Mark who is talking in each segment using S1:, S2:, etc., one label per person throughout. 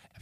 S1: hab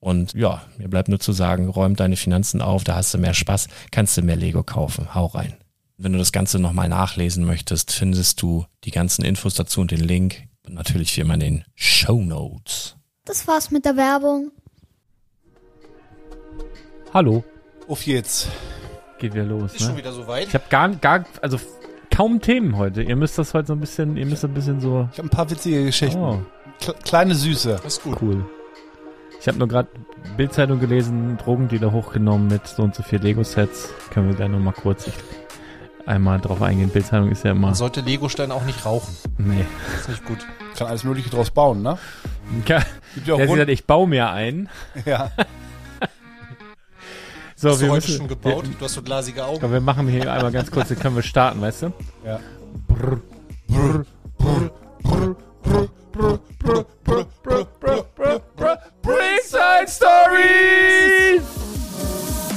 S1: Und ja, mir bleibt nur zu sagen, räum deine Finanzen auf, da hast du mehr Spaß, kannst du mehr Lego kaufen. Hau rein. Wenn du das Ganze nochmal nachlesen möchtest, findest du die ganzen Infos dazu und den Link und natürlich wie immer in den Show Notes.
S2: Das war's mit der Werbung.
S3: Hallo,
S4: Auf jetzt.
S3: geht wieder los.
S4: Ist schon
S3: Ne?
S4: wieder soweit.
S3: Ich habe gar, gar, also f- kaum Themen heute. Ihr müsst das heute so ein bisschen, ihr müsst ein bisschen so.
S4: Ich habe ein paar witzige Geschichten.
S3: Oh,
S4: Kle- Kleine Süße.
S1: Das ist gut.
S3: cool. Ich habe nur gerade Bildzeitung gelesen, Drogendealer hochgenommen mit so und so viel Lego-Sets. Können wir gleich nochmal kurz einmal drauf eingehen. Bildzeitung ist ja immer.
S1: Man sollte Legostein auch nicht rauchen.
S3: nee.
S4: Das ist nicht gut. Kann alles Mögliche draus bauen, ne?
S3: Ja,
S4: Gibt ja auch
S3: der sieht halt,
S4: Grund.
S3: ich baue mir einen.
S4: Ja.
S3: So,
S1: Hast du
S3: wir
S1: heute
S3: müssen,
S1: schon gebaut? Du hast so glasige Augen.
S3: Komm, wir machen hier einmal ganz kurz, dann können wir starten, weißt du?
S4: ja.
S3: Bildside Stories!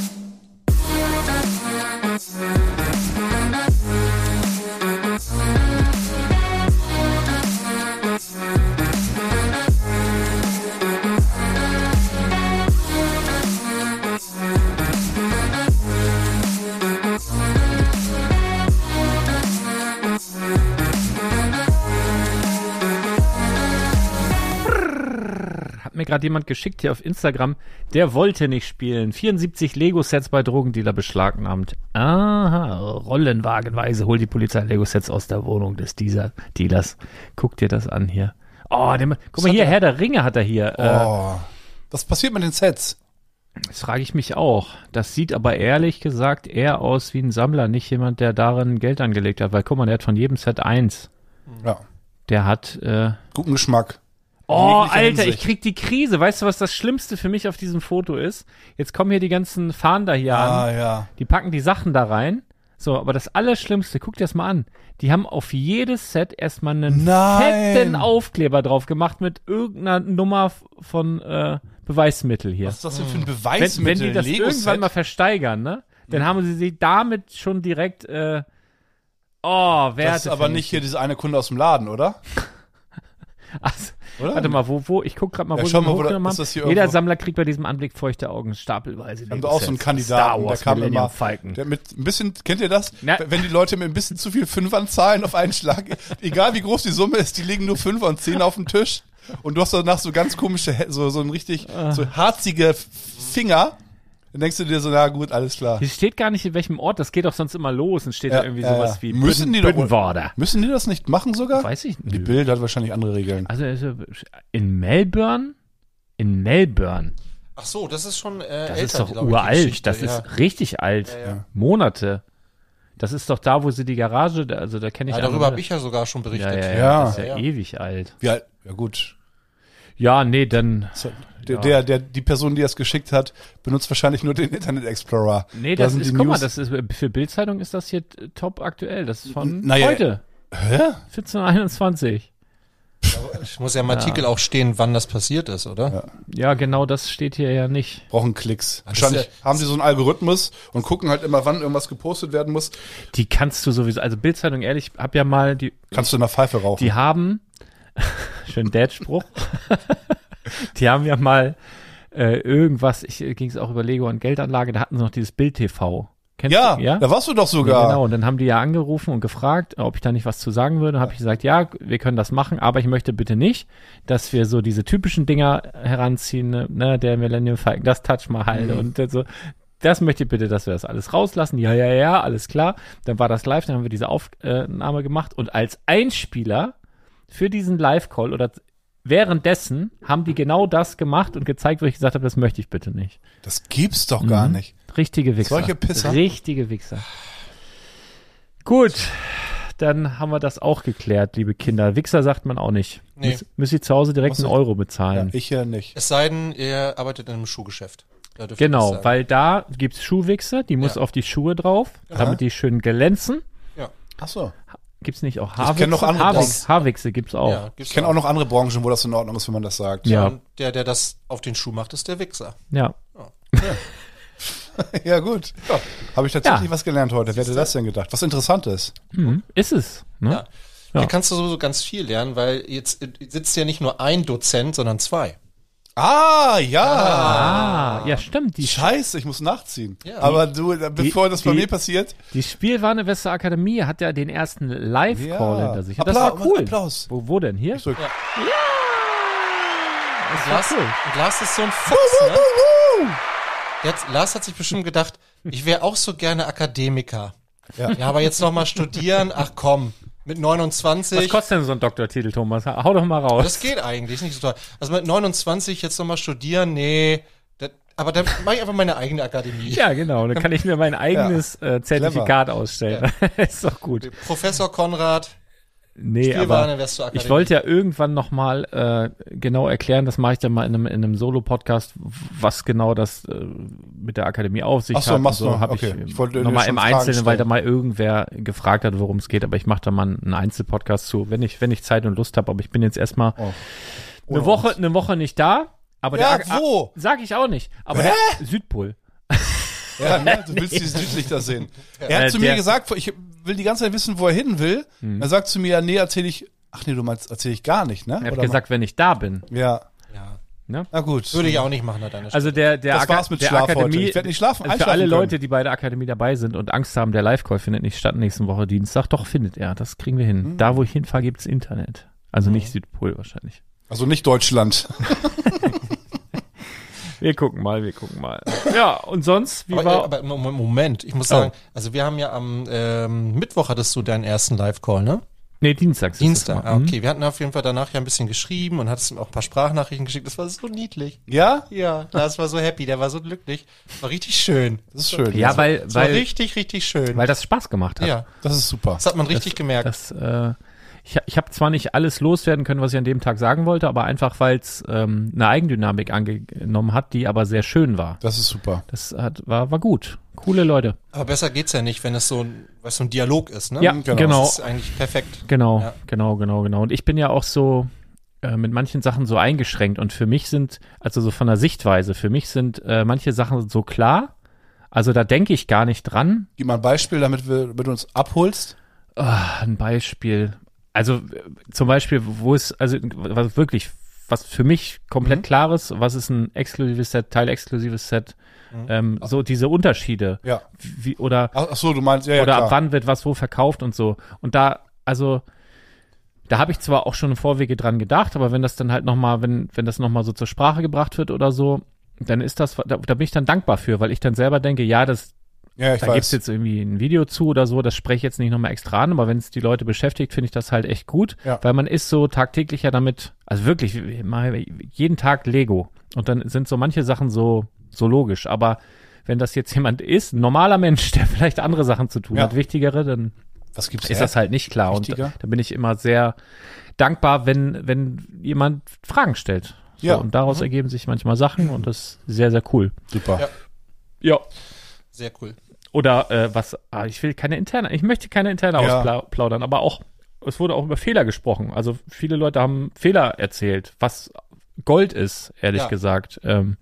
S3: Hat mir gerade jemand geschickt hier auf Instagram, der wollte nicht spielen. 74 Lego-Sets bei Drogendealer beschlagnahmt. Aha, rollenwagenweise holt die Polizei Lego-Sets aus der Wohnung des dieser Dealers. Guck dir das an hier. Oh, der, guck mal
S4: hat
S3: hier,
S4: er?
S3: Herr der Ringe hat er hier. Äh,
S4: Oh. Was passiert mit den Sets?
S3: Das frage ich mich auch. Das sieht aber ehrlich gesagt eher aus wie ein Sammler, nicht jemand, der darin Geld angelegt hat. Weil guck mal, der hat von jedem Set eins.
S4: Ja.
S3: Der hat, äh,
S4: Guten Geschmack.
S3: Oh,
S4: jeglicher
S3: Alter, ich
S4: Hinsicht.
S3: krieg die Krise. Weißt du, was das Schlimmste für mich auf diesem Foto ist? Jetzt kommen hier die ganzen Fahnder hier an.
S4: Ah, ja.
S3: Die packen die Sachen da rein. So, aber das Allerschlimmste, guck dir das mal an. Die haben auf jedes Set erstmal einen
S4: Nein.
S3: fetten Aufkleber drauf gemacht mit irgendeiner Nummer f- von äh, Beweismittel hier.
S4: Was ist das denn für
S3: Hm. Wenn,
S4: ein
S3: wenn
S4: Beweismittel?
S3: die das irgendwann mal versteigern, ne? Dann haben sie sie damit schon direkt äh, Oh, Werte.
S4: das ist aber
S3: vernichtet.
S4: nicht hier dieser eine Kunde aus dem Laden, oder?
S3: Also,
S4: Oder?
S3: Warte mal, wo, wo? Ich guck grad mal, wo
S4: Ja,
S3: sie
S4: schau mal, wo
S3: hochgenommen
S4: da-
S3: haben.
S4: ist das hier
S3: Jeder
S4: irgendwo?
S3: Sammler kriegt bei diesem Anblick feuchte Augen, stapelweise.
S4: Wir haben
S3: Lego-Sets.
S4: da Also auch so einen
S3: Star
S4: Kandidaten, der
S3: Wars,
S4: kam
S3: Millennium
S4: immer.
S3: Falcon.
S4: Der mit ein bisschen, kennt ihr das?
S3: Na-
S4: Wenn die Leute mit ein bisschen zu viel Fünfern zahlen auf einen Schlag, egal wie groß die Summe ist, die legen nur Fünfer und Zehner auf den Tisch. Und du hast danach so ganz komische, Hä- so, so ein richtig,
S3: Ah.
S4: so harzige Finger. Dann denkst du dir so, na gut, alles klar.
S3: Hier steht gar nicht, in welchem Ort. Das geht doch sonst immer los und steht da
S4: Ja,
S3: irgendwie
S4: ja,
S3: sowas
S4: ja.
S3: wie
S4: Müssen die doch-
S3: Büttenworder.
S4: Müssen die das nicht machen sogar?
S3: Weiß ich
S4: Die
S3: nicht.
S4: Bild hat wahrscheinlich andere Regeln.
S3: Also, also in Melbourne? In Melbourne.
S5: Ach so, das ist schon äh,
S3: Das
S5: älter,
S3: ist doch
S5: glaub ich, die Geschichte,
S3: uralt. Das
S5: ja.
S3: ist richtig alt. Monate. Das ist doch da, wo sie die Garage, da- also da kenne ich
S5: Ja,
S3: andere-
S5: darüber habe ich ja sogar schon berichtet.
S3: ja, ja, ja,
S4: Ja.
S3: Das ist ja,
S5: Ja, ja.
S3: ewig alt.
S4: Ja, ja gut.
S3: Ja, nee, dann.
S4: So, Der, der, der, die Person, die das geschickt hat, benutzt wahrscheinlich nur den Internet Explorer.
S3: Nee,
S4: Da
S3: das
S4: sind
S3: ist,
S4: die
S3: guck mal,
S4: News-
S3: das ist, für Bildzeitung ist das hier äh, top aktuell. Das ist von
S4: N- naja.
S3: heute.
S4: Hä?
S3: 1421.
S5: Ich muss ja im Artikel auch stehen, wann das passiert ist, oder? Ja.
S3: Ja, genau das steht hier ja nicht.
S4: brauchen Klicks.
S5: das
S4: Wahrscheinlich
S5: ist
S4: haben sie so einen Algorithmus und gucken halt immer, wann irgendwas gepostet werden muss.
S3: Die kannst du sowieso, also Bildzeitung, ehrlich, ich hab ja mal, die,
S4: Kannst du in der Pfeife rauchen.
S3: die haben, schön Dad-Spruch, die haben ja mal äh, irgendwas, ich ging es auch über Lego und Geldanlage, da hatten sie noch dieses Bild-TV. Kennst
S4: ja,
S3: du? Ja,
S4: da warst du doch
S3: Ja,
S4: sogar.
S3: Genau, und dann haben die ja angerufen und gefragt, ob ich da nicht was zu sagen würde. Habe ich gesagt, ja, wir können das machen, aber ich möchte bitte nicht, dass wir so diese typischen Dinger heranziehen, ne, ne, der Millennium Falcon, das Touch Mahal und so. Das möchte ich bitte, dass wir das alles rauslassen. Ja, ja, ja, alles klar. Dann war das live, dann haben wir diese Aufnahme gemacht und als Einspieler für diesen Live-Call oder währenddessen haben die genau das gemacht und gezeigt, wo ich gesagt habe, das möchte ich bitte nicht.
S4: Das gibt's doch gar
S3: Mhm.
S4: nicht.
S3: Richtige Wichser.
S4: Solche Pisser.
S3: Richtige Wichser. Gut, dann haben wir das auch geklärt, liebe Kinder. Wichser sagt man auch nicht.
S5: Nee.
S3: Müsst, müsst ihr zu Hause direkt
S4: Was
S3: einen
S4: soll-
S3: Euro
S4: Ja,
S3: bezahlen.
S4: ich ja nicht.
S5: Es sei denn, ihr arbeitet in einem Schuhgeschäft. Da dürft ihr das
S3: genau,
S5: sagen.
S3: weil da gibt's Schuhwichse, die muss
S5: Ja.
S3: auf die Schuhe drauf, damit die schön glänzen.
S4: Ach so.
S3: Gibt's nicht auch
S4: Ich
S3: Haarwichse?
S4: kenn noch andere
S3: Haarwichse, Haarwichse gibt's auch.
S5: Ja,
S3: Ja,
S5: gibt's
S4: Ich kenne auch noch andere Branchen, wo das in Ordnung ist, wenn man das sagt.
S3: Ja.
S5: Und der, der das auf den Schuh macht, ist der Wichser.
S3: ja.
S4: ja gut. Ja. Habe ich tatsächlich
S3: Ja.
S4: was gelernt heute. Wer hätte das denn gedacht? Was Interessantes.
S3: Mhm. ist es. Ne?
S5: Ja.
S3: Ja.
S5: Da kannst du sowieso ganz viel lernen, weil jetzt äh, sitzt ja nicht nur ein Dozent, sondern zwei.
S4: Ah, ja.
S3: Ah, ja, stimmt. Die,
S4: Scheiße, ich muss nachziehen.
S5: Ja.
S4: Aber du, da- bevor das bei
S3: die-
S4: mir passiert,
S3: die Spielwarenwester Akademie hat ja den ersten Live-Call
S4: Ja.
S3: hinter sich. das
S4: Applaus,
S3: war cool.
S4: Applaus.
S3: Wo, wo denn? Hier?
S4: So-
S3: Ja! Das war
S5: Lars,
S3: cool.
S5: Lars ist so ein Fuchs, ne? Jetzt, Lars hat sich bestimmt gedacht, ich wäre auch so gerne Akademiker.
S4: Ja.
S5: Ja, aber jetzt noch mal studieren, ach komm, mit 29.
S3: Was kostet denn so ein Doktortitel, Thomas? Hau doch mal raus.
S5: Das geht eigentlich, ist nicht so toll. Also mit 29 jetzt nochmal studieren, nee. Das, aber dann mache ich einfach meine eigene Akademie.
S3: ja, genau. Dann kann ich mir mein eigenes äh, Zertifikat ausstellen. ist doch gut.
S5: Professor Konrad,
S3: Nee, aber
S5: Spielwareninvestor-Akademie.
S3: ich wollte ja irgendwann nochmal äh, genau erklären, das mache ich dann mal in einem, in einem Solo-Podcast, was genau das äh, mit der Akademie auf sich
S4: Ach so,
S3: hat. und
S4: machst du.
S3: hab
S4: Okay.
S3: Ich,
S4: Ich
S3: ich
S4: wollte dir
S3: nochmal im
S4: schon Fragen
S3: Einzelnen, weil da
S4: stellen.
S3: mal irgendwer gefragt hat, worum es geht. Aber ich mache da mal einen Einzelpodcast zu, wenn ich, wenn ich Zeit und Lust habe. Aber ich bin jetzt erstmal eine,
S4: Ohne
S3: Woche,
S4: Oh. uns.
S3: eine Woche nicht da. Aber
S4: Ja,
S3: der, Ak-
S4: wo?
S3: Sag ich auch nicht. Aber
S4: Hä?
S3: der Südpol.
S4: Ja, ne? du willst diese Südlichter sehen. Er hat
S3: Äh,
S4: zu mir
S3: der- Mhm.
S4: gesagt, ich will die ganze Zeit wissen, wo er hin will. Er sagt zu mir, ja, nee, erzähl ich, ach nee, du meinst, erzähl ich gar nicht, ne?
S3: Er hat
S4: Oder
S3: gesagt, wenn ich da bin.
S4: mal- ja.
S5: Ja.
S4: Na gut.
S5: Würde ich auch nicht machen, an deiner
S3: Also der, der,
S4: Das
S3: Aka-
S4: war's mit
S3: der
S4: Schlaf
S3: Akademie,
S4: heute. Ich werd nicht schlafen,
S3: Äh, Für
S4: einschlafen
S3: alle
S4: können.
S3: Leute, die bei der Akademie dabei sind und Angst haben, der Live-Call findet nicht statt nächste Woche Dienstag. Doch, findet er. Das kriegen wir hin. Da, wo ich hinfahre, gibt's Internet. Also nicht Südpol wahrscheinlich.
S4: Also nicht Deutschland.
S3: Wir gucken mal, wir gucken mal. Ja, und sonst, wie
S5: Aber, äh,
S3: war... Oh.
S5: aber Mo- Mo- Moment, ich muss sagen, also wir haben ja am ähm, Mittwoch hattest du deinen ersten Live-Call, ne?
S3: nee, Dienstags. ist das
S5: Dienstag.
S3: mal.
S5: Ah,
S3: Mhm.
S5: okay, wir hatten auf jeden Fall danach ja ein bisschen geschrieben und hattest auch ein paar Sprachnachrichten geschickt. Das war so niedlich.
S4: Ja?
S5: Ja, Lars war so happy, der war so glücklich. War richtig schön.
S4: Das ist schön.
S3: Mhm. Ja, weil,
S5: Das Also, war
S3: weil,
S5: richtig, richtig schön.
S3: weil das Spaß gemacht hat.
S5: ja,
S4: Das ist super.
S5: das hat man richtig gemerkt.
S3: Das, äh, Ich, ich habe zwar nicht alles loswerden können, was ich an dem Tag sagen wollte, aber einfach, weil es ähm, eine Eigendynamik angenommen hat, die aber sehr schön war.
S4: Das ist super.
S3: Das hat, war, war gut. Coole Leute.
S5: Aber besser geht's ja nicht, wenn es so ein, was so ein Dialog ist, ne?
S3: Ja,
S5: Das
S3: genau.
S5: ist eigentlich perfekt.
S3: Genau,
S5: Ja.
S3: genau, genau, genau. Und ich bin ja auch so äh, mit manchen Sachen so eingeschränkt. Und für mich sind, also so von der Sichtweise, für mich sind äh, manche Sachen so klar. Also da denke ich gar nicht dran.
S4: Gib mal ein Beispiel, damit, wir, damit du uns abholst.
S3: Ah, ein Beispiel. Also äh, zum Beispiel, wo es, also was wirklich, was für mich komplett klares, was ist ein exklusives Set, teilexklusives Set, ähm, so diese Unterschiede.
S4: Ja.
S3: Wie, oder
S4: Ach, ach so, du meinst, ja, ja,
S3: oder ab
S4: klar.
S3: wann wird was wo verkauft und so. Und da, also, da habe ich zwar auch schon im Vorwege dran gedacht, aber wenn das dann halt nochmal, wenn, wenn das nochmal so zur Sprache gebracht wird oder so, dann ist das, da, da bin ich dann dankbar für, weil ich dann selber denke, ja, das,
S4: Ja, ich
S3: da gibt's
S4: weiß.
S3: jetzt irgendwie ein Video zu oder so, das spreche ich jetzt nicht nochmal extra an, aber wenn es die Leute beschäftigt, finde ich das halt echt gut,
S4: Ja.
S3: weil man ist so tagtäglich ja damit, also wirklich, wir machen jeden Tag Lego. Und dann sind so manche Sachen so, so logisch, aber wenn das jetzt jemand ist, ein normaler Mensch, der vielleicht andere Sachen zu tun
S4: Ja.
S3: hat, wichtigere, dann
S4: Was gibt's
S3: ist das halt nicht klar. Und
S4: Wichtiger?
S3: da, da bin ich immer sehr dankbar, wenn, wenn jemand Fragen stellt. So,
S4: Ja. Mhm.
S3: Und daraus ergeben sich manchmal Sachen und das ist sehr, sehr cool.
S4: Super.
S5: Ja.
S3: Ja.
S5: Sehr cool.
S3: Oder äh, was, ah, ich will keine interne, ich möchte keine interne
S4: Ja.
S3: ausplaudern, aber auch, es wurde auch über Fehler gesprochen. Also viele Leute haben Fehler erzählt, was Gold ist, ehrlich
S5: Ja.
S3: gesagt. Ähm,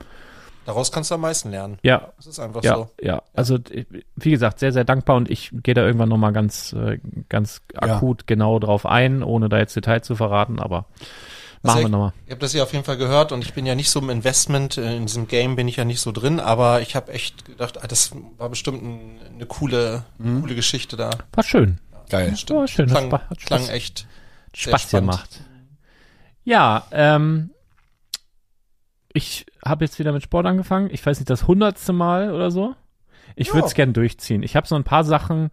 S5: Daraus kannst du am meisten lernen.
S3: ja,
S5: Das ist einfach
S3: ja,
S5: so.
S3: ja. Also d- wie gesagt, sehr, sehr dankbar und ich gehe da irgendwann nochmal ganz, äh, ganz
S4: Ja.
S3: akut genau drauf ein, ohne da jetzt Detail zu verraten, aber machen
S5: Also
S3: wir nochmal.
S5: Ich, ich habe das ja auf jeden Fall gehört und ich bin ja nicht so im Investment, äh, in diesem Game bin ich ja nicht so drin, aber ich habe echt gedacht, ah, das war bestimmt ein, eine coole,
S3: Mhm.
S5: coole Geschichte da.
S3: War schön.
S4: Geil.
S3: War schön. hat
S5: Klang,
S3: Spa- hat
S5: klang
S3: Spaß,
S5: echt. sehr
S3: Spaß
S5: spannend.
S3: gemacht. Ja, ähm, ich habe jetzt wieder mit Sport angefangen. Ich weiß nicht, das hundertste Mal oder so. Ich würde es gern durchziehen. Ich habe so ein paar Sachen,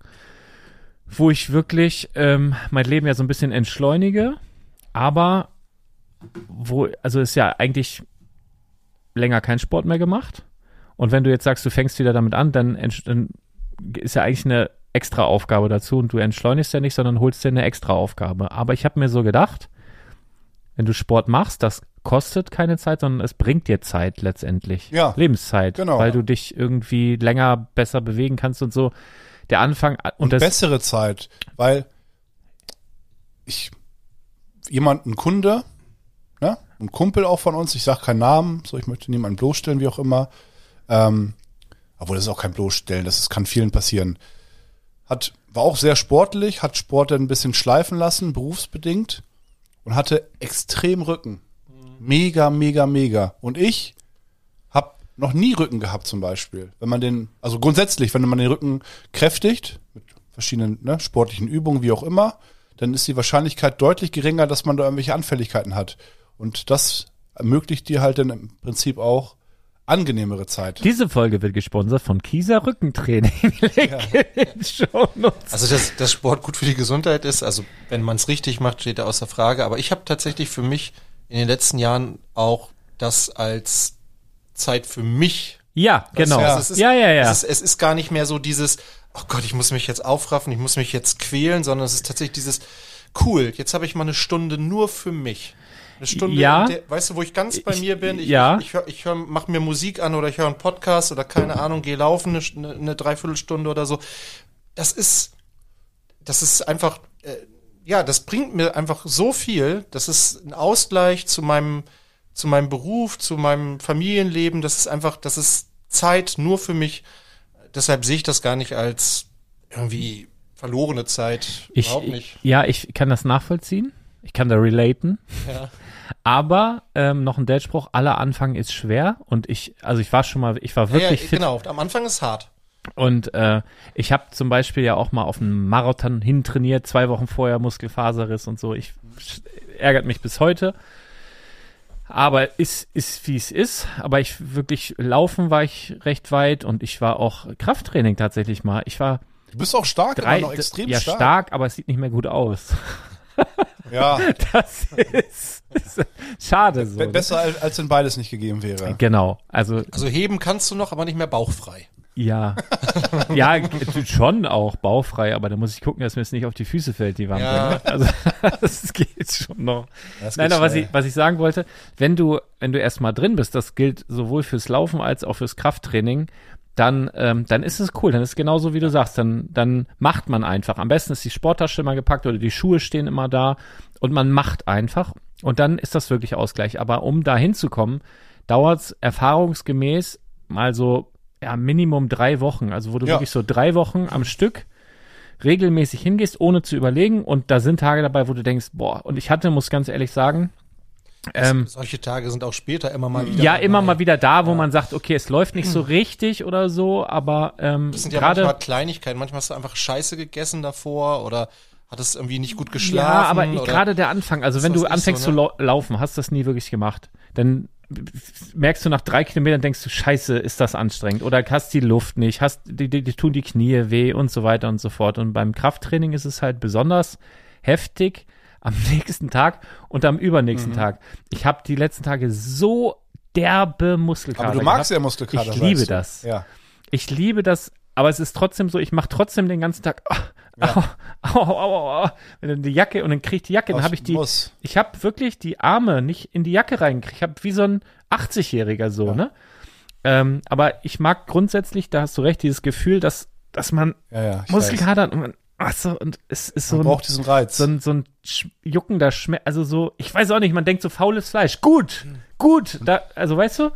S3: wo ich wirklich ähm, mein Leben ja so ein bisschen entschleunige, aber wo, also ist ja eigentlich länger kein Sport mehr gemacht. Und wenn du jetzt sagst, du fängst wieder damit an, dann, entsch- dann ist ja eigentlich eine extra Aufgabe dazu und du entschleunigst ja nicht, sondern holst dir eine extra Aufgabe. Aber ich habe mir so gedacht, wenn du Sport machst, das kostet keine Zeit, sondern es bringt dir Zeit letztendlich.
S4: Ja.
S3: Lebenszeit.
S4: Genau.
S3: Weil du dich irgendwie länger besser bewegen kannst und so. Der Anfang und, das
S4: bessere Zeit, weil ich jemand, ein Kunde, ne, ein Kumpel auch von uns, ich sage keinen Namen, so ich möchte niemanden bloßstellen, wie auch immer. Ähm, obwohl das ist auch kein bloßstellen, das ist, kann vielen passieren. Hat war auch sehr sportlich, hat Sport dann ein bisschen schleifen lassen, berufsbedingt und hatte extrem Rücken.
S3: Mhm.
S4: Mega, mega, mega. Und ich hab noch nie Rücken gehabt zum Beispiel. Wenn man den, also grundsätzlich, wenn man den Rücken kräftigt, mit verschiedenen ne, sportlichen Übungen, wie auch immer, dann ist die Wahrscheinlichkeit deutlich geringer, dass man da irgendwelche Anfälligkeiten hat. Und das ermöglicht dir halt dann im Prinzip auch angenehmere Zeit.
S3: Diese Folge wird gesponsert von Kieser Rückentraining. Link in den Shownotes.
S5: Also dass, dass Sport gut für die Gesundheit ist, also wenn man es richtig macht, steht da außer Frage. Aber ich habe tatsächlich für mich in den letzten Jahren auch das als Zeit für mich.
S3: Ja, genau.
S5: Also es ist,
S3: ja, ja, ja.
S5: Es ist, es ist gar nicht mehr so dieses, oh Gott, ich muss mich jetzt aufraffen, ich muss mich jetzt quälen, sondern es ist tatsächlich dieses, cool, jetzt habe ich mal eine Stunde nur für mich. Eine Stunde,
S3: Ja.
S5: in der, weißt du, wo ich ganz bei
S3: Ich-
S5: mir bin. Ich,
S3: ja.
S5: Ich, ich, hör- ich hör, mach mir Musik an oder ich höre einen Podcast oder keine Ahnung, gehe laufen eine, St- eine Dreiviertelstunde oder so. Das ist, das ist einfach, äh, ja, das bringt mir einfach so viel. Das ist ein Ausgleich zu meinem, zu meinem Beruf, zu meinem Familienleben. Das ist einfach, das ist Zeit nur für mich. Deshalb sehe ich das gar nicht als irgendwie verlorene Zeit.
S3: ich,
S5: Überhaupt nicht.
S3: Ja, ich kann das nachvollziehen. Ich kann da relaten.
S5: Ja.
S3: Aber ähm, noch ein Deadspruch, aller Anfang ist schwer. Und ich, also ich war schon mal, ich war
S5: Ja, ja,
S3: wirklich fit.
S5: genau. Am Anfang ist hart.
S3: Und äh, ich habe zum Beispiel ja auch mal auf einen Marathon hintrainiert, zwei Wochen vorher Muskelfaserriss und so. Ich ärgert mich bis heute. Aber ist, ist wie es ist. Aber ich wirklich laufen war ich recht weit und ich war auch Krafttraining tatsächlich mal. Ich war
S4: Du bist auch stark,
S3: drei,
S4: aber noch extrem
S3: ja
S4: stark.
S3: stark, aber es sieht nicht mehr gut aus.
S4: Ja,
S3: Das ist, ist schade so.
S4: be- besser als als wenn beides nicht gegeben wäre.
S3: Genau. Also
S5: Also heben kannst du noch, aber nicht mehr bauchfrei.
S3: Ja. ja, g- schon auch baufrei, aber da muss ich gucken, dass mir es nicht auf die Füße fällt, die Wand.
S5: Ja.
S3: Also, das geht schon noch.
S4: Das
S3: Nein,
S4: geht
S3: aber was
S4: schnell.
S3: ich, was ich sagen wollte, wenn du, wenn du erstmal drin bist, das gilt sowohl fürs Laufen als auch fürs Krafttraining, dann, ähm, dann ist es cool. Dann ist es genauso, wie du sagst. Dann, dann macht man einfach. Am besten ist die Sporttasche immer gepackt oder die Schuhe stehen immer da und man macht einfach. Und dann ist das wirklich Ausgleich. Aber um da hinzukommen, dauert es erfahrungsgemäß mal so ja, Minimum drei Wochen. Also wo du
S4: Ja.
S3: wirklich so drei Wochen am Stück regelmäßig hingehst, ohne zu überlegen. Und da sind Tage dabei, wo du denkst, boah, und ich hatte, muss ganz ehrlich sagen, ähm,
S5: Solche Tage sind auch später immer mal wieder.
S3: ja, immer
S5: dabei.
S3: mal wieder da, wo man sagt, okay, es läuft nicht so richtig oder so, aber ähm,
S5: Das sind ja
S3: gerade.
S5: manchmal Kleinigkeiten. Manchmal hast du einfach Scheiße gegessen davor oder hattest irgendwie nicht gut geschlafen.
S3: Ja, aber ich-
S5: oder-
S3: gerade der Anfang, also wenn
S5: was
S3: du
S5: nicht
S3: anfängst
S5: so, ne?
S3: zu lau laufen, hast das nie wirklich gemacht, dann merkst du nach drei Kilometern, denkst du, scheiße, ist das anstrengend oder hast die Luft nicht, hast, die, die, die tun die Knie weh und so weiter und so fort. Und beim Krafttraining ist es halt besonders heftig am nächsten Tag und am übernächsten
S5: Mhm.
S3: Tag. Ich habe die letzten Tage so derbe Muskelkater
S4: Aber du magst ja
S3: gehabt.
S4: Muskelkater.
S3: Ich liebe
S4: weißt du.
S3: das.
S4: Ja.
S3: Ich liebe das, aber es ist trotzdem so, ich mache trotzdem den ganzen Tag. ah, Au, au, au, au, au. Wenn dann die Jacke und dann krieg ich die Jacke, dann
S4: Aus
S3: habe Genau, ich die.
S4: Muss.
S3: Ich habe wirklich die Arme nicht in die Jacke reingekriegt. Ich habe wie so ein 80-Jähriger so, ne? Ähm, aber ich mag grundsätzlich, da hast du recht, dieses Gefühl, dass, dass man
S4: Ja, ja. ich weiß.
S3: Muskelkater und man, ach so, und es ist so
S4: Man
S3: ein,
S4: braucht diesen Reiz.
S3: so ein, so ein sch- juckender Schmerz, also so, ich weiß auch nicht, man denkt so faules Fleisch. Gut,
S4: Hm.
S3: gut, da, also weißt du?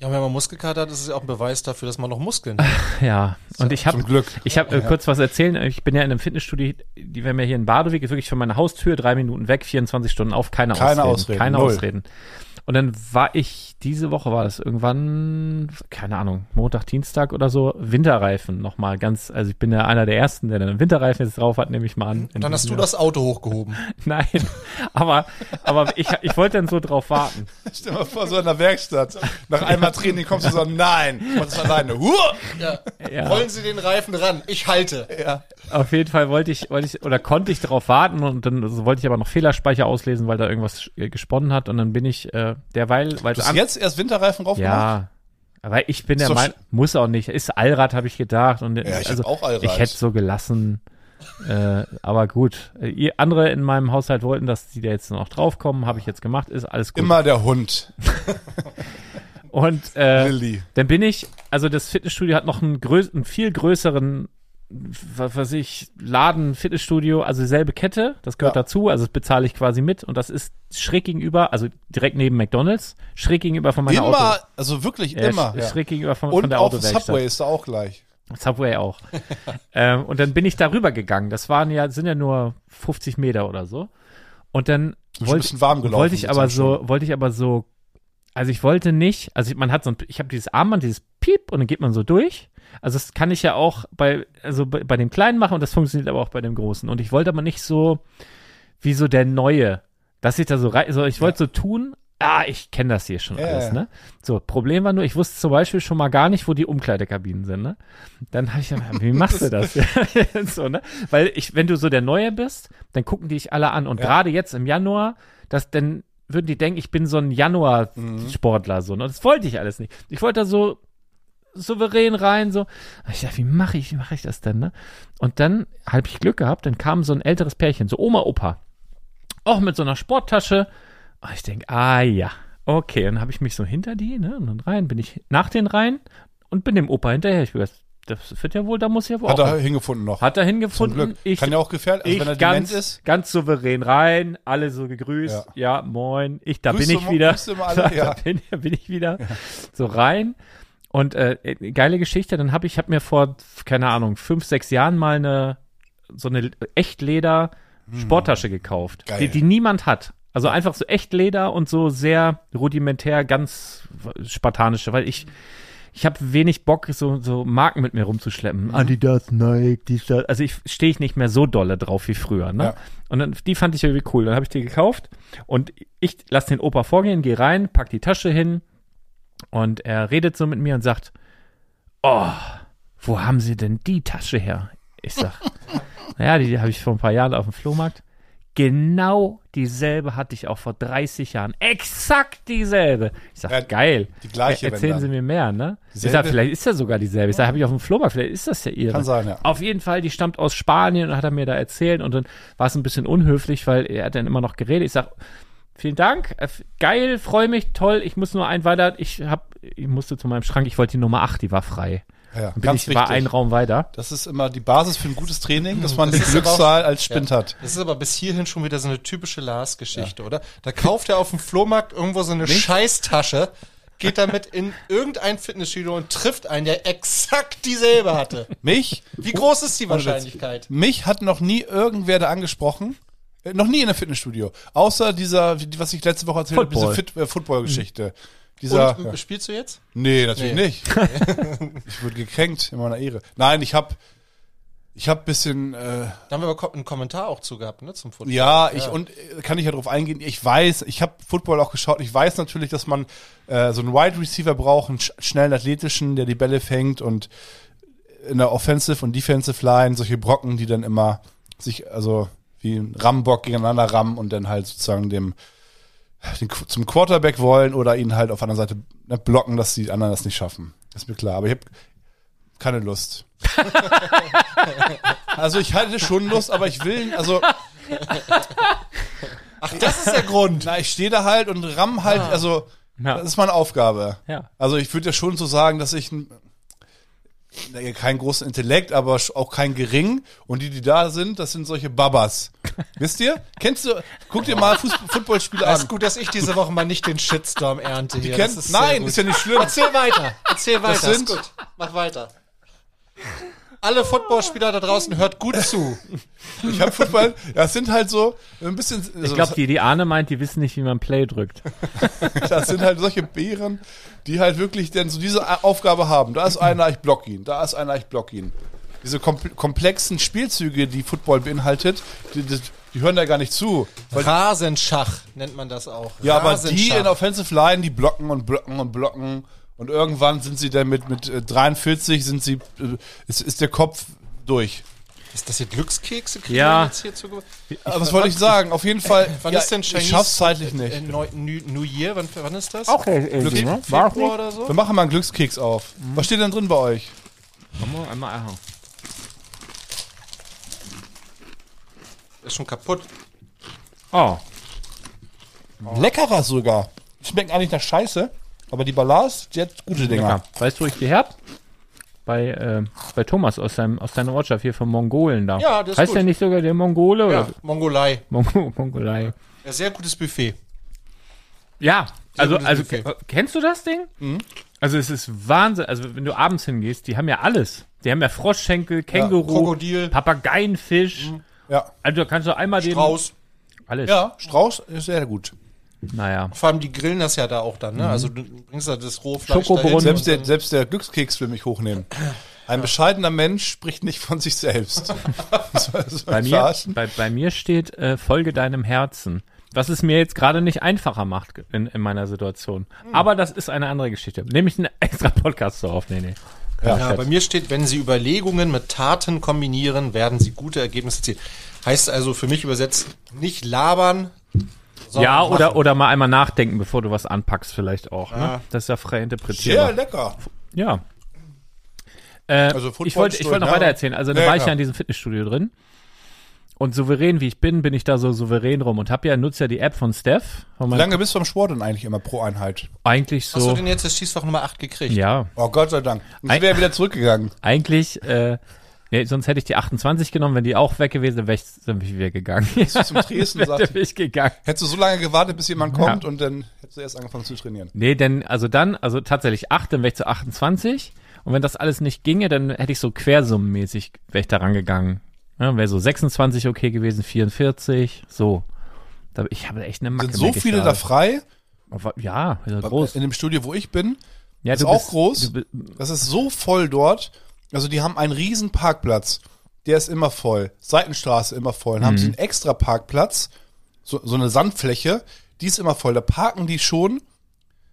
S5: Ja, wenn man Muskelkater hat, ist es ja auch ein Beweis dafür, dass man noch Muskeln hat.
S3: Ja, und ich habe
S4: Zum Glück.
S3: Ich habe äh, kurz was erzählen. Ich bin ja in einem Fitnessstudio, die wir haben ja hier in Badewig, ist wirklich von meiner Haustür, drei Minuten weg, 24 Stunden auf, keine, Ausreden,
S4: Keine Ausreden,
S3: Keine
S4: null.
S3: Ausreden. Und dann war ich, diese Woche war das irgendwann, keine Ahnung, Montag, Dienstag oder so, Winterreifen nochmal ganz, also ich bin ja einer der Ersten, der dann Winterreifen jetzt drauf hat, nehme ich mal an. In
S5: Dann hast du
S3: diesem
S5: das Auto hochgehoben.
S3: Jahr. Nein, aber, aber ich, ich wollte dann so drauf warten.
S4: Stell mal vor, so in der Werkstatt. Nach einmal Training kommst du so, nein, ich mach das alleine. Huh!
S5: Ja.
S3: Ja.
S5: Rollen Sie den Reifen ran. Ich halte.
S4: Ja.
S3: Auf jeden Fall wollte ich, wollte ich oder konnte ich darauf warten und dann also wollte ich aber noch Fehlerspeicher auslesen, weil da irgendwas äh, gesponnen hat und dann bin ich äh, derweil, weil
S4: Du
S3: es
S4: hast
S3: an-
S4: jetzt erst Winterreifen drauf gemacht?
S3: ja, aber ich bin
S4: Ist
S3: der
S4: doch
S3: Meinung, muss auch nicht. Ist Allrad habe ich gedacht und
S4: ich hab
S3: also,
S4: auch Allrad.
S3: ich hätte so gelassen. Äh, aber gut, Äh, ihr, andere in meinem Haushalt wollten, dass die da jetzt noch draufkommen, habe ich jetzt gemacht, ist alles gut.
S4: Immer der Hund,
S3: Äh, und äh,
S4: Lilly.
S3: dann bin ich, also das Fitnessstudio hat noch einen, größ einen viel größeren, was weiß ich, Laden, Fitnessstudio, also dieselbe Kette, das gehört
S4: Ja.
S3: dazu, also das bezahle ich quasi mit und das ist schräg gegenüber, also direkt neben McDonalds, schräg gegenüber von meiner
S4: Immer,
S3: Auto.
S4: also wirklich
S3: Ja,
S4: immer.
S3: sch- Schräg gegenüber von, von
S4: Und
S3: der
S4: auch
S3: Autowerkstatt.
S4: Subway ist da auch gleich.
S3: Subway auch. ähm, und dann bin ich darüber gegangen. Das waren ja, sind ja nur 50 Meter oder so. Und dann
S4: Du bist ein
S3: wollte
S4: bisschen warm gelaufen.
S3: wollte ich
S4: die
S3: aber
S4: Zeit
S3: so, wollte ich aber so, also ich wollte nicht, also ich, man hat so ein, ich habe dieses Armband, dieses Piep und dann geht man so durch. Also das kann ich ja auch bei, also bei, bei dem Kleinen machen und das funktioniert aber auch bei dem Großen. Und ich wollte aber nicht so, wie so der Neue, dass ich da so rein, so ich wollte so tun, ah, ich kenne das hier schon
S4: Ja,
S3: alles,
S4: ja.
S3: ne? So, Problem war nur, ich wusste zum Beispiel schon mal gar nicht, wo die Umkleidekabinen sind, ne? Dann habe ich gedacht, wie machst du das? so, ne? Weil ich, wenn du so der Neue bist, dann gucken die dich alle an. Und gerade jetzt im Januar, das dann würden die denken, ich bin so ein
S4: Mhm.
S3: Januar-Sportler, so, ne? Das wollte ich alles nicht. Ich wollte da so souverän rein, so. Aber Ich dachte, wie mache ich, wie mache ich das denn, ne? Und dann habe ich Glück gehabt, dann kam so ein älteres Pärchen, so Oma, Opa. Auch mit so einer Sporttasche. Und ich denke, ah ja, okay. Dann habe ich mich so hinter die, ne? Und dann rein, bin ich nach den rein und bin dem Opa hinterher. Ich bin gedacht, das wird ja wohl, da muss ja wohl
S4: Hat
S3: auch.
S4: er hingefunden noch.
S3: Oh. hat er
S4: Zum
S3: hingefunden.
S4: Glück.
S3: Ich,
S4: Kann ja auch gefährlich, also
S3: ich
S4: wenn er
S3: ganz,
S4: dement ist.
S3: ganz souverän rein, alle so gegrüßt. Ja, moin. Ich, da
S4: Grüße
S3: bin ich
S4: mo-
S3: wieder.
S4: grüße mal alle, ja.
S3: Da bin, da bin ich wieder. So rein. Und äh, äh, geile Geschichte, dann habe ich hab mir vor, keine Ahnung, fünf, sechs Jahren mal eine so eine Echtleder Sporttasche gekauft,
S4: Hm. Geil.
S3: die, die niemand hat. Also einfach so Echtleder und so sehr rudimentär, ganz spartanische, weil ich ich habe wenig Bock, so, so Marken mit mir rumzuschleppen. Adidas, Nike, dies, das. Also ich stehe ich nicht mehr so dolle drauf wie früher. Ne?
S4: Ja.
S3: Und dann, die fand ich irgendwie cool. Dann habe ich die gekauft und ich lasse den Opa vorgehen, gehe rein, pack die Tasche hin und er redet so mit mir und sagt, oh, wo haben Sie denn die Tasche her? Ich sag, naja, die habe ich vor ein paar Jahren auf dem Flohmarkt. Genau dieselbe hatte ich auch vor 30 Jahren. Exakt dieselbe. Ich sag,
S4: Ja,
S3: geil.
S4: die gleiche,
S3: Er- Erzählen
S4: wenn
S3: Sie
S4: dann.
S3: mir mehr, ne? Ich
S4: Selbe-
S3: sag, vielleicht ist ja sogar dieselbe. Ich sag, habe ich auf dem Flohmarkt, vielleicht ist das ja ihre.
S4: Kann sein, ja.
S3: Genau. Auf jeden Fall, die stammt aus Spanien und hat er mir da erzählt und dann war es ein bisschen unhöflich, weil er hat dann immer noch geredet. Ich sag, vielen Dank, äh, f- geil, freue mich, toll, ich muss nur ein weiter, ich hab, ich musste zu meinem Schrank, ich wollte die Nummer 8, die war frei.
S4: Ja,
S3: Bin
S4: ganz
S3: ich, war ein
S4: wichtig.
S3: Raum weiter.
S4: Das ist immer die Basis für ein gutes Training, dass man die
S5: Mhm. Das ist aber auch-
S4: Glückszahl als Spind hat.
S5: Das ist aber bis hierhin schon wieder so eine typische Lars-Geschichte, oder? Da kauft er auf dem Flohmarkt irgendwo so eine Scheißtasche, geht damit in irgendein Fitnessstudio und trifft einen, der exakt dieselbe hatte.
S4: Mich?
S5: Wie groß ist die
S4: Warte,
S5: Wahrscheinlichkeit?
S4: Mich hat noch nie irgendwer da angesprochen. Äh, Noch nie in einem Fitnessstudio. Außer dieser, wie- was ich letzte Woche erzählt habe, diese
S3: Football.
S4: Fit- äh, Football-Geschichte. Dieser.
S5: Und
S4: ja.
S5: äh, spielst du jetzt?
S4: Nee, natürlich
S5: Nee.
S4: nicht. ich wurde gekränkt in meiner Ehre. Nein, ich hab. Ich hab bisschen. Äh,
S5: Da haben wir aber ko- einen Kommentar auch zu gehabt, ne, zum Football.
S4: Ja, ich und äh, kann ich ja drauf eingehen. Ich weiß, ich habe Football auch geschaut. Ich weiß natürlich, dass man äh, so einen Wide Receiver braucht, einen sch schnellen athletischen, der die Bälle fängt und in der Offensive und Defensive Line solche Brocken, die dann immer sich also wie ein Rambock gegeneinander rammen und dann halt sozusagen dem den, Qu- zum Quarterback wollen oder ihn halt auf einer Seite ne, blocken, dass die anderen das nicht schaffen. Ist mir klar, aber ich habe keine Lust. also ich hatte schon Lust, aber ich will, also
S5: Ach, das ist der Grund. Ah.
S4: Na, ich stehe da halt und ramm halt, also
S3: Ja.
S4: das ist meine Aufgabe.
S3: Ja.
S4: Also ich würde ja schon so sagen, dass ich n- na, keinen großen Intellekt, aber sch- auch keinen geringen. Und die, die da sind, das sind solche Babas. Wisst ihr? Kennst du, guck dir mal Fuß- Footballspiele
S5: Das
S4: an.
S5: ist gut, dass ich diese Woche mal nicht den Shitstorm ernte hier.
S4: Kennt,
S5: das ist sehr
S4: nein,
S5: gut.
S4: ist ja nicht schlimm.
S5: Erzähl weiter. Erzähl weiter.
S4: sind-
S5: ist gut. Mach weiter. Alle Footballspieler da draußen hört gut zu.
S4: Ich habe Football, das sind halt so ein bisschen, also,
S3: Ich
S4: so-
S3: glaube, die, die Ahne meint, die wissen nicht, wie man Play drückt.
S4: das sind halt solche Bären, die halt wirklich denn so diese A- Aufgabe haben. Da ist einer, ich block ihn. Da ist einer, ich block ihn. Diese kom komplexen Spielzüge, die Football beinhaltet, die, die, die hören da gar nicht zu. Weil,
S5: Rasenschach nennt man das auch.
S4: ja, aber die
S5: Rasenschach.
S4: in Offensive Line, die blocken und blocken und blocken. Und irgendwann sind sie dann mit, mit äh, 43, sind sie, äh, ist, ist der Kopf durch.
S5: Ist das hier Glückskekse? Kriegen
S3: Ja.
S5: wir Jetzt hier zu
S4: Aber Also, was wollte ich sagen? Auf jeden Fall,
S5: wann
S4: ja,
S5: ist denn Chinese
S4: ich schaff's zeitlich nicht. ne?
S5: äh, Neu, New, New Year? Wann, wann ist das?
S4: Glück-
S5: Februar oder so?
S4: Wir machen mal einen Glückskeks auf.
S5: Mhm.
S4: Was steht denn drin bei euch?
S3: Einmal, einmal.
S5: Ist schon kaputt.
S3: Oh,
S4: Leckerer sogar. Die Schmecken eigentlich nach Scheiße, aber die Ballast, die hat gute Dinger.
S3: Ja. Weißt du, wo ich die her hab? Bei, äh, bei Thomas aus, seinem, aus seiner Ortschaft hier von Mongolen da.
S5: Ja, das ist
S3: heißt
S5: gut.
S3: der nicht sogar der Mongole?
S5: Ja,
S3: Oder?
S5: Mongolei.
S3: Mongo Mongolei.
S5: Ja, sehr gutes Buffet.
S3: Ja, also,
S5: gutes
S3: also
S5: Buffet.
S3: ke- kennst du das Ding? Also es ist Wahnsinn. Also wenn du abends hingehst, die haben ja alles. Die haben ja Froschschenkel, Känguru,
S5: Krokodil.
S3: Papageienfisch.
S4: Ja.
S3: Also da kannst du einmal den...
S5: Strauß.
S3: Alles.
S4: ja, Strauß ist sehr gut.
S3: Naja.
S5: Vor allem, die grillen das ja da auch dann, ne?
S4: Mhm.
S5: Also, du bringst da das Rohfleisch
S3: Schokobrunnen.
S5: dahin.
S4: Selbst der, selbst der Glückskeks will mich hochnehmen. Ein bescheidener Mensch spricht nicht von sich selbst.
S3: Bei mir, bei, bei mir steht, äh, folge deinem Herzen. Was es mir jetzt gerade nicht einfacher macht ge- in, in meiner Situation. Aber das ist eine andere Geschichte. Nehme ich einen extra Podcast so auf. Nee, nee.
S5: Ja, bei mir steht, wenn Sie Überlegungen mit Taten kombinieren, werden Sie gute Ergebnisse erzielen. Heißt also für mich übersetzt, nicht labern, sondern
S3: ja, oder,
S5: machen.
S3: oder mal einmal nachdenken, bevor du was anpackst, vielleicht auch. Ne? Das ist ja frei
S4: Sehr
S3: interpretierbar.
S4: lecker.
S3: Ja. Äh,
S4: Also Football
S3: ich wollte ich wollte noch
S4: ja.
S3: weiter erzählen. Also da
S4: Ja,
S3: war ich
S4: klar.
S3: ja in diesem Fitnessstudio drin. Und souverän wie ich bin, bin ich da so souverän rum und hab ja, nutze ja die App von Steph. Von
S4: Wie
S3: meinem-
S4: lange bist du am Sport denn eigentlich immer pro Einheit?
S3: Eigentlich
S5: Hast du
S3: so.
S5: denn jetzt das Schießfach Nummer 8 gekriegt?
S3: Ja.
S4: Oh Gott sei Dank. Ich wäre wieder zurückgegangen.
S3: Eigentlich, äh, nee, sonst hätte ich die 28 genommen, wenn die auch weg gewesen wäre, dann bin ich wieder gegangen. Ja,
S4: Zum Tresen
S3: dann
S4: sagt,
S3: bin ich gegangen.
S4: hättest du so lange gewartet, bis jemand kommt und dann hättest du erst angefangen zu trainieren.
S3: Nee, denn, also dann, also tatsächlich 8, dann wäre ich zu 28. Und wenn das alles nicht ginge, dann hätte ich so quersummenmäßig, wäre ich da rangegangen. Ja, wäre so 26 okay gewesen, 44, so. Da, ich habe echt eine Macke.
S4: Sind so
S3: merke ich
S4: viele da
S3: gerade.
S4: frei?
S3: Ja, ist ja groß.
S4: In dem Studio, wo ich bin,
S3: Ja,
S4: ist auch groß.
S3: Du, bi-
S4: Das ist so voll dort. Also die haben einen riesen Parkplatz. Der ist immer voll. Seitenstraße immer voll. Dann
S3: Mhm.
S4: haben sie einen extra Parkplatz, so, so eine Sandfläche, die ist immer voll. Da parken die schon.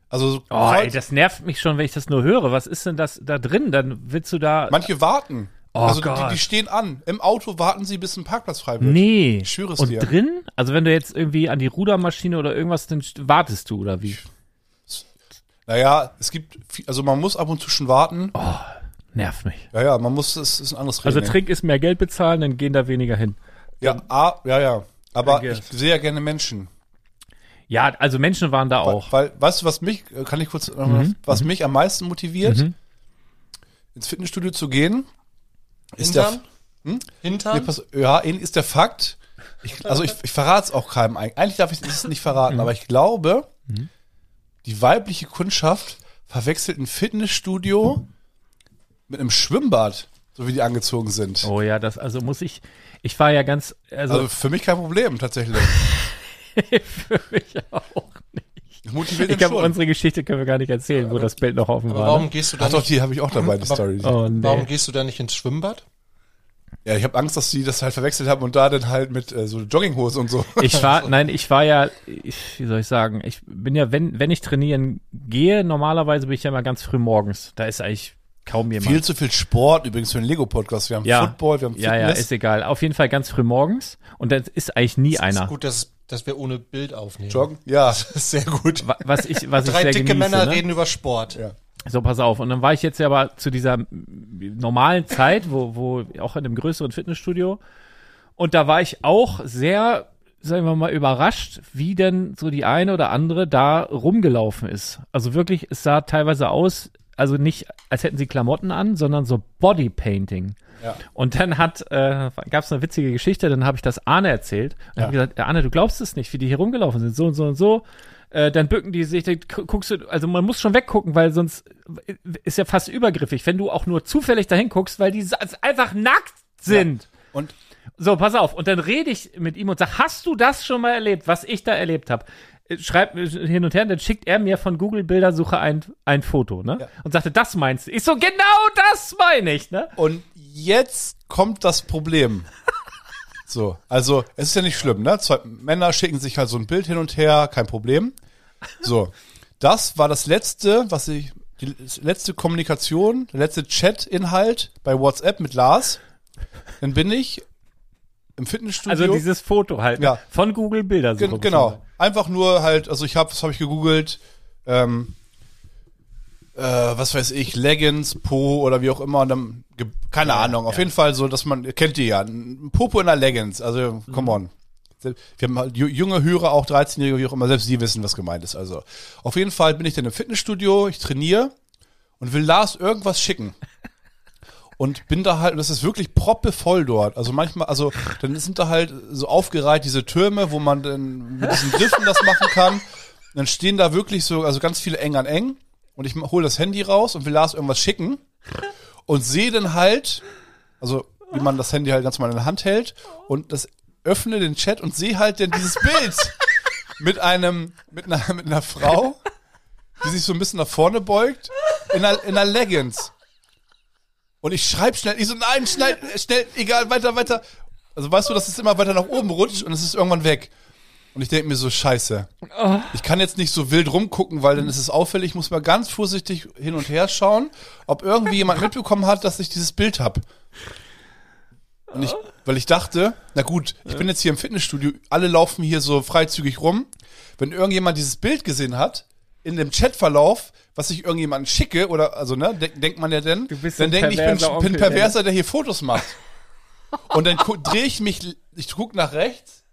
S4: Also so-
S3: oh, ey, das nervt mich schon, wenn ich das nur höre. Was ist denn das da drin? Dann willst du da
S4: manche warten.
S3: Oh
S4: also
S3: Gott.
S4: die, die stehen an. Im Auto warten sie, bis ein Parkplatz frei wird.
S3: Nee.
S4: Ich schwöre es
S3: Und
S4: dir.
S3: drin? Also wenn du jetzt irgendwie an die Rudermaschine oder irgendwas, dann st- wartest du oder wie?
S4: Naja, es gibt, viel, also man muss ab und zu schon warten.
S3: Nervt mich.
S4: Ja, ja, man muss, es ist ein anderes
S3: Oh. Also
S4: Training.
S3: Trink ist mehr Geld bezahlen, dann gehen da weniger hin.
S4: ja, ah, ja, ja. Aber
S3: I
S4: ich
S3: guess.
S4: sehe ja gerne Menschen.
S3: Ja, also Menschen waren da auch. Mhm,
S4: Weil, weil, weißt du, was mich, äh, kann ich kurz, noch mal- was mich am meisten motiviert, ins Fitnessstudio zu gehen, ist der,
S5: Hintern? Hm? Hintern?
S4: Nee, pass, ja, ähnlich ist der Fakt. Ich, also ich, ich verrate es auch keinem eigentlich. Eigentlich darf ich es nicht
S3: Mhm.
S4: verraten, aber ich glaube, die weibliche Kundschaft verwechselt ein Fitnessstudio mit einem Schwimmbad, so wie die angezogen sind.
S3: Oh ja, das, also muss ich, ich war ja ganz, also,
S4: Also für mich kein Problem tatsächlich.
S3: für mich auch nicht.
S4: Das Motiviert
S3: Ich
S4: ich
S3: glaube,
S4: schon.
S3: unsere Geschichte können wir gar nicht erzählen, wo das Bild noch offen
S5: Aber
S3: war.
S5: warum
S3: Ne?
S5: gehst du da
S4: Ach doch,
S5: nicht,
S4: die habe ich auch dabei, die
S5: Aber-
S4: Story.
S3: Oh
S5: warum
S3: nee.
S5: gehst du da nicht ins Schwimmbad?
S4: Ja, ich habe Angst, dass die das halt verwechselt haben und da dann halt mit äh, so Jogginghose und so.
S3: Ich war, nein, ich war ja, ich, wie soll ich sagen, ich bin ja, wenn, wenn ich trainieren gehe, normalerweise bin ich ja immer ganz früh morgens. Da ist eigentlich kaum jemand.
S4: Viel zu viel Sport übrigens für den Lego-Podcast. Wir haben
S3: ja.
S4: Football, wir haben
S3: ja, ja,
S4: Fitness,
S3: ist egal. Auf jeden Fall ganz früh morgens. Und das ist eigentlich nie einer.
S5: Ist gut, dass, dass wir ohne Bild aufnehmen.
S4: Joggen. Ja,
S5: Das ist sehr gut.
S3: Wa- Was ich, was ich
S5: Drei
S3: sehr
S5: dicke
S3: genieße,
S5: Männer
S3: ne?
S5: reden über Sport.
S4: Ja.
S3: So, pass auf. Und dann war ich jetzt ja aber zu dieser mm, normalen Zeit, wo, wo auch in einem größeren Fitnessstudio. Und da war ich auch sehr, sagen wir mal, überrascht, wie denn so die eine oder andere da rumgelaufen ist. Also wirklich, es sah teilweise aus, also nicht, als hätten sie Klamotten an, sondern so Bodypainting.
S4: Ja.
S3: Und dann hat, äh, gab es eine witzige Geschichte, dann habe ich das Arne erzählt. Und habe gesagt, Arne, du glaubst es nicht, wie die hier rumgelaufen sind, so und so und so. Äh, dann bücken die sich, dann gu- guckst du, also man muss schon weggucken, weil sonst äh, ist ja fast übergriffig, wenn du auch nur zufällig dahin guckst, weil die sa- einfach nackt sind.
S4: und
S3: So, pass auf. Und dann rede ich mit ihm und sage, hast du das schon mal erlebt, was ich da erlebt habe? Schreibt mir hin und her, und dann schickt er mir von Google Bildersuche ein, ein Foto, ne? Und sagte, das meinst du? Ich so, genau das meine ich, ne?
S4: Und jetzt kommt das Problem. So, also es ist ja nicht schlimm, ne? Zwei Männer schicken sich halt so ein Bild hin und her, kein Problem. So, das war das letzte, was ich, die letzte Kommunikation, der letzte Chat-Inhalt bei WhatsApp mit Lars. Dann bin ich im Fitnessstudio.
S3: Also dieses Foto halt, ne?
S4: Ja.
S3: Von Google Bildersuche.
S4: Gen genau, einfach nur halt, also ich habe, was habe ich gegoogelt? Ähm, äh, was weiß ich, Leggings, Po oder wie auch immer. Und dann, ge- keine Ahnung, auf jeden Fall so, dass man, kennt ihr ja, ein Popo in der Leggings, also come on. Sel- Wir haben halt ju- junge Hörer, auch 13-Jährige, wie auch immer, selbst die wissen, was gemeint ist. Also auf jeden Fall bin ich dann im Fitnessstudio, ich trainiere und will Lars irgendwas schicken. Und bin da halt, und das ist wirklich proppevoll dort. Also manchmal, also dann sind da halt so aufgereiht diese Türme, wo man dann mit diesen Griffen das machen kann. Und dann stehen da wirklich so, also ganz viele eng an eng. Und ich hole das Handy raus und will Lars irgendwas schicken. Und sehe dann halt, also wie man das Handy halt ganz mal in der Hand hält. Und das öffne den Chat und sehe halt dann dieses Bild mit einem, mit einer, mit einer Frau, die sich so ein bisschen nach vorne beugt, in einer, in einer Leggings. Und ich schreibe schnell, ich so, nein, schnell, schnell, egal, weiter, weiter. Also weißt du, dass es immer weiter nach oben rutscht und es ist irgendwann weg. Und ich denke mir so, scheiße.
S3: Oh.
S4: Ich kann jetzt nicht so wild rumgucken, weil dann ist es auffällig. Ich muss mal ganz vorsichtig hin und her schauen, ob irgendwie jemand mitbekommen hat, dass ich dieses Bild habe. Und ich, weil ich dachte, na gut, ich bin jetzt hier im Fitnessstudio, alle laufen hier so freizügig rum. Wenn irgendjemand dieses Bild gesehen hat, in dem Chatverlauf, was ich irgendjemandem schicke, oder, also, ne, denk, denkt man ja denn,
S3: Du bist
S4: dann
S3: ein
S4: denke ich, bin,
S3: perverser Onkel, ne?
S4: bin Perverser, der hier Fotos macht. Und dann drehe ich mich, ich gucke nach rechts,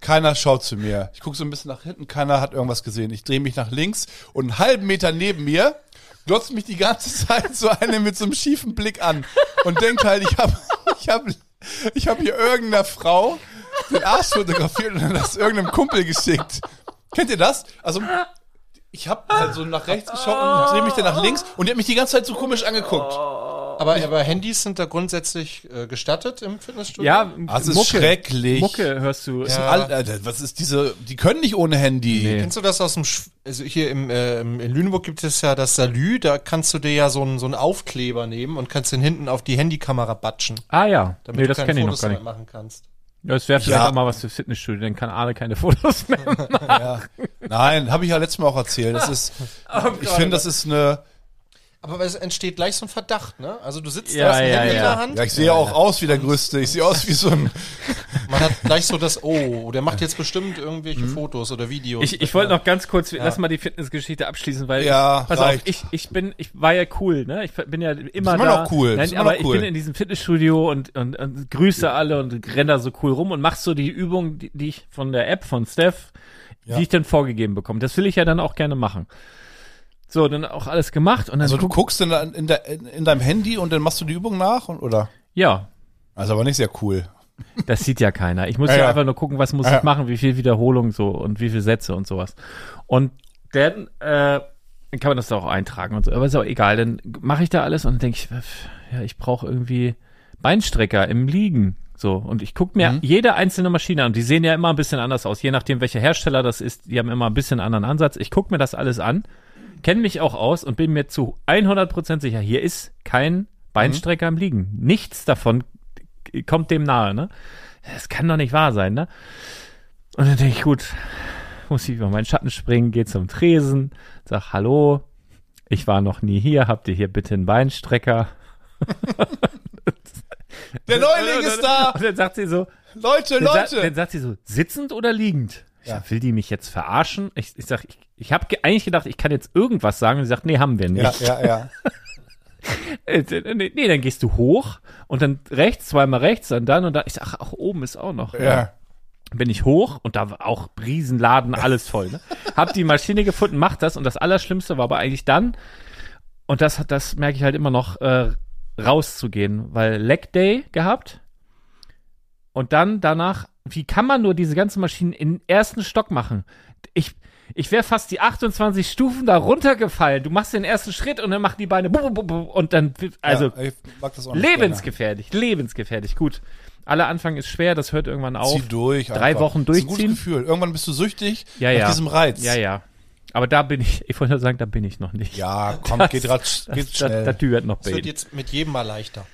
S4: keiner schaut zu mir. Ich gucke so ein bisschen nach hinten, keiner hat irgendwas gesehen. Ich drehe mich nach links und einen halben Meter neben mir glotzt mich die ganze Zeit so eine mit so einem schiefen Blick an und denkt halt, ich habe ich hab, ich hab hier irgendeiner Frau den Arsch fotografiert und dann das irgendeinem Kumpel geschickt. Kennt ihr das? Also ich habe halt so nach rechts geschaut und drehe mich dann nach links und die hat mich die ganze Zeit so komisch angeguckt.
S5: Aber, aber Handys sind da grundsätzlich äh, gestattet im Fitnessstudio?
S3: Ja,
S4: Das ist schrecklich.
S3: Mucke hörst du.
S4: Das sind alle- Alter, was ist diese? Die können nicht ohne Handy.
S3: Nee.
S5: Kennst du das aus dem, Sch also hier im, äh, im- in Lüneburg gibt es ja das Salü, da kannst du dir ja so einen, so einen Aufkleber nehmen und kannst den hinten auf die Handykamera batschen,
S3: Ah ja,
S5: damit
S3: nee,
S5: du
S3: das
S5: keine
S3: kenne ich noch
S5: Fotos
S3: gar
S5: damit
S3: nicht.
S5: machen kannst.
S3: Das wäre vielleicht
S4: Ja.
S3: auch mal was fürs Fitnessstudio, dann kann Arne keine Fotos mehr machen. Oh
S4: Nein, habe ich ja letztes Mal auch erzählt. Das ist, ich finde, das ist eine.
S5: Aber es entsteht gleich so ein Verdacht, ne? Also du sitzt
S3: Ja,
S5: da, hast ein
S3: ja,
S5: Handy in
S3: ja.
S5: der Hand.
S4: Ja, ich sehe ja auch aus wie der Größte. Ich sehe aus wie so ein.
S5: Man hat gleich so das, oh, der macht jetzt bestimmt irgendwelche Fotos oder Videos.
S3: Mhm. Ich, ich wollte noch ganz kurz, lass mal die Fitnessgeschichte abschließen, weil
S4: Ja,
S3: ich, pass
S4: reicht.
S3: auf, ich, ich bin, ich war ja cool, ne? Ich bin ja immer,
S4: immer
S3: da.
S4: noch cool,
S3: Nein,
S4: bist immer
S3: aber
S4: noch cool.
S3: ich bin in diesem Fitnessstudio und, und, und grüße alle und renn da so cool rum und mach so die Übung, die, die ich von der App von Steph, die ich dann vorgegeben bekomme. Das will ich ja dann auch gerne machen. So, dann auch alles gemacht und dann
S4: Also du
S3: guck-
S4: guckst in, dein- in, der- in deinem Handy und dann machst du die Übung nach und oder?
S3: ja,
S4: Also aber nicht sehr cool.
S3: Das sieht ja keiner. Ich muss
S4: Ja,
S3: ja,
S4: ja.
S3: einfach nur gucken, was muss
S4: Ja, ja.
S3: ich machen, wie viel Wiederholung so und wie viel Sätze und sowas. Und dann, äh, dann kann man das da auch eintragen und so. Aber ist auch egal. Dann mache ich da alles und denke ich, pff, ja, ich brauche irgendwie Beinstrecker im Liegen. So, und ich gucke
S4: Mhm.
S3: mir jede einzelne Maschine an. Die sehen ja immer ein bisschen anders aus, je nachdem, welcher Hersteller das ist. Die haben immer ein bisschen anderen Ansatz. Ich gucke mir das alles an, kenne mich auch aus und bin mir zu 100% sicher, hier ist
S4: Mhm.
S3: kein Beinstrecker im Liegen. Nichts davon kommt dem nahe, ne? Das kann doch nicht wahr sein, ne? Und dann denke ich, gut, muss ich über meinen Schatten springen, gehe zum Tresen, sag Hallo, ich war noch nie hier, habt ihr hier bitte einen Beinstrecker?
S4: Der Neuling ist da!
S3: Und dann sagt sie so,
S4: Leute,
S3: dann, Sa dann
S4: Leute!
S3: sagt sie so, sitzend oder liegend? Ich
S4: Ja.
S3: sag, will die mich jetzt verarschen? Ich, ich sag, ich, ich habe ge eigentlich gedacht, ich kann jetzt irgendwas sagen. Und sie sagt, nee, haben wir nicht.
S4: Ja, ja, ja.
S3: Äh, d- Nee, nee, dann gehst du hoch und dann rechts, zweimal rechts und dann und dann. Ich sag, ach, oben ist auch noch.
S4: ja.
S3: bin ich hoch und da war auch Riesenladen, alles voll. Ne? Hab die Maschine gefunden, mach das und das Allerschlimmste war aber eigentlich dann, und das, hat- das merke ich halt immer noch, äh, rauszugehen, weil Leg Day gehabt und dann danach, wie kann man nur diese ganzen Maschinen in den ersten Stock machen? Ich, ich wäre fast die 28 Stufen da runtergefallen. Du machst den ersten Schritt und dann machen die Beine bup, bup, bup, und dann, also
S4: ja, ich mag das auch nicht
S3: lebensgefährlich, lebensgefährlich. Gut, alle Anfang ist schwer, das hört irgendwann
S4: gerne.
S3: auf.
S4: Zieh durch.
S3: Drei Wochen
S4: Das ist Ein
S3: durchziehen.
S4: gutes Gefühl. Irgendwann bist du süchtig
S3: Ja,
S4: nach
S3: ja.
S4: diesem Reiz.
S3: Ja, ja. Aber da bin ich, ich wollte nur sagen, da bin ich noch nicht.
S4: Ja, komm,
S3: Das-
S4: geht, ratsch, geht
S3: das,
S4: schnell.
S3: das, das wird noch
S5: Das wird
S3: beten.
S5: jetzt mit jedem mal leichter.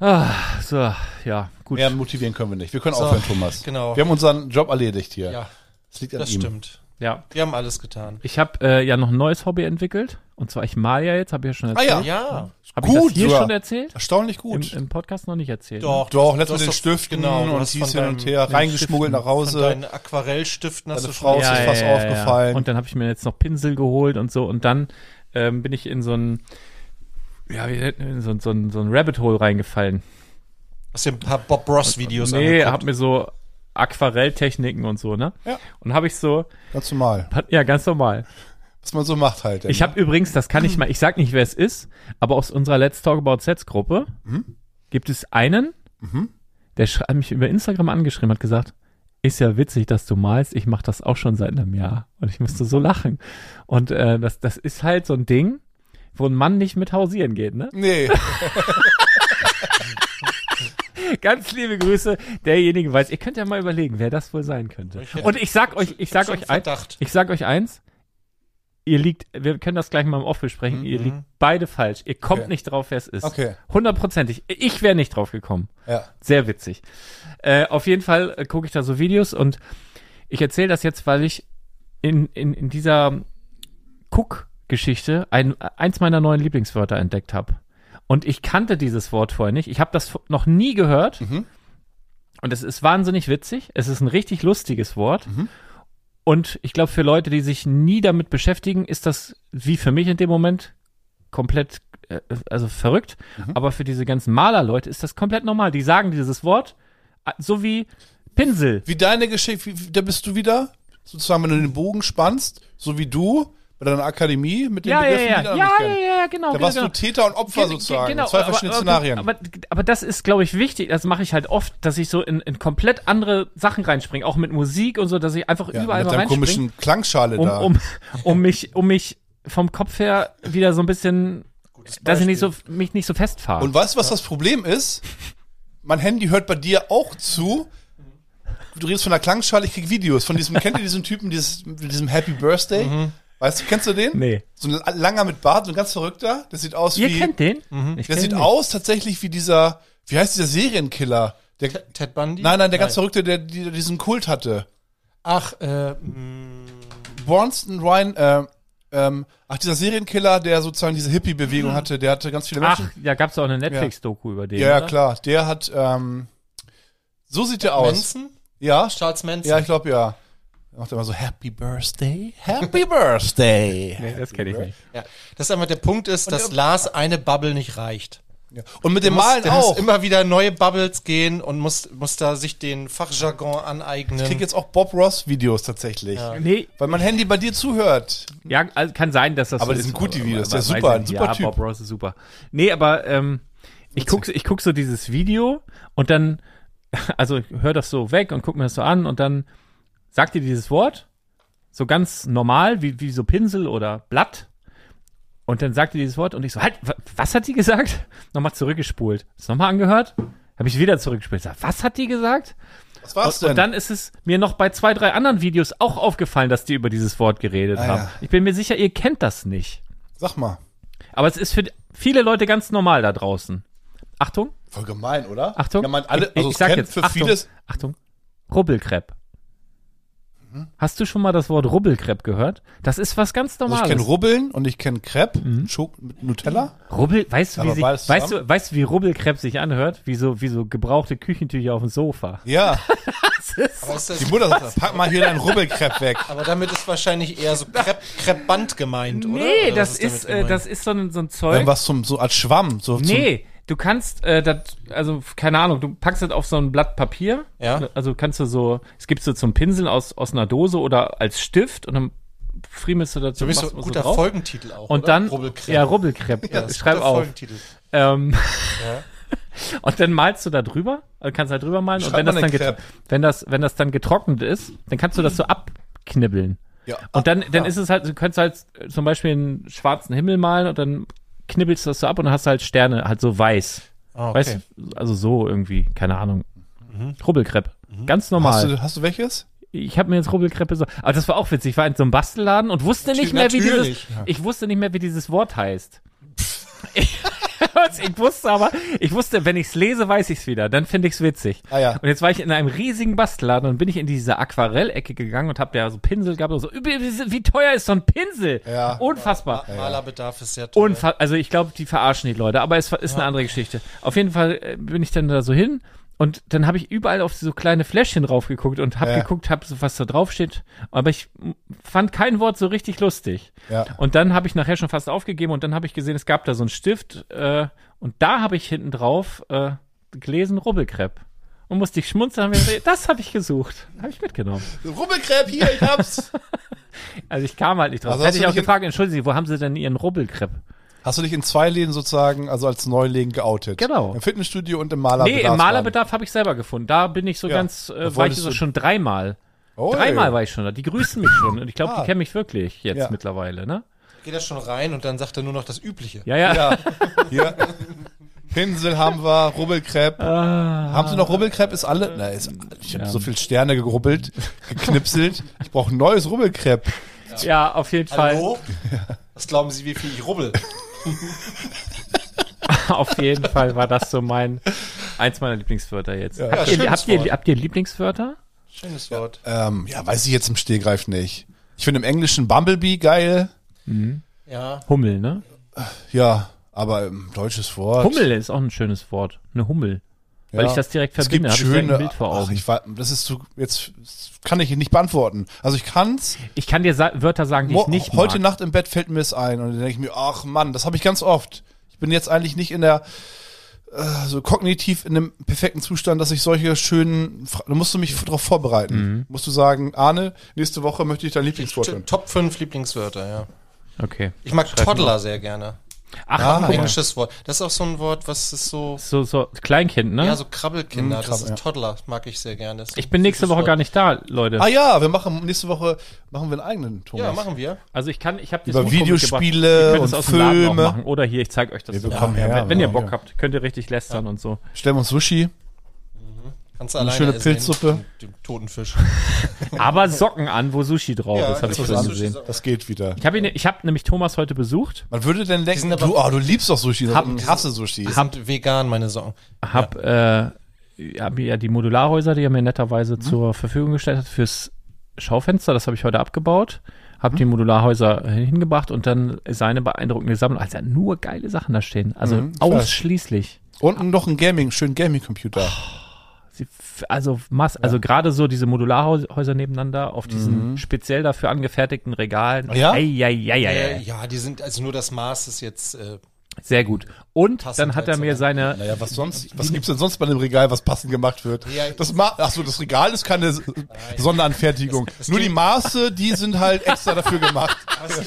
S3: Ah, so, ja, gut.
S4: Mehr motivieren können wir nicht. Wir können aufhören, Thomas.
S5: genau.
S4: Wir haben unseren Job erledigt hier.
S5: Ja,
S4: Das liegt an
S5: das
S4: ihm.
S5: stimmt.
S3: Ja.
S5: Wir haben alles getan.
S3: Ich habe äh, ja noch ein neues Hobby entwickelt. Und zwar, ich mal ja jetzt, habe ich ja schon
S4: Ah
S3: erzählt.
S4: ja,
S5: Ja,
S3: Habe ich das hier
S4: sogar.
S3: schon erzählt?
S4: Erstaunlich
S3: Im,
S4: gut.
S3: Im Podcast noch nicht erzählt. ne?
S5: doch.
S4: Doch, letztes
S5: Du
S4: Mal den
S5: hast doch-
S4: Stiften
S5: genau, du
S4: und
S5: hast
S4: hieß
S5: von
S4: hin und
S5: deinem-
S4: her,
S3: den
S4: reingeschmuggelt
S3: Stiften,
S4: nach
S5: Von
S4: Hause.
S5: deinen Aquarellstiften hast
S4: Deine
S5: du
S4: Frau
S5: schon.
S4: ist fast aufgefallen.
S3: Und dann habe ich mir jetzt noch Pinsel geholt und so. Und dann ähm, bin ich in so ein, ja, wie nennt man- in so, ein- so, ein- so ein Rabbit Hole reingefallen.
S5: Hast dir ein paar Bob Ross Videos
S3: nee,
S5: angeguckt.
S3: hab mir so Aquarelltechniken und so, ne?
S4: Ja.
S3: Und habe ich so,
S4: Ganz normal.
S3: ja, ganz normal.
S4: Was man so macht halt.
S3: Ich habe übrigens, das kann ich mal, ich sag nicht, wer es ist, aber aus unserer Let's Talk About Sets Gruppe
S5: Hm?
S3: gibt es einen,
S5: Mhm.
S3: der sch- hat mich über Instagram angeschrieben, hat gesagt, ist ja witzig, dass du malst, ich mache das auch schon seit einem Jahr. Und ich musste so lachen. Und äh, das, das ist halt so ein Ding, wo ein Mann nicht mit hausieren geht, ne?
S4: Nee,
S3: Ganz liebe Grüße, derjenige weiß, ihr könnt ja mal überlegen, wer das wohl sein könnte.
S5: Ich hätte-
S3: Und ich sag euch, ich sag
S5: Schon
S3: euch ein,
S5: Verdacht.
S3: Ich sag euch eins, ihr liegt, wir können das gleich mal im Off besprechen, ihr liegt beide falsch. Ihr kommt
S4: Mhm. Okay.
S3: nicht drauf, wer es ist.
S4: Okay.
S3: Hundertprozentig. Ich wäre nicht drauf gekommen.
S4: ja.
S3: Sehr witzig. Äh, auf jeden Fall äh, gucke ich da so Videos und ich erzähle das jetzt, weil ich in, in, in dieser Cook-Geschichte ein, eins meiner neuen Lieblingswörter entdeckt habe. Und ich kannte dieses Wort vorher nicht. Ich habe das vo- noch nie gehört. Und es ist wahnsinnig witzig. Es ist ein richtig lustiges Wort. Und ich glaube, für Leute, die sich nie damit beschäftigen, ist das wie für mich in dem Moment komplett, äh, also verrückt.
S4: Mhm.
S3: Aber für diese ganzen Malerleute ist das komplett normal. Die sagen dieses Wort äh, so wie Pinsel.
S4: Wie deine Geschichte, wie, wie- da bist du wieder, sozusagen, wenn du den Bogen spannst, so wie du bei deiner Akademie mit den
S3: Ja, ja,
S4: Begriffen,
S3: ja, ja,
S4: die dann
S3: ja,
S4: nicht kennen.
S3: ja, genau.
S4: Da
S3: genau,
S4: warst
S3: genau.
S4: du Täter und Opfer
S3: Ge- ge-
S4: sozusagen.
S3: genau,
S4: Zwei
S3: aber-
S4: verschiedene
S3: aber-
S4: Szenarien.
S3: Aber, aber das ist, glaube ich, wichtig. Das mache ich halt oft, dass ich so in, in komplett andere Sachen reinspringe, auch mit Musik und so, dass ich einfach
S4: ja,
S3: überall
S4: mit
S3: mal
S4: deiner
S3: reinspringe,
S4: komischen Klangschale
S3: um,
S4: da.
S3: um, um mich, um mich vom Kopf her wieder so ein bisschen, dass ich nicht so, mich nicht so festfahre.
S4: Und weißt du, was das Problem ist? Mein Handy hört bei dir auch zu. Du redest von der Klangschale, ich krieg Videos von diesem, kennt ihr diesen Typen, dieses, mit diesem Happy Birthday?
S3: Mhm.
S4: Weißt du, kennst du den?
S3: Nee.
S4: So ein langer mit Bart, so ein ganz verrückter. Das sieht aus
S3: Ihr
S4: wie.
S3: kennt den? Ich kenn
S4: das sieht
S3: ihn nicht.
S4: aus tatsächlich wie dieser, wie heißt dieser Serienkiller? Der,
S5: Ted- Ted Bundy?
S4: nein, nein, der ganz verrückte, der, die- diesen Kult hatte.
S5: Ach, äh, mh,
S4: Bronston Ryan, äh, Ähm, ach, dieser Serienkiller, der sozusagen diese Hippie-Bewegung hatte, der hatte ganz viele Menschen.
S3: Mhm. Ach, da gab es auch eine Netflix-Doku über den.
S4: ja, ja,
S3: oder?
S4: klar. Der hat, ähm, so sieht der aus.
S5: Manson?
S4: Ja,
S5: Charles Manson?
S4: ja, ich glaube ja. Er macht immer so Happy Birthday, Happy Birthday.
S3: Nee, das kenne ich nicht.
S5: Ja. Das ist einfach der Punkt ist, dass Lars eine Bubble nicht reicht.
S4: Ja. Und mit dem
S5: Muss-
S4: Malen
S5: der
S4: auch.
S5: Muss immer wieder neue Bubbles gehen und muss, muss da sich den Fachjargon
S4: Ich krieg
S5: aneignen.
S4: jetzt auch Bob Ross Videos tatsächlich.
S3: Nee,
S4: Weil mein Handy bei dir zuhört.
S3: Ja, also kann sein, dass das.
S4: Aber
S3: so
S4: die sind
S3: ist,
S4: gut, die Videos.
S3: aber-
S4: Der ist
S3: weiß
S4: super,
S3: ich
S4: ein
S3: nicht.
S4: super
S3: ja,
S4: Typ.
S3: Bob Ross ist super. Nee, aber ähm, ich guck, ich guck so dieses Video und dann, also ich hör das so weg und guck mir das so an und dann sagt ihr dieses Wort so ganz normal, wie, wie so Pinsel oder Blatt. Und dann sagt ihr dieses Wort und ich so, halt, wa- was hat die gesagt? Nochmal zurückgespult. Ist nochmal angehört? Habe ich wieder zurückgespielt. Sag, Was hat die gesagt?
S4: Was war's
S3: Und,
S4: denn?
S3: und dann ist es mir noch bei zwei, drei anderen Videos auch aufgefallen, dass die über dieses Wort geredet
S4: Ah,
S3: haben.
S4: ja.
S3: Ich bin mir sicher, ihr kennt das nicht.
S4: Sag mal.
S3: Aber es ist für viele Leute ganz normal da draußen. Achtung,
S4: Voll gemein, oder?
S3: Achtung.
S4: Ja, man, alle,
S3: ich,
S4: also
S3: ich
S4: es
S3: sag
S4: kennt
S3: jetzt,
S4: für
S3: Achtung,
S4: vieles. also
S3: Achtung, Rubbelkrepp. Hast du schon mal das Wort Rubbelkrepp gehört? Das ist was ganz
S4: Also ich
S3: Normales. Mhm.
S4: kenne Rubbeln und ich kenne Crepe, Schok mit Nutella.
S3: Rubbel, weißt du, wie
S4: Aber
S3: sich,
S4: beides
S3: weißt
S4: zusammen?
S3: du, weißt du, wie Rubbelkrepp sich anhört? Wie so, wie so gebrauchte Küchentücher auf dem Sofa.
S4: Ja,
S3: Das ist,
S5: Aber, ist das,
S4: die Mutter sagt, pack mal hier deinen Rubbelcrepe weg.
S5: aber damit ist wahrscheinlich eher so Krepp, Kreppband gemeint, oder?
S3: nee,
S5: Oder was
S3: das
S5: damit
S3: ist, äh,
S5: gemeint?
S3: das ist so ein, so ein Zeug.
S4: Dann was zum, so als Schwamm. So Zum,
S3: Nee, du kannst, äh, dat, also keine Ahnung, du packst das auf so ein Blatt Papier.
S5: Ja.
S3: Also kannst du so, es gibt so zum Pinseln aus, aus einer Dose oder als Stift und dann friemelst du dazu.
S5: Du bist so
S3: machst
S5: ein
S3: du
S5: guter
S3: drauf.
S5: Folgentitel auch.
S3: Und
S5: oder?
S3: dann,
S5: Rubbelkrepp.
S3: ja, Rubbelkrepp,
S5: das ist ein
S3: schreib
S5: guter
S3: auf.
S5: Folgentitel.
S3: Ähm, Und dann malst du da drüber, also kannst halt drüber malen und
S4: Schreib
S3: wenn das,
S4: mal
S3: dann
S4: eine
S3: get-
S4: Crepe.
S3: wenn, das, wenn das dann getrocknet ist, dann kannst du das
S5: Mhm.
S3: so abknibbeln.
S4: Ja.
S3: Und dann,
S5: Ah.
S3: dann ist es halt, du kannst halt äh, zum Beispiel einen schwarzen Himmel malen und dann knibbelst du das so ab und dann hast du halt Sterne, halt so weiß.
S5: Ah, okay.
S3: Weißt du, also so irgendwie, keine Ahnung. Rubbelkrepp. Ganz
S4: Mhm. Hast
S3: normal.
S4: du, hast du welches?
S3: Ich habe mir jetzt Rubbelkreppe so. Aber das war auch witzig. Ich war in so einem Bastelladen und wusste nicht mehr, wie
S5: natürlich.
S3: dieses. Ich wusste nicht mehr, wie dieses Wort heißt. Ich, ich wusste aber, ich wusste, wenn ich es lese, weiß ich es wieder. Dann finde ich es witzig.
S4: Ah, ja.
S3: Und jetzt war ich in einem riesigen Bastelladen und bin ich in diese Aquarellecke gegangen und habe da so Pinsel gehabt und so. "Übel, Wie teuer ist so ein Pinsel?
S4: Ja.
S3: Unfassbar.
S5: Malerbedarf ist sehr teuer.
S3: Unfass also ich glaube, die verarschen die Leute, aber es war- ist eine andere Geschichte. Auf jeden Fall äh, bin ich dann da so hin und dann habe ich überall auf so kleine Fläschchen raufgeguckt und habe
S4: Ja.
S3: geguckt, hab so, was da drauf steht, aber ich m, fand kein Wort so richtig lustig.
S4: Ja.
S3: Und dann habe ich nachher schon fast aufgegeben und dann habe ich gesehen, es gab da so einen Stift äh, und da habe ich hinten drauf äh, gelesen Rubbelkrepp. Und musste ich schmunzeln, hab mir gedacht, das habe ich gesucht. Habe ich mitgenommen.
S4: Rubbelcrepe hier, ich hab's.
S3: Also ich kam halt nicht drauf.
S4: Also hast
S3: Hätte ich
S4: du
S3: auch
S4: dich in-
S3: gefragt, entschuldigen Sie, wo haben Sie denn Ihren Rubbelkrepp?
S4: hast du dich in zwei Läden sozusagen, also als Neuling geoutet?
S3: Genau.
S4: Im Fitnessstudio und im Malerbedarf.
S3: Nee, im Malerbedarf habe ich selber gefunden. Da bin ich so
S4: Ja.
S3: ganz, äh,
S4: Da
S3: war ich
S4: wolltest
S3: so
S4: du-
S3: schon dreimal.
S4: Oi.
S3: Dreimal war ich schon da. Die grüßen mich schon. Und ich glaube,
S4: Ah.
S3: die kennen mich wirklich jetzt
S4: Ja.
S3: mittlerweile, ne?
S5: Geht er schon rein und dann sagt er nur noch das Übliche.
S3: Ja, ja.
S4: Ja. Hier. Pinsel haben wir, Rubbelcrepe.
S3: Ah.
S4: Haben Sie noch Rubbelcrepe? Ist alle. Na, ist, ich habe so viel Sterne gerubbelt, geknipselt. Ich brauche ein neues Rubbelcrepe.
S3: Ja, auf jeden
S5: Hallo? Was glauben Sie, wie viel ich rubbel?
S3: Fall. Auf jeden Fall war das so mein, eins meiner Lieblingswörter jetzt. habt, ihr,
S5: schönes
S3: habt, ihr,
S5: Wort.
S3: habt ihr Lieblingswörter?
S5: Schönes Wort.
S4: Ähm, ja, weiß ich jetzt im Stehgreif nicht. Ich finde im Englischen Bumblebee geil.
S5: Ja.
S3: Hummel, ne?
S4: Ja, aber ähm, deutsches Wort.
S3: Hummel ist auch ein schönes Wort. Eine Hummel. Weil
S4: Ja.
S3: ich das direkt
S4: Es gibt
S3: verbinde. Hab ich direkt
S4: schöne.
S3: ein Bild vor
S4: ach,
S3: Augen.
S4: ich war, das ist zu, jetzt das kann ich nicht beantworten. Also ich kann's.
S3: ich, kann dir sa Wörter sagen, die
S4: Mo-
S3: ich nicht
S4: heute
S3: mag.
S4: Nacht im Bett fällt mir es ein und dann denke ich mir, ach Mann, das habe ich ganz oft. Ich bin jetzt eigentlich nicht in der äh, so kognitiv in einem perfekten Zustand, dass ich solche schönen. Fra- Da musst du mich darauf vorbereiten.
S3: Mhm.
S4: Musst du sagen, Arne, nächste Woche möchte ich dein Lieblingswort hören.
S5: Top 5 Lieblingswörter, ja.
S3: Okay.
S5: Ich mag Toddler sehr gerne.
S3: Ach,
S4: Ah,
S3: guck mal.
S5: Englisches Wort. Das ist auch so ein Wort, was ist so.
S3: so, so Kleinkind, ne?
S5: Ja, so Krabbelkinder.
S4: Mhm,
S5: das
S4: Krabbel,
S5: ist
S4: ja.
S5: Toddler, mag ich sehr gerne.
S3: ich bin nächste Woche gar nicht da, Leute.
S4: Ah ja, wir machen nächste Woche machen wir einen eigenen Thomas.
S5: Ja, machen wir.
S3: Also ich kann, ich habe
S4: Über Videospiele und Filme.
S3: machen. Oder hier, ich zeige euch das.
S4: Wir
S3: so.
S4: bekommen
S3: ja,
S4: her,
S3: wenn, wenn
S4: ja,
S3: ihr Bock
S4: ja.
S3: habt, könnt ihr richtig lästern und so.
S4: Stellen wir uns Sushi.
S5: Kannst du alleine
S4: schöne
S5: essen, den-
S4: Pilzsuppe.
S5: Den, den toten Fisch.
S3: Aber Socken an, wo Sushi drauf ist, habe ich
S5: das
S3: vorhin
S5: ist-
S3: gesehen.
S4: Das geht wieder.
S3: Ich habe ihn- ich hab nämlich Thomas heute besucht,
S4: Man würde denn denken,
S5: sind aber-
S4: du, ah, du liebst doch Sushi.
S3: Hab-
S4: ich hasse Sushi.
S5: Die sind vegan, meine Socken.
S3: hab, äh, hab mir ja die
S4: Mhm.
S3: Modularhäuser, die er mir netterweise zur Verfügung gestellt hat, fürs Schaufenster, das habe ich heute abgebaut,
S4: Mhm.
S3: habe die Modularhäuser hingebracht und dann seine beeindruckende Sammlung. Also nur geile Sachen da stehen. Also
S4: Mhm.
S3: ausschließlich.
S4: Und noch ein Gaming, schön Gaming-Computer.
S3: Sie, f- also mass, also gerade so diese Modularhäuser nebeneinander auf diesen speziell dafür angefertigten Regalen.
S4: Ja?
S3: Ei, ei, ei, ei,
S5: Äh,
S3: ei.
S5: Mhm. Oh ja, die sind, also nur das Maß ist jetzt, äh,
S3: Sehr gut. Und
S5: Passend
S3: dann hat er
S5: halt
S3: mir
S5: so.
S3: seine
S4: Naja, was sonst? Was gibt's denn sonst bei dem Regal, was passend gemacht wird?
S5: Mhm. Ja,
S4: Das Ma Ach so, das Regal ist keine S- Sonderanfertigung.
S5: Es- es
S4: Nur die
S5: klingt-
S4: Maße, die sind halt extra dafür gemacht.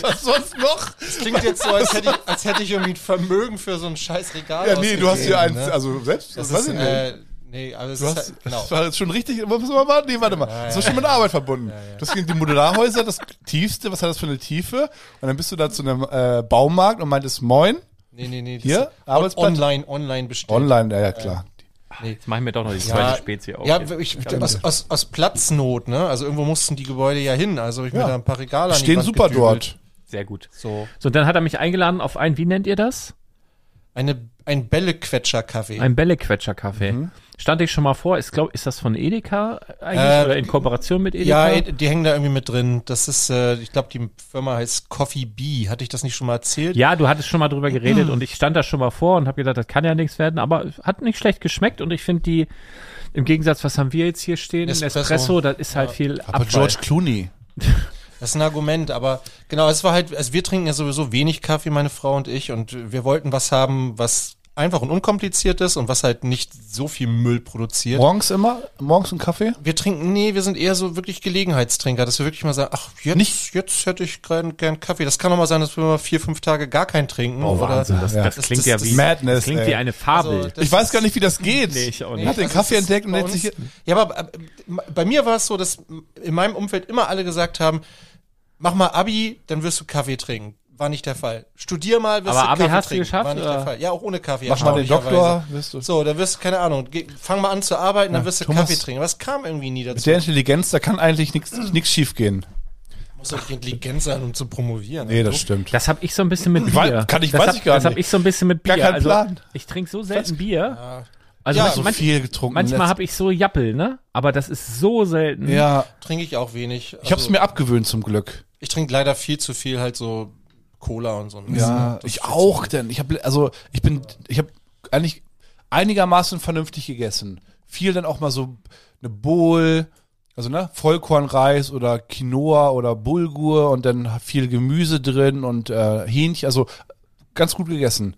S4: Was sonst noch?
S5: das klingt jetzt so, als hätte ich, als hätte ich irgendwie ein Vermögen für so ein scheiß Regal.
S4: Ja, nee, du hast hier
S5: ausgegeben,
S4: eins,
S5: ne?
S4: also selbst,
S5: Das
S4: weiß
S5: ist,
S4: ich nicht.
S5: äh, nee, aber es
S4: Du
S5: ist
S4: hast,
S5: halt, genau.
S4: Das war jetzt schon richtig. Warte mal, warte, nee, warte mal. Das war schon mit Arbeit verbunden. Deswegen die Modularhäuser, das tiefste, was hat das für eine Tiefe? Und dann bist du da zu einem äh, Baumarkt und meintest Moin.
S5: Nee, nee, nee. Das
S4: Hier? Ah,
S5: Ist
S4: Arbeitsplatz?
S5: online, online bestellt.
S4: Online, ja, ja klar.
S3: Jetzt machen wir doch noch die zweite Spezie auf.
S5: Ja,
S3: jetzt.
S5: ich, aus, aus, aus Platznot, ne? Also irgendwo mussten die Gebäude ja hin. Also habe ich
S4: Ja.
S5: mir da ein paar Regale an die
S4: Stehen
S5: Wand
S4: super
S5: gedübelt.
S4: dort.
S3: Sehr gut.
S5: So.
S3: So, dann hat er mich eingeladen auf ein, wie nennt ihr das?
S5: Eine, ein Bällequetscher-Kaffee.
S3: Ein Bällequetscher-Kaffee.
S5: Mhm.
S3: Stand ich schon mal vor, ist, glaub, ist das von Edeka eigentlich
S5: Äh,
S3: oder in Kooperation mit Edeka?
S5: ja, eh, die hängen da irgendwie mit drin. Das ist, äh, ich glaube, die Firma heißt Coffee Bee. Hatte ich das nicht schon mal erzählt?
S3: Ja, du hattest schon mal drüber geredet und ich stand da schon mal vor und habe gedacht, das kann ja nichts werden, aber hat nicht schlecht geschmeckt und ich finde die, im Gegensatz, was haben wir jetzt hier stehen?
S5: Nespresso.
S3: Nespresso, das ist halt viel Abfall.
S4: Clooney.
S5: Das ist ein Argument, aber genau, es war halt, also wir trinken ja sowieso wenig Kaffee, meine Frau und ich, und wir wollten was haben, was einfach und unkompliziert ist und was halt nicht so viel Müll produziert.
S4: Morgens immer? Morgens einen Kaffee?
S5: Wir trinken, nee, wir sind eher so wirklich Gelegenheitstrinker, dass wir wirklich mal sagen, ach, jetzt, jetzt hätte ich gern, gern Kaffee. Das kann doch mal sein, dass wir mal vier, fünf Tage gar keinen trinken.
S3: Oh, Wahnsinn, das,
S4: Ja.
S3: das
S5: Das-
S3: klingt
S5: das-
S3: ja
S5: das-
S3: wie,
S4: Madness,
S3: das klingt
S4: ey.
S3: wie eine Fabel.
S5: Also, das-
S4: Ich weiß gar nicht, wie das geht.
S3: Nee, ich auch
S4: Man
S3: nicht.
S4: Hat den
S5: Also
S4: Kaffee
S5: es ist
S4: entdeckt und
S5: bei
S4: denkt sich,
S5: uns- Ja, aber äh, bei mir war es so, dass in meinem Umfeld immer alle gesagt haben, mach mal Abi, dann wirst du Kaffee trinken. War nicht der Fall. Studier mal, wirst
S3: Aber
S5: du
S3: Abi
S5: Kaffee
S3: hast du
S5: trinken.
S3: geschafft,
S5: War nicht
S3: oder?
S5: der Fall. Ja, auch ohne Kaffee.
S4: mach mal den
S5: erstaunlicherweise.
S4: Doktor. Wirst du.
S5: So, dann wirst du, keine Ahnung, geh, fang mal an zu arbeiten, dann wirst du
S4: Thomas-
S5: Kaffee trinken. Was kam irgendwie nie
S4: Mit
S5: dazu?
S4: der Intelligenz, da kann eigentlich
S3: Mhm.
S4: nichts schief gehen.
S5: Muss doch intelligent sein, um zu promovieren.
S4: Nee, das
S5: Also,
S4: stimmt.
S3: Das habe ich so ein bisschen mit
S4: Wei-
S3: Bier.
S4: kann ich-
S3: das
S4: weiß
S3: hab,
S4: ich gar
S3: Das habe
S4: nicht.
S3: ich so ein bisschen mit Bier.
S4: Gar keinen
S3: also,
S4: Plan.
S3: Ich trinke so selten Bier. Also
S5: Ja,
S3: manch-
S5: so
S3: manch-
S4: getrunken.
S3: manchmal habe ich so Jappel, ne? Aber das ist so selten.
S4: Ja,
S5: Trinke ich auch wenig. Also,
S4: ich habe es mir abgewöhnt zum Glück.
S5: ich trinke leider viel zu viel halt so Cola und so. ein Mist.
S4: Ja, Mhm. ich auch, denn ich habe also ich bin ich habe eigentlich einigermaßen vernünftig gegessen. Viel dann auch mal so eine Bowl, also ne, Vollkornreis oder Quinoa oder Bulgur und dann viel Gemüse drin und äh, Hähnchen, also ganz gut gegessen.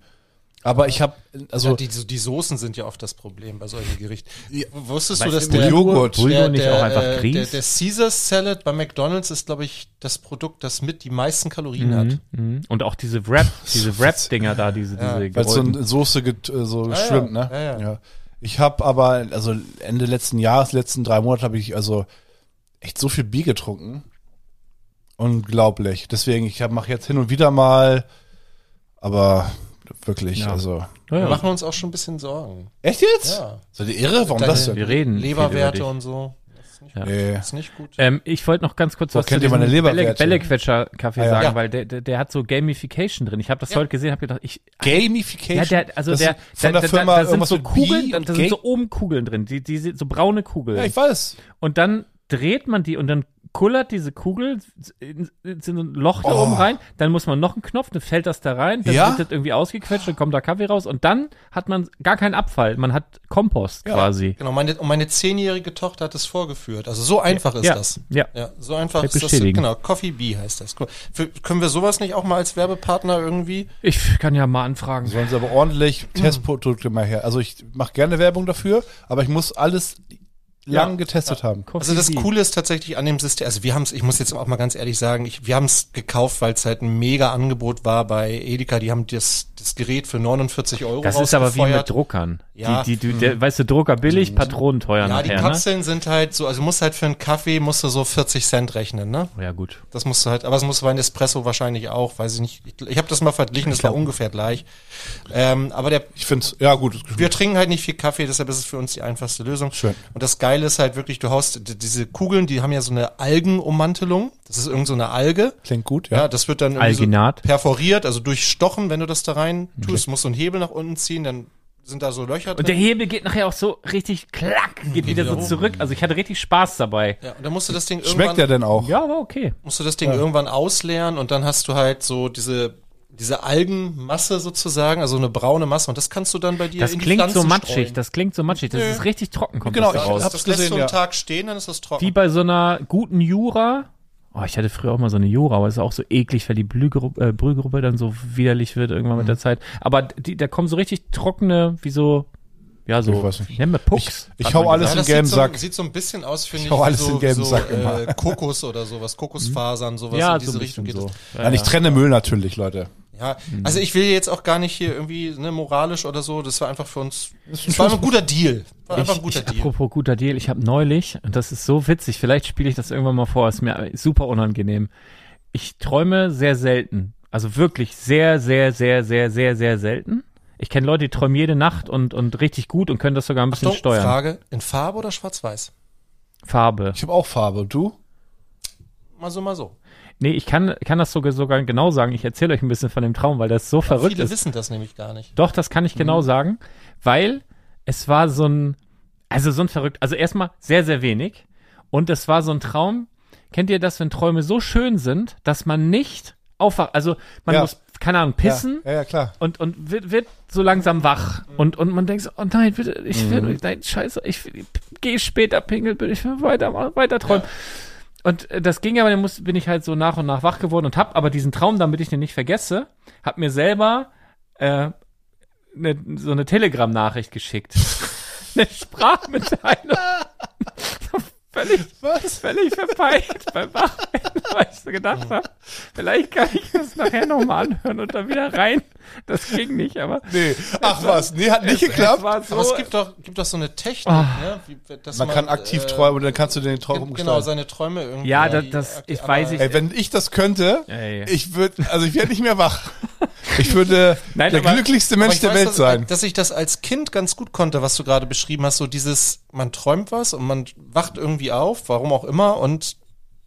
S4: Aber ich habe also
S5: Ja, die, so- die Soßen sind ja oft das Problem bei solchen Gerichten. Wusstest du,
S3: Weißt
S5: dass
S3: du,
S5: der,
S4: Joghurt.
S3: Bulgur
S5: der,
S3: nicht
S5: der,
S3: auch einfach
S5: äh,
S3: Grieß?
S5: der, der Caesar Salad bei McDonalds ist, glaube ich, das Produkt, das mit die meisten Kalorien hat.
S3: Mhm. Und auch diese Wrap, diese Wrap-Dinger da, diese, diese
S4: Weil so
S3: gerollten.
S4: eine Soße get, äh, so schwimmt, ne?
S5: ja, ja.
S4: Ich habe aber, also Ende letzten Jahres, letzten drei Monate habe ich also echt so viel Bier getrunken. Unglaublich. Deswegen, ich mache jetzt hin und wieder mal, aber wirklich,
S3: Ja.
S4: also.
S3: Ja,
S5: Wir
S3: ja.
S5: machen uns auch schon ein bisschen Sorgen.
S4: Echt jetzt?
S5: Ja.
S4: Seid ihr irre? Warum
S5: Deine-
S4: das denn?
S3: Wir reden. viel über
S5: Leberwerte
S3: dich.
S5: und so. Das ist nicht,
S3: Ja.
S4: Nee.
S5: das ist nicht gut.
S3: Ähm, ich wollte noch ganz kurz
S4: Wo
S3: was zu
S4: kennt ihr meine
S3: diesem Bälle-
S4: Leberwerte?
S3: Bällequetscher-Kaffee
S4: Ah, ja.
S3: sagen,
S5: Ja.
S3: weil der, der, der hat so Gamification drin. Ich habe das heute gesehen, habe gedacht, ich ja,
S4: Gamification.
S3: der, also
S4: Das
S3: der,
S4: ist von
S3: da,
S4: der
S3: da-
S4: Firma
S3: da, da sind
S4: irgendwas
S3: so
S4: mit
S3: Kugeln,
S4: Bee
S3: da,
S4: und
S3: da sind so
S4: Gate?
S3: oben Kugeln drin, die, die sind so braune Kugeln.
S4: ja, ich weiß.
S3: und dann dreht man die und dann kullert diese Kugel in, in so ein Loch da
S4: Oh.
S3: oben rein, dann muss man noch einen Knopf, dann fällt das da rein, dann
S4: Ja?
S3: wird das irgendwie ausgequetscht, dann kommt da Kaffee raus und dann hat man gar keinen Abfall, man hat Kompost quasi.
S5: Genau, meine, und meine zehnjährige Tochter hat es vorgeführt. Also so einfach ist
S3: ja,
S5: das.
S3: ja.
S5: Ja, so einfach
S3: Halt
S5: ist das.
S3: bestätigen.
S5: Genau, Coffee Bee heißt das. Cool. Für, können wir sowas nicht auch mal als Werbepartner irgendwie?
S3: Ich kann ja mal anfragen.
S4: Sollen sie aber ordentlich Testprodukte mal her. Also ich mache gerne Werbung dafür, aber ich muss alles lang getestet haben.
S5: Also das Coole ist tatsächlich an dem System, also wir haben es, ich muss jetzt auch mal ganz ehrlich sagen, ich, wir haben es gekauft, weil es halt ein mega Angebot war bei Edeka. Die haben das, das Gerät für 49 Euro
S3: Das ist aber wie mit
S5: rausgefeuert.
S3: Druckern.
S5: Ja. Mhm.
S3: Die, die, die, der, weißt du, Drucker billig, Patronen teuer
S5: Ja, die
S3: nachher, ne?
S5: Kapseln sind halt so, also du musst halt für einen Kaffee musst du so 40 Cent rechnen, ne?
S3: Ja, gut.
S5: Das musst du halt, aber es muss bei Nespresso wahrscheinlich auch, weiß ich nicht. Ich, ich habe das mal verglichen, das war ungefähr gleich. Ähm, aber der,
S4: Ich finde ja gut, das
S5: wir trinken halt nicht viel Kaffee, deshalb ist es für uns die einfachste Lösung.
S4: Schön.
S5: Und das Geile ist halt wirklich, du haust d- diese Kugeln, die haben ja so eine Algenummantelung. Das ist irgend so eine Alge.
S4: klingt gut,
S5: Ja,
S4: ja.
S5: das wird dann irgendwie
S3: Alginat.
S5: So perforiert, also durchstochen, wenn du das da rein tust. Du musst so einen Hebel nach unten ziehen, dann sind da so Löcher drin.
S3: Und der Hebel geht nachher auch so richtig klack, geht wieder so zurück. Also ich hatte richtig Spaß dabei.
S5: ja, und dann musst du das Ding
S4: Schmeckt der
S5: irgendwann,
S4: denn auch?
S3: Ja, war okay.
S5: musst du das Ding irgendwann ausleeren und dann hast du halt so diese diese Algenmasse sozusagen, also eine braune Masse und das kannst du dann bei dir
S3: Das
S5: in die
S3: klingt so
S5: Pflanzen
S3: matschig,
S5: streuen.
S3: das klingt so matschig. Das ist richtig trocken, kommt
S4: Genau,
S3: das
S4: ich
S3: raus.
S4: hab's
S5: das lässt
S4: gesehen,
S5: du einen
S4: ja.
S5: Tag stehen, dann ist das trocken.
S3: Wie bei so einer guten Jura. Oh, ich hatte früher auch mal so eine Jura, aber ist auch so eklig, weil die Blühgruppe, äh, Brühgruppe dann so widerlich wird irgendwann
S5: Mhm.
S3: mit der Zeit. Aber die, da kommen so richtig trockene, wie so, ja, so,
S4: Ich weiß nicht.
S3: nennen wir Pucks.
S4: Ich hau alles in
S5: das
S4: den gelben
S5: sieht,
S4: Sack.
S5: So, sieht so ein bisschen aus,
S4: Ich
S5: finde ich.
S4: hau
S5: wie
S4: alles
S5: so,
S4: in den gelben
S5: so,
S4: Sack
S5: äh,
S4: immer.
S5: Kokos oder sowas, Kokosfasern, sowas
S3: ja,
S5: in diese
S3: so ein
S5: Richtung
S3: bisschen
S5: geht
S3: so.
S5: es.
S4: Nein, ich trenne Müll natürlich, Leute.
S5: Ja,
S4: Mhm.
S5: also ich will jetzt auch gar nicht hier irgendwie ne, moralisch oder so. Das war einfach für uns.
S4: ein
S5: Das war ein guter Deal. War einfach ein
S3: Ich,
S5: guter
S3: ich,
S5: Deal.
S3: apropos guter Deal, ich habe neulich, und das ist so witzig, vielleicht spiele ich das irgendwann mal vor, ist mir super unangenehm. Ich träume sehr selten. Also wirklich sehr, sehr, sehr, sehr, sehr, sehr selten. Ich kenne Leute, die träumen jede Nacht und, und richtig gut und können das sogar ein bisschen
S5: Achtung,
S3: steuern.
S5: Frage: In Farbe oder Schwarz-Weiß?
S3: Farbe.
S4: Ich habe auch Farbe. Und du?
S5: Mal so, mal so.
S3: Nee, ich kann, kann das sogar, sogar genau sagen. Ich erzähle euch ein bisschen von dem Traum, weil das so verrückt
S5: Viele
S3: ist.
S5: wissen das nämlich gar nicht.
S3: Doch, das kann
S4: Mhm.
S3: ich genau sagen, weil es war so ein, also so ein verrückt, also erstmal sehr, sehr wenig. Und es war so ein Traum. Kennt ihr das, wenn Träume so schön sind, dass man nicht aufwacht? Also man
S4: Ja.
S3: muss, keine Ahnung, pissen
S4: Ja, ja, ja klar.
S3: und, und wird, wird so langsam wach. Und, und man denkt so, oh nein, bitte, ich will, nein, scheiße, ich gehe später pingeln, bitte, ich will weiter, weiter träumen. Und äh, das ging aber, dann muss, bin ich halt so nach und nach wach geworden und hab aber diesen Traum, damit ich den nicht vergesse, hab mir selber äh, ne, so eine Telegram-Nachricht geschickt. eine Sprachmitteilung. völlig,
S4: Was?
S3: völlig verpeilt beim Wachwerden, weil ich so gedacht habe, vielleicht kann ich das nachher nochmal anhören und dann wieder rein. Das ging nicht, aber
S4: Nee. Ach was, nee, hat nicht
S3: es
S4: geklappt.
S3: war so.
S5: Aber es gibt doch, gibt doch so eine Technik,
S3: Ah.
S5: ne? Wie, dass
S4: Man kann aktiv
S5: äh,
S4: träumen und dann kannst du den Traum
S5: Genau, genau,
S4: umgestalten.
S5: seine Träume irgendwie.
S3: ja, das, das ich weiß ich.
S4: Ey, wenn ich das könnte,
S3: Ey.
S4: ich würde, also ich wäre nicht mehr wach. Ich würde
S3: Nein,
S4: der
S3: aber-
S4: glücklichste
S5: Aber
S4: Mensch
S5: ich
S4: der
S5: weiß,
S4: Welt
S5: dass, halt
S4: sein.
S5: Dass ich das als Kind ganz gut konnte, was du gerade beschrieben hast, so dieses, man träumt was und man wacht irgendwie auf, warum auch immer, und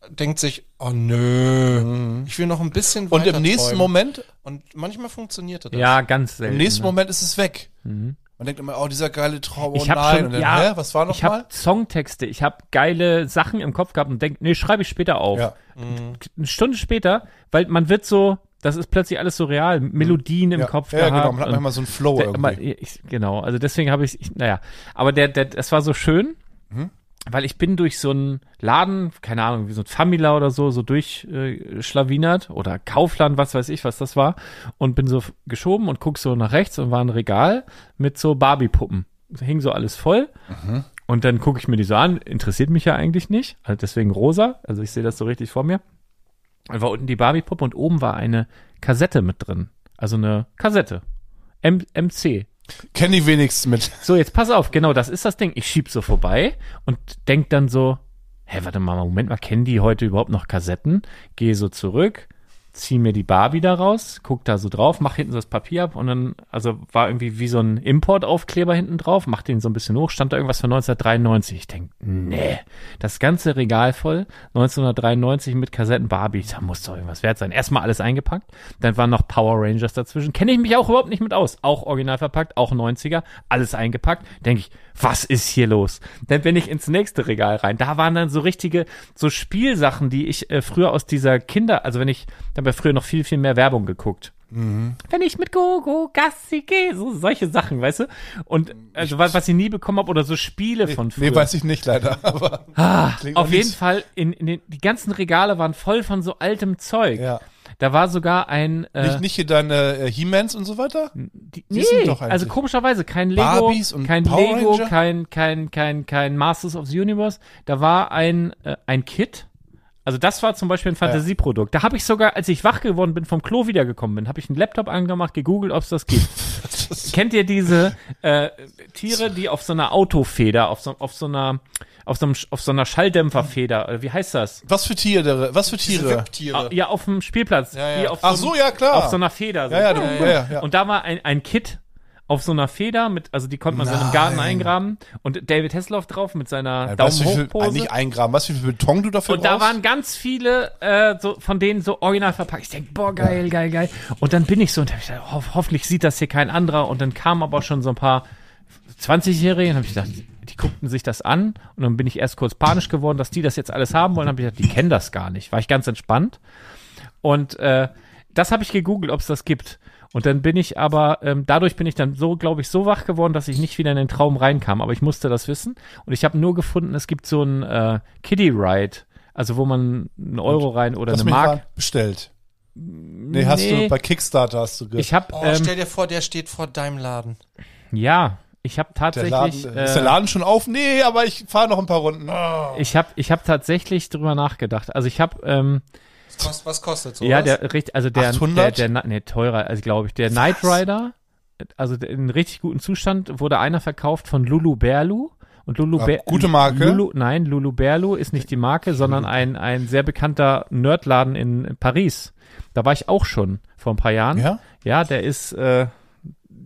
S5: denkt sich, oh nö, ich will noch ein bisschen
S4: Mhm. Und
S5: weiter
S4: im nächsten
S5: träumen.
S4: Moment,
S5: Und manchmal funktionierte das.
S3: Ja, ganz selten.
S4: im nächsten
S3: ne? Mhm.
S4: Moment ist es weg. Man denkt immer, oh, dieser geile Traum, oh
S3: Ich hab
S4: nein.
S3: schon,
S4: und dann,
S3: ja,
S4: hä, was war noch
S3: ich habe
S4: mal?
S3: Songtexte, ich habe geile Sachen im Kopf gehabt und denke, nee, schreibe ich später auf.
S4: Ja.
S3: Eine Stunde später, weil man wird so, das ist plötzlich alles so real, Melodien im
S4: ja.
S3: Kopf
S4: ja,
S3: gehabt.
S4: genau, man hat
S3: und-
S4: manchmal so einen Flow
S3: Der,
S4: irgendwie.
S3: aber ich, genau, also deswegen habe ich, ich, naja, aber der, der, das war so schön,
S4: Mhm.
S3: weil ich bin durch so einen Laden, keine Ahnung, wie so ein Famila oder so, so durchschlawinert äh, oder Kaufland, was weiß ich, was das war, und bin so f- geschoben und guck so nach rechts und war ein Regal mit so Barbie-Puppen. Hing so alles voll.
S4: Mhm.
S3: Und dann gucke ich mir die so an, interessiert mich ja eigentlich nicht, also deswegen rosa, also ich sehe das so richtig vor mir. Da war unten die Barbie-Puppe und oben war eine Kassette mit drin. Also eine Kassette. M MC.
S4: Kenn die wenigstens mit.
S3: So, jetzt pass auf, genau, das ist das Ding. Ich schieb so vorbei und denk dann so, hä, warte mal, Moment mal, kennen die heute überhaupt noch Kassetten? Gehe so zurück, zieh mir die Barbie da raus, guck da so drauf, mach hinten so das Papier ab und dann, also war irgendwie wie so ein Importaufkleber hinten drauf, mach den so ein bisschen hoch, stand da irgendwas von 1993. Ich denk, nee, das ganze Regal voll, 1993 mit Kassetten Barbie, da muss doch irgendwas wert sein. Erstmal alles eingepackt, dann waren noch Power Rangers dazwischen, kenne ich mich auch überhaupt nicht mit aus. Auch original verpackt, auch 90er, alles eingepackt. Denke ich, was ist hier los? Dann bin ich ins nächste Regal rein. Da waren dann so richtige, so Spielsachen, die ich äh, früher aus dieser Kinder, also wenn ich, da habe ja früher noch viel, viel mehr Werbung geguckt.
S4: Mhm.
S3: Wenn ich mit Gogo Gassi gehe, so solche Sachen, weißt du? Und also was, was ich nie bekommen habe oder so Spiele von früher. Ah,
S4: Nee, weiß ich nicht leider, aber klingt
S3: Auf jeden
S4: nach nichts.
S3: Fall, in, in den, die ganzen Regale waren voll von so altem Zeug.
S4: Ja.
S3: Da war sogar ein. Äh, Hm.
S4: Nicht, nicht hier deine äh, He-Mans und so weiter?
S3: die,
S4: die
S3: nee,
S4: sind doch eigentlich-
S3: also komischerweise kein Lego,
S4: Barbies und
S3: kein
S4: Power
S3: Lego,
S4: Ranger?
S3: kein kein kein kein Masters of the Universe. Da war ein äh, ein Kit. Also das war zum Beispiel ein Fantasieprodukt. Da habe ich sogar, als ich wach geworden bin, vom Klo wiedergekommen bin, habe ich einen Laptop angemacht, gegoogelt, ob es das gibt. Kennt ihr diese äh, Tiere, die auf so einer Autofeder, auf so, auf so einer, auf so, einem, Sch- auf so einer Schalldämpferfeder, oder wie heißt das?
S4: Was für Tiere? Was für Tiere? Ah,
S5: Reptiere.
S3: Ja, auf dem Spielplatz.
S5: Ja, ja.
S3: Die Auf
S4: Ach
S3: so,
S4: so, ja klar.
S3: auf so einer Feder. so.
S4: ja, ja, du, ja, ja, ja.
S3: Und da war ein, ein Kit. auf so einer Feder mit, also die konnte man so in einem Garten eingraben und David Hasselhoff drauf mit seiner
S4: weißt du, wie viel, ah,
S3: Daumen-Hoch-Pose.
S4: nicht eingraben, was wie viel Beton du dafür
S3: Und da
S4: brauchst?
S3: waren ganz viele äh, so, von denen so original verpackt. Ich denke, boah, geil, geil, geil. Und dann bin ich so und hab ich gedacht, ho hoffentlich sieht das hier kein anderer. Und dann kamen aber schon so ein paar 20-Jährige und habe ich gedacht, die guckten sich das an. Und dann bin ich erst kurz panisch geworden, dass die das jetzt alles haben wollen. habe ich gedacht, die kennen das gar nicht. War ich ganz entspannt. Und äh, das habe ich gegoogelt, ob es das gibt. Und dann bin ich aber, ähm, dadurch bin ich dann so, glaube ich, so wach geworden, dass ich nicht wieder in den Traum reinkam. Aber ich musste das wissen. Und ich habe nur gefunden, es gibt so ein äh, Kiddie Ride, also wo man einen Euro rein oder
S4: Lass
S3: eine
S4: mich raten,
S3: Mark.
S4: bestellt. Nee, hast
S3: Nee.
S4: du bei Kickstarter hast du ge
S3: Ich habe,
S5: Oh,
S3: ähm,
S5: stell dir vor, der steht vor deinem Laden.
S3: ja, ich habe
S4: der Laden,
S3: tatsächlich,
S4: ist der
S3: äh,
S4: Laden schon auf? Nee, aber ich fahre noch ein paar Runden. Oh.
S3: ich habe, ich habe tatsächlich drüber nachgedacht. Also ich habe, ähm,
S5: Was kost- was kostet so?
S3: ja, der richt- also der, der,
S4: 800?
S3: der, Na- nee, teurer, also glaube ich, der Knight Rider, also der, in richtig gutem Zustand wurde einer verkauft von Lulu Berlu. Und Lulu
S4: Ah,
S3: Ber-
S4: gute Marke.
S3: Lulu, nein, Lulu Berlu ist nicht die Marke, sondern ein, ein sehr bekannter Nerdladen in Paris. Da war ich auch schon vor ein paar Jahren.
S4: Ja?
S3: Ja, der ist äh,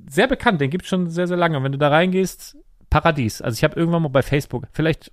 S3: sehr bekannt, den gibt's schon sehr, sehr lange. Und wenn du da reingehst, Paradies. Also ich habe irgendwann mal bei Facebook, vielleicht,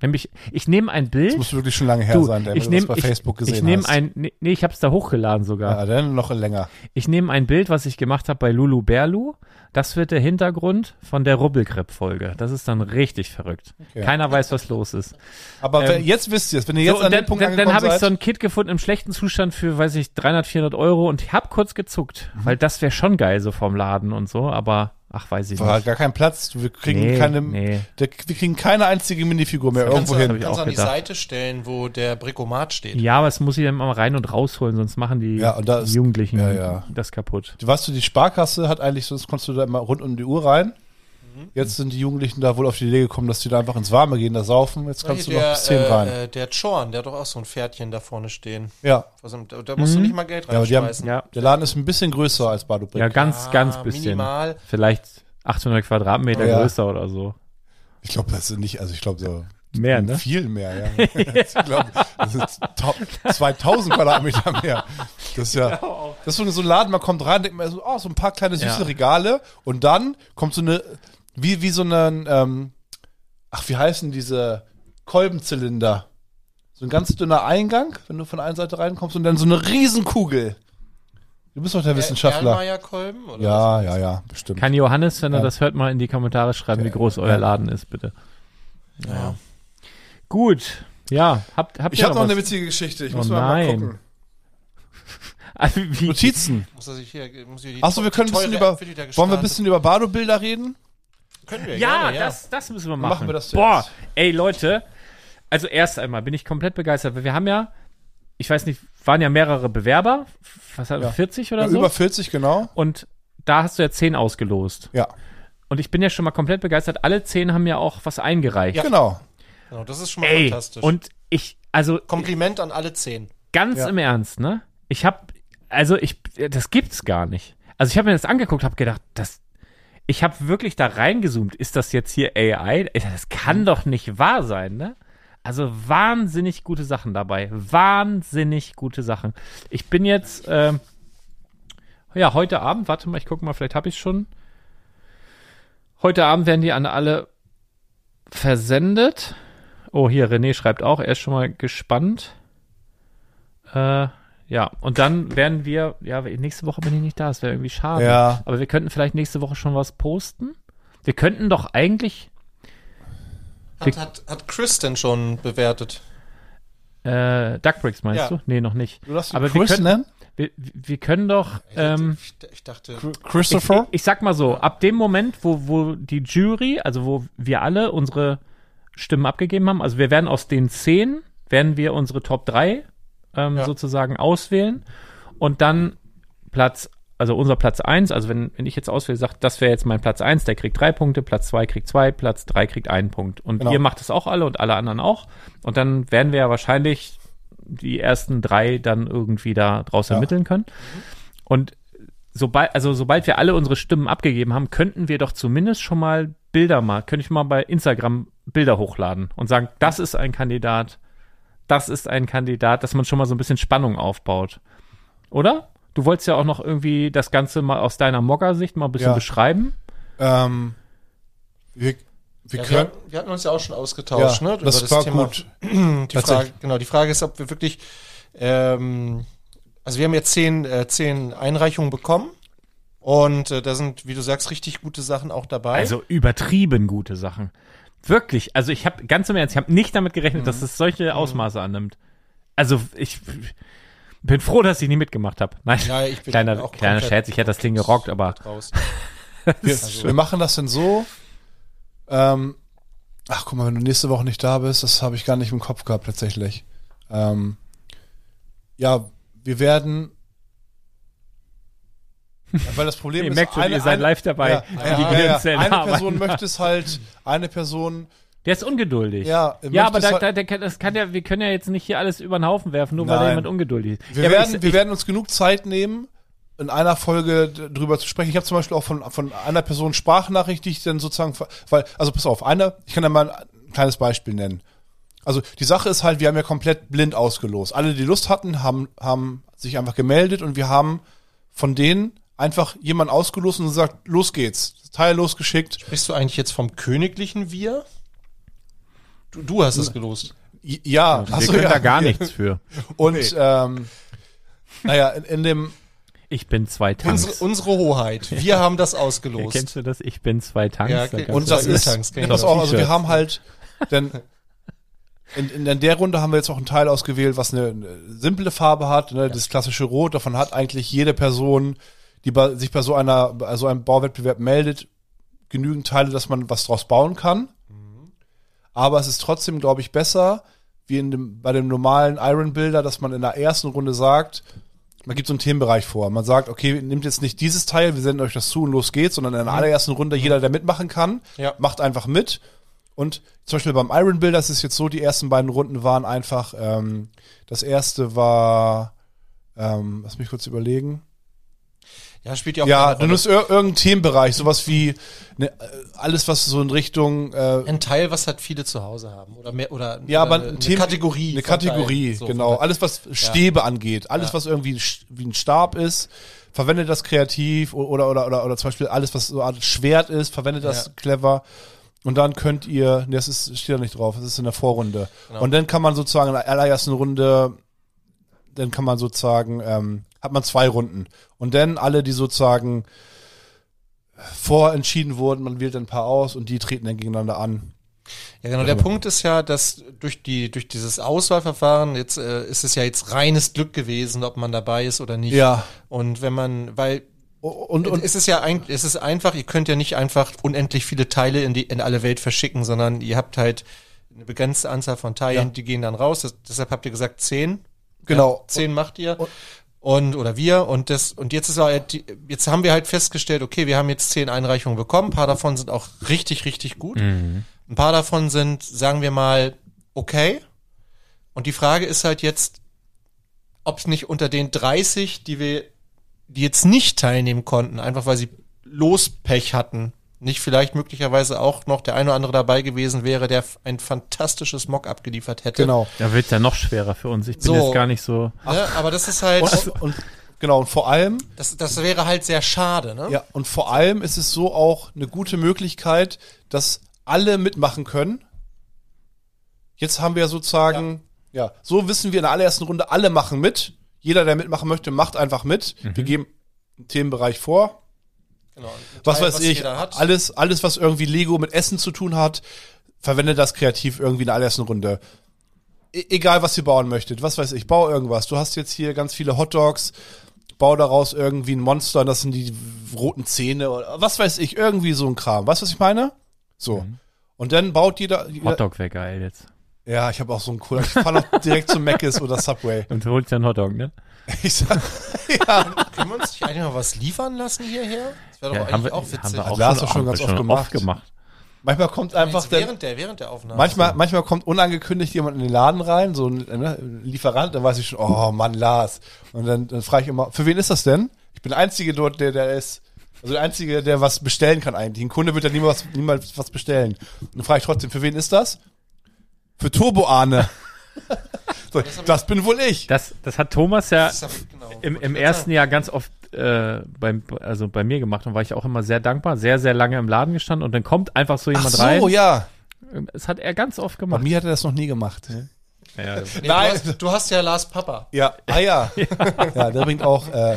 S3: nämlich, ich nehme ein Bild.
S4: Das muss wirklich schon lange her
S3: Du,
S4: sein, der
S3: ich
S4: du
S3: nehm,
S4: das bei
S3: ich,
S4: Facebook gesehen
S3: ich nehm
S4: hast.
S3: Ein, nee, nee, ich habe es da hochgeladen sogar.
S4: ja, dann noch länger.
S3: Ich nehme ein Bild, was ich gemacht habe bei Lulu Berlu. Das wird der Hintergrund von der Rubbelkrepp-Folge. Das ist dann richtig verrückt. Keiner weiß, was los ist.
S4: Aber
S3: Ähm,
S4: wenn, jetzt wisst ihr es, wenn ihr jetzt
S3: so,
S4: an
S3: und
S4: dem
S3: dann
S4: Punkt
S3: dann, dann
S4: angekommen
S3: habe ich
S4: seid,
S3: so ein Kit gefunden im schlechten Zustand für, weiß ich, 300, 400 Euro und ich habe kurz gezuckt,
S4: Mhm.
S3: weil das wäre schon geil so vom Laden und so, aber ach, weiß ich
S4: war
S3: nicht.
S4: gar kein Platz. Wir kriegen
S3: Nee,
S4: keine,
S3: nee.
S4: der, wir kriegen keine einzige Minifigur mehr
S5: Kannst
S4: irgendwo
S5: du
S3: wohin?
S4: hin.
S3: hab ich
S5: kannst
S3: auch
S5: du an die
S3: gedacht.
S5: Seite stellen, wo der Brickomat steht.
S3: Ja, aber es muss ich dann mal rein und rausholen, sonst machen die
S4: Ja, und da ist-
S3: Jugendlichen
S4: ja, ja.
S3: das kaputt.
S4: Du weißt du, die Sparkasse hat eigentlich, sonst konntest du da immer rund um die Uhr rein.
S5: Mhm.
S4: Jetzt sind die Jugendlichen da wohl auf die Idee gekommen, dass die da einfach ins Warme gehen, da saufen. Jetzt kannst
S5: Hier
S4: du noch
S5: der,
S4: bis 10
S5: äh,
S4: rein.
S5: äh, Der Chorn, der hat doch auch so ein Pferdchen da vorne stehen.
S4: ja.
S5: Also, da, da musst du nicht mal Geld
S4: Ja, aber die haben-
S5: reinschmeißen.
S3: Mhm. Ja,
S4: Der Laden ist ein bisschen größer als Badubrick.
S3: ja ganz, ganz
S5: Ah,
S3: bisschen.
S5: Minimal.
S3: Vielleicht 800 Quadratmeter
S4: Ja.
S3: größer oder so.
S4: Ich glaube, das sind nicht, also ich glaube so
S3: Mehr, ne?
S4: viel mehr, ja. ich glaube, das ist tau- 2000 Quadratmeter mehr. Das ist ja, das ist so ein- so ein Laden, man kommt rein, denkt man so, oh, so ein paar kleine süße
S3: Genau. Ja.
S4: Regale und dann kommt so eine, wie, wie so ein, ähm, ach, wie heißen diese Kolbenzylinder? So ein ganz dünner Eingang, wenn du von einer Seite reinkommst und dann so eine Riesenkugel. Du bist doch der Wissenschaftler.
S5: Erlenmeyer-Kolben? Oder was?
S4: Ja, ja, ja, bestimmt.
S3: Kann Johannes, wenn er
S4: Ja.
S3: das hört, mal in die Kommentare schreiben, wie groß euer
S4: ja.
S3: Laden ist, bitte.
S5: Ja.
S3: Gut. Ja, habt, habt
S4: ich
S3: ihr
S4: habe noch
S3: was?
S4: eine witzige Geschichte, ich
S3: Oh
S4: muss mal, mal
S3: nein.
S4: gucken.
S3: Also, wie,
S4: Notizen.
S5: Muss er sich hier, muss hier die
S4: Achso, wir können ein bisschen
S5: teure
S4: über.
S5: App, die da
S4: Wollen wir
S5: gestartet-
S4: ein bisschen über Bardo-Bilder reden?
S5: Können wir,
S3: ja,
S5: gerne,
S3: das, das müssen wir machen.
S4: machen wir das
S3: Boah,
S4: zuerst.
S3: ey Leute, also erst einmal bin ich komplett begeistert, weil wir haben ja, ich weiß nicht, waren ja mehrere Bewerber, was hat
S4: Ja.
S3: 40 oder
S4: Ja,
S3: so?
S4: Über 40, genau.
S3: Und da hast du ja 10 ausgelost.
S4: Ja,
S3: Und ich bin ja schon mal komplett begeistert. Alle 10 haben ja auch was eingereicht.
S4: genau.
S5: Genau, das ist schon mal
S3: ey,
S5: fantastisch.
S3: und ich, also
S5: Kompliment an alle zehn.
S3: ganz
S4: Ja.
S3: im Ernst, ne? Ich hab, also ich, das gibt's gar nicht. Also ich habe mir das angeguckt, habe gedacht, das, ich habe wirklich da reingezoomt. Ist das jetzt hier AI? Das kann doch nicht wahr sein, ne? Also wahnsinnig gute Sachen dabei, wahnsinnig gute Sachen. Ich bin jetzt, ähm, ja, heute Abend, warte mal, ich gucke mal, vielleicht habe ich schon. Heute Abend werden die an alle versendet. Oh, hier, René schreibt auch, er ist schon mal gespannt. Äh, ja, und dann werden wir, ja, nächste Woche bin ich nicht da, das wäre irgendwie schade.
S4: Ja.
S3: Aber wir könnten vielleicht nächste Woche schon was posten. Wir könnten doch eigentlich,
S5: Hat, hat, hat Chris denn schon bewertet?
S3: äh, Duckbricks meinst
S5: Ja.
S3: du? Nee, noch nicht.
S4: Du darfst ihn
S3: Aber wir
S4: Chris
S3: können,
S4: nennen?
S3: wir, wir können doch, ähm,
S5: ich, ich dachte,
S3: ich,
S4: Christopher?
S3: ich sag mal so, ab dem Moment, wo, wo die Jury, also wo wir alle unsere Stimmen abgegeben haben, also wir werden aus den zehn, werden wir unsere Top 3 ähm,
S5: Ja.
S3: sozusagen auswählen und dann Platz, also unser Platz 1, also wenn, wenn ich jetzt auswähle, sagt, das wäre jetzt mein Platz 1, der kriegt drei Punkte, Platz 2 kriegt zwei, Platz 3 kriegt einen Punkt. Und
S4: Genau.
S3: ihr macht es auch alle und alle anderen auch. Und dann werden wir ja wahrscheinlich die ersten drei dann irgendwie da draus ermitteln können. Und sobald, also sobald wir alle unsere Stimmen abgegeben haben, könnten wir doch zumindest schon mal Bilder mal, könnte ich mal bei Instagram Bilder hochladen und sagen, das ist ein Kandidat, das ist ein Kandidat, dass man schon mal so ein bisschen Spannung aufbaut. Oder? Du wolltest ja auch noch irgendwie das Ganze mal aus deiner Mogger-Sicht mal ein bisschen
S4: Ja.
S3: beschreiben.
S4: Ähm, wir, wir
S5: Ja, wir,
S4: können.
S5: hatten- wir hatten uns ja auch schon ausgetauscht,
S4: Ja,
S5: ne?
S4: das war gut.
S5: Die Frage,
S4: Tatsächlich.
S5: genau, die Frage ist, ob wir wirklich, ähm, also wir haben jetzt zehn, äh, zehn Einreichungen bekommen und äh, da sind, wie du sagst, richtig gute Sachen auch dabei.
S3: Also übertrieben gute Sachen. Wirklich, also ich habe ganz im Ernst, ich habe nicht damit gerechnet,
S4: Mhm.
S3: dass es solche Ausmaße annimmt. Also ich bin froh, dass ich nie mitgemacht habe. Nein,
S5: Ja, ich bin
S3: kleiner,
S5: auch
S3: kleiner
S5: komplett-
S3: Scherz, ich hätte das Ding gerockt, aber
S5: raus.
S4: Wir, Also, wir machen das dann so. Ähm, ach, guck mal, wenn du nächste Woche nicht da bist, das habe ich gar nicht im Kopf gehabt tatsächlich. Ähm, ja, wir werden. Ja, weil das Problem
S3: Ihr
S4: ist,
S3: merkt schon, ihr seid live dabei,
S4: Ja,
S3: wie
S4: ja,
S3: die
S4: ja, ja.
S3: Gehirnzellen
S4: Eine
S3: arbeiten.
S4: Person möchte es halt, eine Person,
S3: der ist ungeduldig.
S4: ja, möchte
S3: Ja, aber
S4: es
S3: da,
S4: halt-
S3: da, der, kann- das kann ja, wir können ja jetzt nicht hier alles über den Haufen werfen, nur weil
S4: Nein.
S3: da jemand ungeduldig ist.
S4: Wir,
S3: ja, aber
S4: werden,
S3: ich,
S4: wir werden uns genug Zeit nehmen, in einer Folge d- drüber zu sprechen. Ich habe zum Beispiel auch von, von einer Person Sprachnachricht, die ich dann sozusagen, ver- weil, also pass auf, eine, ich kann ja mal ein, ein kleines Beispiel nennen. Also die Sache ist halt, wir haben ja komplett blind ausgelost. Alle, die Lust hatten, haben, haben sich einfach gemeldet und wir haben von denen einfach jemanden ausgelost und gesagt, los geht's. Teil losgeschickt.
S5: Bist du eigentlich jetzt vom königlichen Wir? Du, du hast es gelost.
S4: J- Ja,
S3: wir können da gar nichts für.
S4: Und ähm, naja, in, in dem
S3: Ich bin zwei
S5: Unsere,
S3: Tanks.
S5: unsere Hoheit. Wir haben das ausgelost.
S3: Kennst du das? Ich bin zwei Tanks.
S5: Ja,
S3: Da
S5: okay.
S3: gab's
S4: Und das
S5: Ja,
S4: ist,
S5: Tanks, genau.
S4: das auch, also wir
S3: T-Shirts.
S4: haben halt, denn in, in, in der Runde haben wir jetzt auch einen Teil ausgewählt, was eine, eine simple Farbe hat, ne, das klassische Rot, davon hat eigentlich jede Person, die bei, sich bei so einer, bei so einem Bauwettbewerb meldet, genügend Teile, dass man was draus bauen kann. Aber es ist trotzdem, glaube ich, besser, wie in dem, bei dem normalen Iron Builder, dass man in der ersten Runde sagt, man gibt so einen Themenbereich vor. Man sagt, okay, nehmt jetzt nicht dieses Teil, wir senden euch das zu und los geht's, sondern in der allerersten Runde jeder, der mitmachen kann,
S5: Ja.
S4: macht einfach mit. Und zum Beispiel beim Iron Builder ist es jetzt so, die ersten beiden Runden waren einfach, ähm, das erste war, ähm, lass mich kurz überlegen.
S5: Ja, spielt ja auch
S4: Ja,
S5: keine
S4: du
S5: Rolle.
S4: nimmst ir irgendeinen Themenbereich, sowas wie ne, äh, alles, was so in Richtung äh,
S5: ein Teil, was halt viele zu Hause haben oder mehr oder
S4: Ja,
S5: oder
S4: aber
S5: Äh, eine
S4: ein Thema-
S5: Kategorie,
S4: Eine
S5: von Teilen.
S4: Kategorie,
S5: So,
S4: genau.
S5: von-
S4: Alles, was Stäbe angeht, alles, was irgendwie ein Sch- wie ein Stab ist, verwendet das kreativ o- oder, oder, oder, oder zum Beispiel alles, was so eine Art Schwert ist, verwendet das
S5: Ja.
S4: clever. Und dann könnt ihr, nee, das ist, steht da nicht drauf, das ist in der Vorrunde.
S5: Genau.
S4: Und dann kann man sozusagen in der allerersten Runde, dann kann man sozusagen, ähm, hat man zwei Runden. Und dann alle, die sozusagen vorentschieden wurden, man wählt dann ein paar aus und die treten dann gegeneinander an.
S5: Ja, genau. Der Punkt ist ja, dass durch die durch dieses Auswahlverfahren jetzt äh, ist es ja jetzt reines Glück gewesen, ob man dabei ist oder nicht.
S4: Ja.
S5: Und wenn man, weil
S4: O- Und, und,
S5: und es ist ja ein, es ist einfach. Ihr könnt ja nicht einfach unendlich viele Teile in die in alle Welt verschicken, sondern ihr habt halt eine begrenzte Anzahl von Teilen,
S4: Ja.
S5: die gehen dann raus. Das, deshalb habt ihr gesagt zehn.
S4: genau.
S5: Zehn macht ihr. Und, oder wir. Und das, und jetzt ist halt, die- jetzt haben wir halt festgestellt, okay, wir haben jetzt zehn Einreichungen bekommen. Ein paar davon sind auch richtig, richtig gut. Ein paar davon sind, sagen wir mal, okay. Und die Frage ist halt jetzt, ob es nicht unter den 30, die wir, die jetzt nicht teilnehmen konnten, einfach weil sie Lospech hatten, nicht vielleicht möglicherweise auch noch der ein oder andere dabei gewesen wäre, der f- ein fantastisches Mock abgeliefert hätte.
S4: Genau.
S3: Da wird's ja noch schwerer für uns. Ich bin
S5: So.
S3: jetzt gar nicht so.
S5: Ne? Aber das ist halt.
S4: Und, und, genau, und vor allem,
S5: Das, das wäre halt sehr schade, ne?
S4: ja, und vor allem ist es so auch eine gute Möglichkeit, dass alle mitmachen können. Jetzt haben wir sozusagen, ja. so wissen wir in der allerersten Runde, alle machen mit. Jeder, der mitmachen möchte, macht einfach mit. Wir geben einen Themenbereich vor.
S5: Genau. Ein
S4: Was
S5: Teil,
S4: weiß ich,
S5: jeder hat.
S4: alles, alles, was irgendwie Lego mit Essen zu tun hat, verwendet das kreativ irgendwie in der allerersten Runde. E egal, was ihr bauen möchtet, was weiß ich, bau irgendwas. Du hast jetzt hier ganz viele Hotdogs, bau daraus irgendwie ein Monster, und das sind die roten Zähne oder was weiß ich, irgendwie so ein Kram. Weißt du, was ich meine? So. Und dann baut jeder. jeder
S3: Hotdog wäre geil jetzt.
S4: ja, ich habe auch so einen coolen. Ich fahre noch direkt zu Mc's oder Subway.
S3: Und du holst ja einen Hotdog, ne?
S4: Ich sag,
S5: Können wir uns nicht eigentlich mal was liefern lassen hierher? Das wäre doch
S3: Ja,
S5: eigentlich
S3: haben wir,
S5: auch witzig.
S3: haben wir auch,
S4: Lars hat schon
S3: haben
S4: ganz
S3: wir
S4: oft
S3: oft
S4: gemacht.
S3: gemacht.
S4: manchmal kommt einfach
S5: Jetzt
S4: der,
S5: während der, während der Aufnahme.
S4: Manchmal, manchmal kommt unangekündigt jemand in den Laden rein, so ein äh, ne, Lieferant, dann weiß ich schon, oh Mann, Lars. Und dann, dann frage ich immer, für wen ist das denn? Ich bin der Einzige dort, der, der ist, also der Einzige, der was bestellen kann eigentlich. Ein Kunde wird ja niemals, niemals was bestellen. Und dann frage ich trotzdem, für wen ist das? Für Turboahne. so, das bin wohl ich.
S3: Das, das hat Thomas ja
S5: Das ist ja- genau,
S3: im,
S5: wollte
S3: im
S5: ich grad
S3: ersten Jahr ganz oft äh, beim, also bei mir gemacht und war ich auch immer sehr dankbar, sehr, sehr lange im Laden gestanden und dann kommt einfach so jemand
S4: Ach so,
S3: rein.
S4: ja.
S3: Es hat er ganz oft
S4: Bei
S3: gemacht.
S4: mir hat er das noch nie gemacht.
S3: Ja,
S5: Nee,
S4: Nein.
S5: Du, hast, du hast ja Lars Papa.
S4: Ja, ah ja. ja, der bringt auch äh,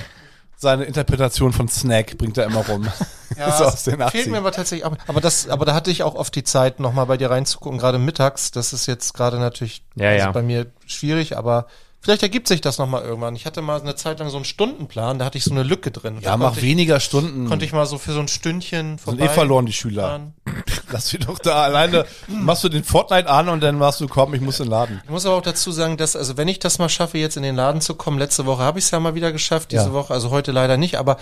S4: seine Interpretation von Snack, bringt er immer rum.
S5: Ja,
S4: so aus den
S5: das fehlt
S4: 80ern.
S5: mir aber tatsächlich. Aber, aber, das, aber da hatte ich auch oft die Zeit, nochmal bei dir reinzugucken, gerade mittags. Das ist jetzt gerade natürlich also
S3: Ja, ja.
S5: bei mir schwierig, aber vielleicht ergibt sich das nochmal irgendwann. Ich hatte mal eine Zeit lang so einen Stundenplan, da hatte ich so eine Lücke drin.
S4: Ja,
S5: Da
S4: mach
S5: konnte ich,
S4: weniger Stunden.
S5: Konnte ich mal so für so ein Stündchen
S4: sind
S5: vorbei.
S4: eh verloren, die Schüler.
S5: fahren.
S4: Lass sie doch da alleine. Machst du den Fortnite an und dann machst du, komm, ich muss in den Laden.
S5: Ich muss aber auch dazu sagen, dass, also wenn ich das mal schaffe, jetzt in den Laden zu kommen, letzte Woche habe ich es ja mal wieder geschafft, diese
S4: Ja.
S5: Woche, also heute leider nicht, aber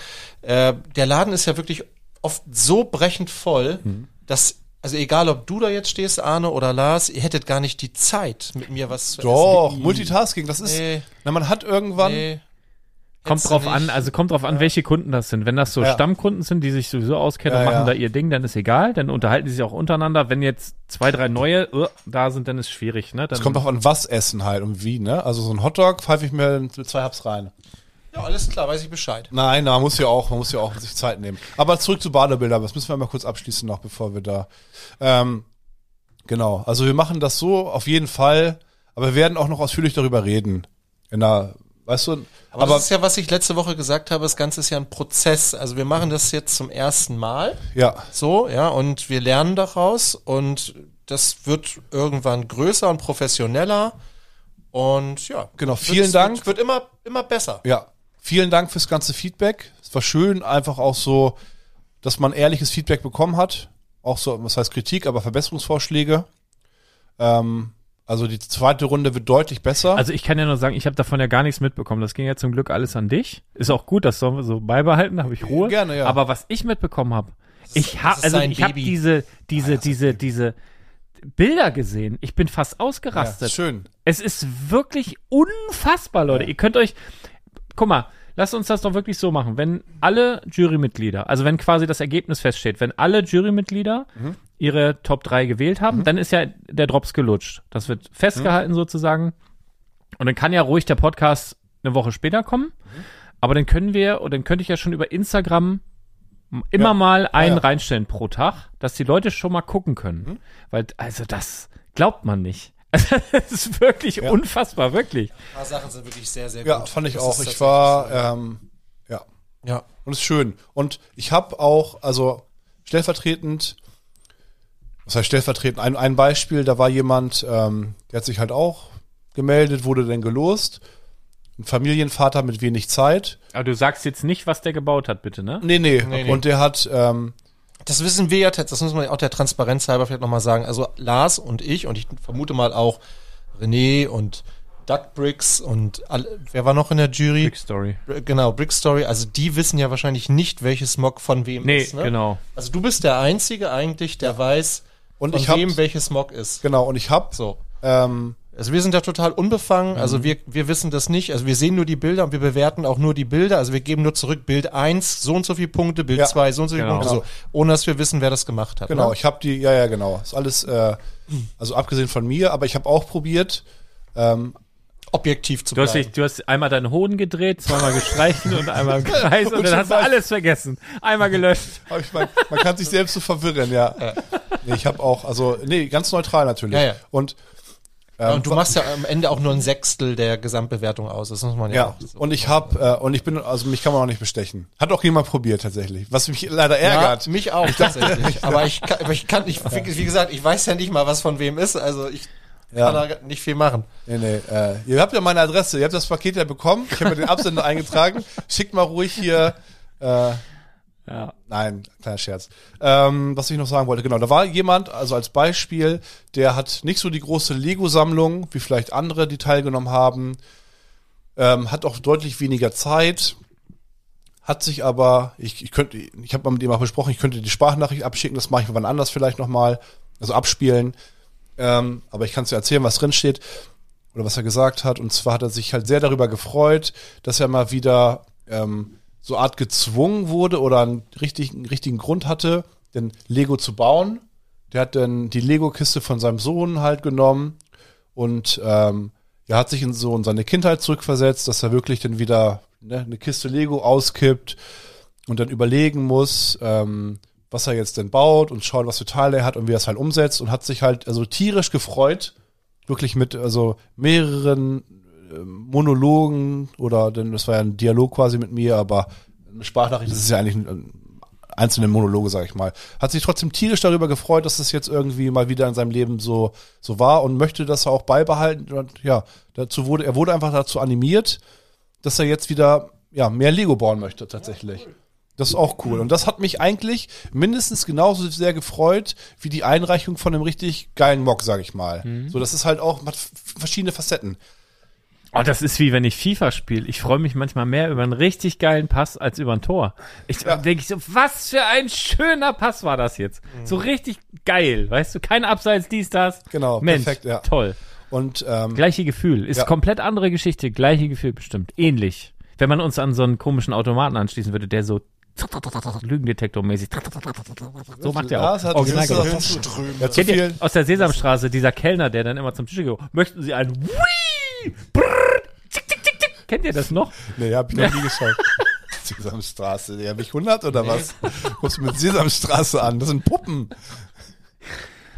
S5: äh, der Laden ist ja wirklich oft so brechend voll,
S4: Mhm.
S5: dass, also egal ob du da jetzt stehst, Arne oder Lars, ihr hättet gar nicht die Zeit, mit mir was zu
S4: Doch, Multitasking, das ist.
S5: Nee.
S4: Na, man hat irgendwann.
S5: essen. Nee.
S3: kommt
S5: Hättest
S3: drauf
S5: du
S3: an,
S5: nicht.
S3: also kommt drauf an, welche Kunden das sind. Wenn das so
S4: Ja.
S3: Stammkunden sind, die sich sowieso auskennen und
S4: Ja,
S3: machen
S4: ja.
S3: da ihr Ding, dann ist egal, dann unterhalten die sich auch untereinander. Wenn jetzt zwei, drei neue äh, da sind, dann ist schwierig, ne? Dann,
S4: Es kommt auch an, was essen halt und wie, ne? Also so ein Hotdog pfeife ich mir mit zwei Hubs rein.
S5: Ja, alles klar, weiß ich Bescheid.
S4: Nein, na, man muss ja auch, man muss ja auch sich Zeit nehmen. Aber zurück zu Badebilder, das müssen wir mal kurz abschließen noch, bevor wir da. Ähm, genau, also wir machen das so auf jeden Fall, aber wir werden auch noch ausführlich darüber reden. In der, weißt du,
S5: Aber,
S4: aber,
S5: das ist ja, was ich letzte Woche gesagt habe, das Ganze ist ja ein Prozess. Also wir machen das jetzt zum ersten Mal.
S4: ja,
S5: So, ja, und wir lernen daraus und das wird irgendwann größer und professioneller und ja.
S4: Genau,
S5: Wird-
S4: vielen
S5: wird,
S4: Dank.
S5: Wird immer, immer besser.
S4: ja. Vielen Dank fürs ganze Feedback. Es war schön, einfach auch so, dass man ehrliches Feedback bekommen hat. Auch so, was heißt Kritik, aber Verbesserungsvorschläge. Ähm, also die zweite Runde wird deutlich besser.
S3: Also ich kann ja nur sagen, ich habe davon ja gar nichts mitbekommen. Das ging ja zum Glück alles an dich. Ist auch gut, das sollen wir so beibehalten, da habe ich Ruhe.
S4: Gerne, ja.
S3: Aber was ich mitbekommen habe, ich
S5: das
S3: habe
S5: ist
S3: also
S5: sein
S3: ich habe
S5: Baby.
S3: diese diese diese diese Bilder gesehen. Ich bin fast
S4: ja,
S3: ausgerastet.
S4: schön.
S3: Es ist wirklich unfassbar, Leute. Ihr könnt euch, guck mal, lasst uns das doch wirklich so machen. Wenn alle Jurymitglieder, also wenn quasi das Ergebnis feststeht, wenn alle Jurymitglieder ihre Top 3 gewählt haben, dann ist ja der Drops gelutscht. Das wird festgehalten sozusagen. Und dann kann ja ruhig der Podcast eine Woche später kommen. Aber dann können wir, oder dann könnte ich ja schon über Instagram immer
S4: Ja.
S3: mal einen
S4: ja. Mhm.
S3: reinstellen pro Tag, dass die Leute schon mal gucken können. Weil, also das glaubt man nicht. Also das ist wirklich unfassbar, wirklich.
S5: Ein paar Sachen sind wirklich sehr, sehr
S4: Ja,
S5: gut.
S4: fand ich
S5: Das
S4: auch.
S5: ist
S4: Ich war, ähm, ja,
S5: tatsächlich- Ja.
S4: und ist schön. Und ich habe auch, also stellvertretend, was heißt stellvertretend, ein, ein Beispiel, da war jemand, ähm, der hat sich halt auch gemeldet, wurde dann gelost. Ein Familienvater mit wenig Zeit.
S3: Aber du sagst jetzt nicht, was der gebaut hat, bitte, ne?
S4: Nee, nee.
S5: Nee, nee.
S4: Und der hat, ähm,
S5: Das wissen wir ja, tats- das muss man ja auch der Transparenz halber vielleicht nochmal sagen. Also Lars und ich und ich vermute mal auch René und Duckbricks und alle, wer war noch in der Jury?
S3: Big Story.
S5: Br- Genau, Brick Story. Also die wissen ja wahrscheinlich nicht, welches Mock von wem
S3: Nee,
S5: ist. Ne?
S3: genau.
S5: Also du bist der Einzige eigentlich, der weiß,
S4: Und
S5: von
S4: ich hab-
S5: wem welches Mock ist.
S4: genau, und ich habe,
S5: So.
S4: ähm,
S5: Also wir sind da total unbefangen,
S3: Mhm.
S5: also wir, wir wissen das nicht, also wir sehen nur die Bilder und wir bewerten auch nur die Bilder, also wir geben nur zurück Bild 1, so und so viele Punkte, Bild
S4: Ja.
S5: 2, so und so viele
S3: Genau.
S5: Punkte, so, ohne dass wir wissen, wer das gemacht hat.
S4: Genau,
S5: Ne?
S4: ich habe die, ja, ja, genau. Ist alles, äh, also abgesehen von mir, aber ich habe auch probiert, ähm,
S5: Objektiv zu
S3: Du hast,
S5: bleiben.
S3: dich, du hast einmal deinen Hoden gedreht, zweimal gestreichelt und einmal im Kreis und,
S4: Und
S3: dann
S4: schon
S3: hast du
S4: weiß-
S3: alles vergessen. Einmal gelöscht.
S4: Aber ich mein, man kann sich selbst so verwirren, ja. Nee, ich habe auch, also, nee, ganz neutral natürlich.
S5: Ja, ja.
S4: Und,
S5: Ja, und du machst ja am Ende auch nur ein Sechstel der Gesamtbewertung aus, das muss man ja,
S4: ja,
S5: auch so.
S4: und ich habe, äh, und ich bin, also mich kann man auch nicht bestechen. Hat auch jemand probiert tatsächlich, was mich leider ärgert.
S5: Ja, mich auch tatsächlich. aber, ich kann, aber ich kann nicht, wie, wie gesagt, ich weiß ja nicht mal, was von wem ist, also ich
S4: Ja.
S5: kann da nicht viel machen.
S4: nee, nee, äh, ihr habt ja meine Adresse, ihr habt das Paket ja bekommen, ich habe ja den Absender eingetragen, schickt mal ruhig hier, äh,
S3: Ja.
S4: Nein, kleiner Scherz. Ähm, was ich noch sagen wollte, genau, da war jemand, also als Beispiel, der hat nicht so die große Lego-Sammlung, wie vielleicht andere, die teilgenommen haben, ähm, hat auch deutlich weniger Zeit, hat sich aber, ich, ich könnte, ich habe mal mit ihm auch besprochen, ich könnte die Sprachnachricht abschicken, das mache ich wann anders vielleicht nochmal, also abspielen. Ähm, aber ich kann dir erzählen, was drin steht oder was er gesagt hat. Und zwar hat er sich halt sehr darüber gefreut, dass er mal wieder ähm, so Art gezwungen wurde oder einen richtigen, richtigen Grund hatte, denn Lego zu bauen. Der hat dann die Lego-Kiste von seinem Sohn halt genommen und ähm, ja, hat sich in so in seine Kindheit zurückversetzt, dass er wirklich dann wieder ne, eine Kiste Lego auskippt und dann überlegen muss, ähm, was er jetzt denn baut und schaut, was für Teile er hat und wie er es halt umsetzt und hat sich halt also tierisch gefreut, wirklich mit also mehreren ähm, Monologen oder denn das war ja ein Dialog quasi mit mir, aber eine Sprachnachricht das ist ja eigentlich ein, ein einzelne Monologe, sag ich mal. Hat sich trotzdem tierisch darüber gefreut, dass es jetzt irgendwie mal wieder in seinem Leben so, so war und möchte das auch beibehalten. Und ja, dazu wurde, er wurde einfach dazu animiert, dass er jetzt wieder ja, mehr Lego bauen möchte tatsächlich. Das ist auch cool. Und das hat mich eigentlich mindestens genauso sehr gefreut wie die Einreichung von einem richtig geilen Mock, sag ich mal.
S3: Mhm.
S4: So, das ist halt auch, hat f- verschiedene Facetten.
S3: Oh, das ist wie wenn ich FIFA spiele. Ich freue mich manchmal mehr über einen richtig geilen Pass als über ein Tor. Ich
S4: Ja.
S3: denke ich so, was für ein schöner Pass war das jetzt. So richtig geil, weißt du, kein Abseits dies das.
S4: Genau,
S3: Mensch,
S4: perfekt, ja.
S3: toll.
S4: Und ähm,
S3: Gleiche Gefühl, ist
S4: Ja.
S3: komplett andere Geschichte, gleiche Gefühl bestimmt, ähnlich. Wenn man uns an so einen komischen Automaten anschließen würde, der so Lügendetektor-mäßig. So macht er
S4: ja,
S3: auch.
S4: es hat
S3: Original
S4: es ist-
S3: gemacht.
S4: ja, zu
S3: Kennt ihr
S4: viel.
S3: aus der Sesamstraße, dieser Kellner, der dann immer zum Tisch geht, möchten Sie einen Wii? Brrr, tick, tick, tick, tick. Kennt ihr das noch?
S4: Nee, hab ich noch nie geschaut. Sesamstraße, ja, hab ich 100 oder was? Guckst du mit Sesamstraße an? Das sind Puppen.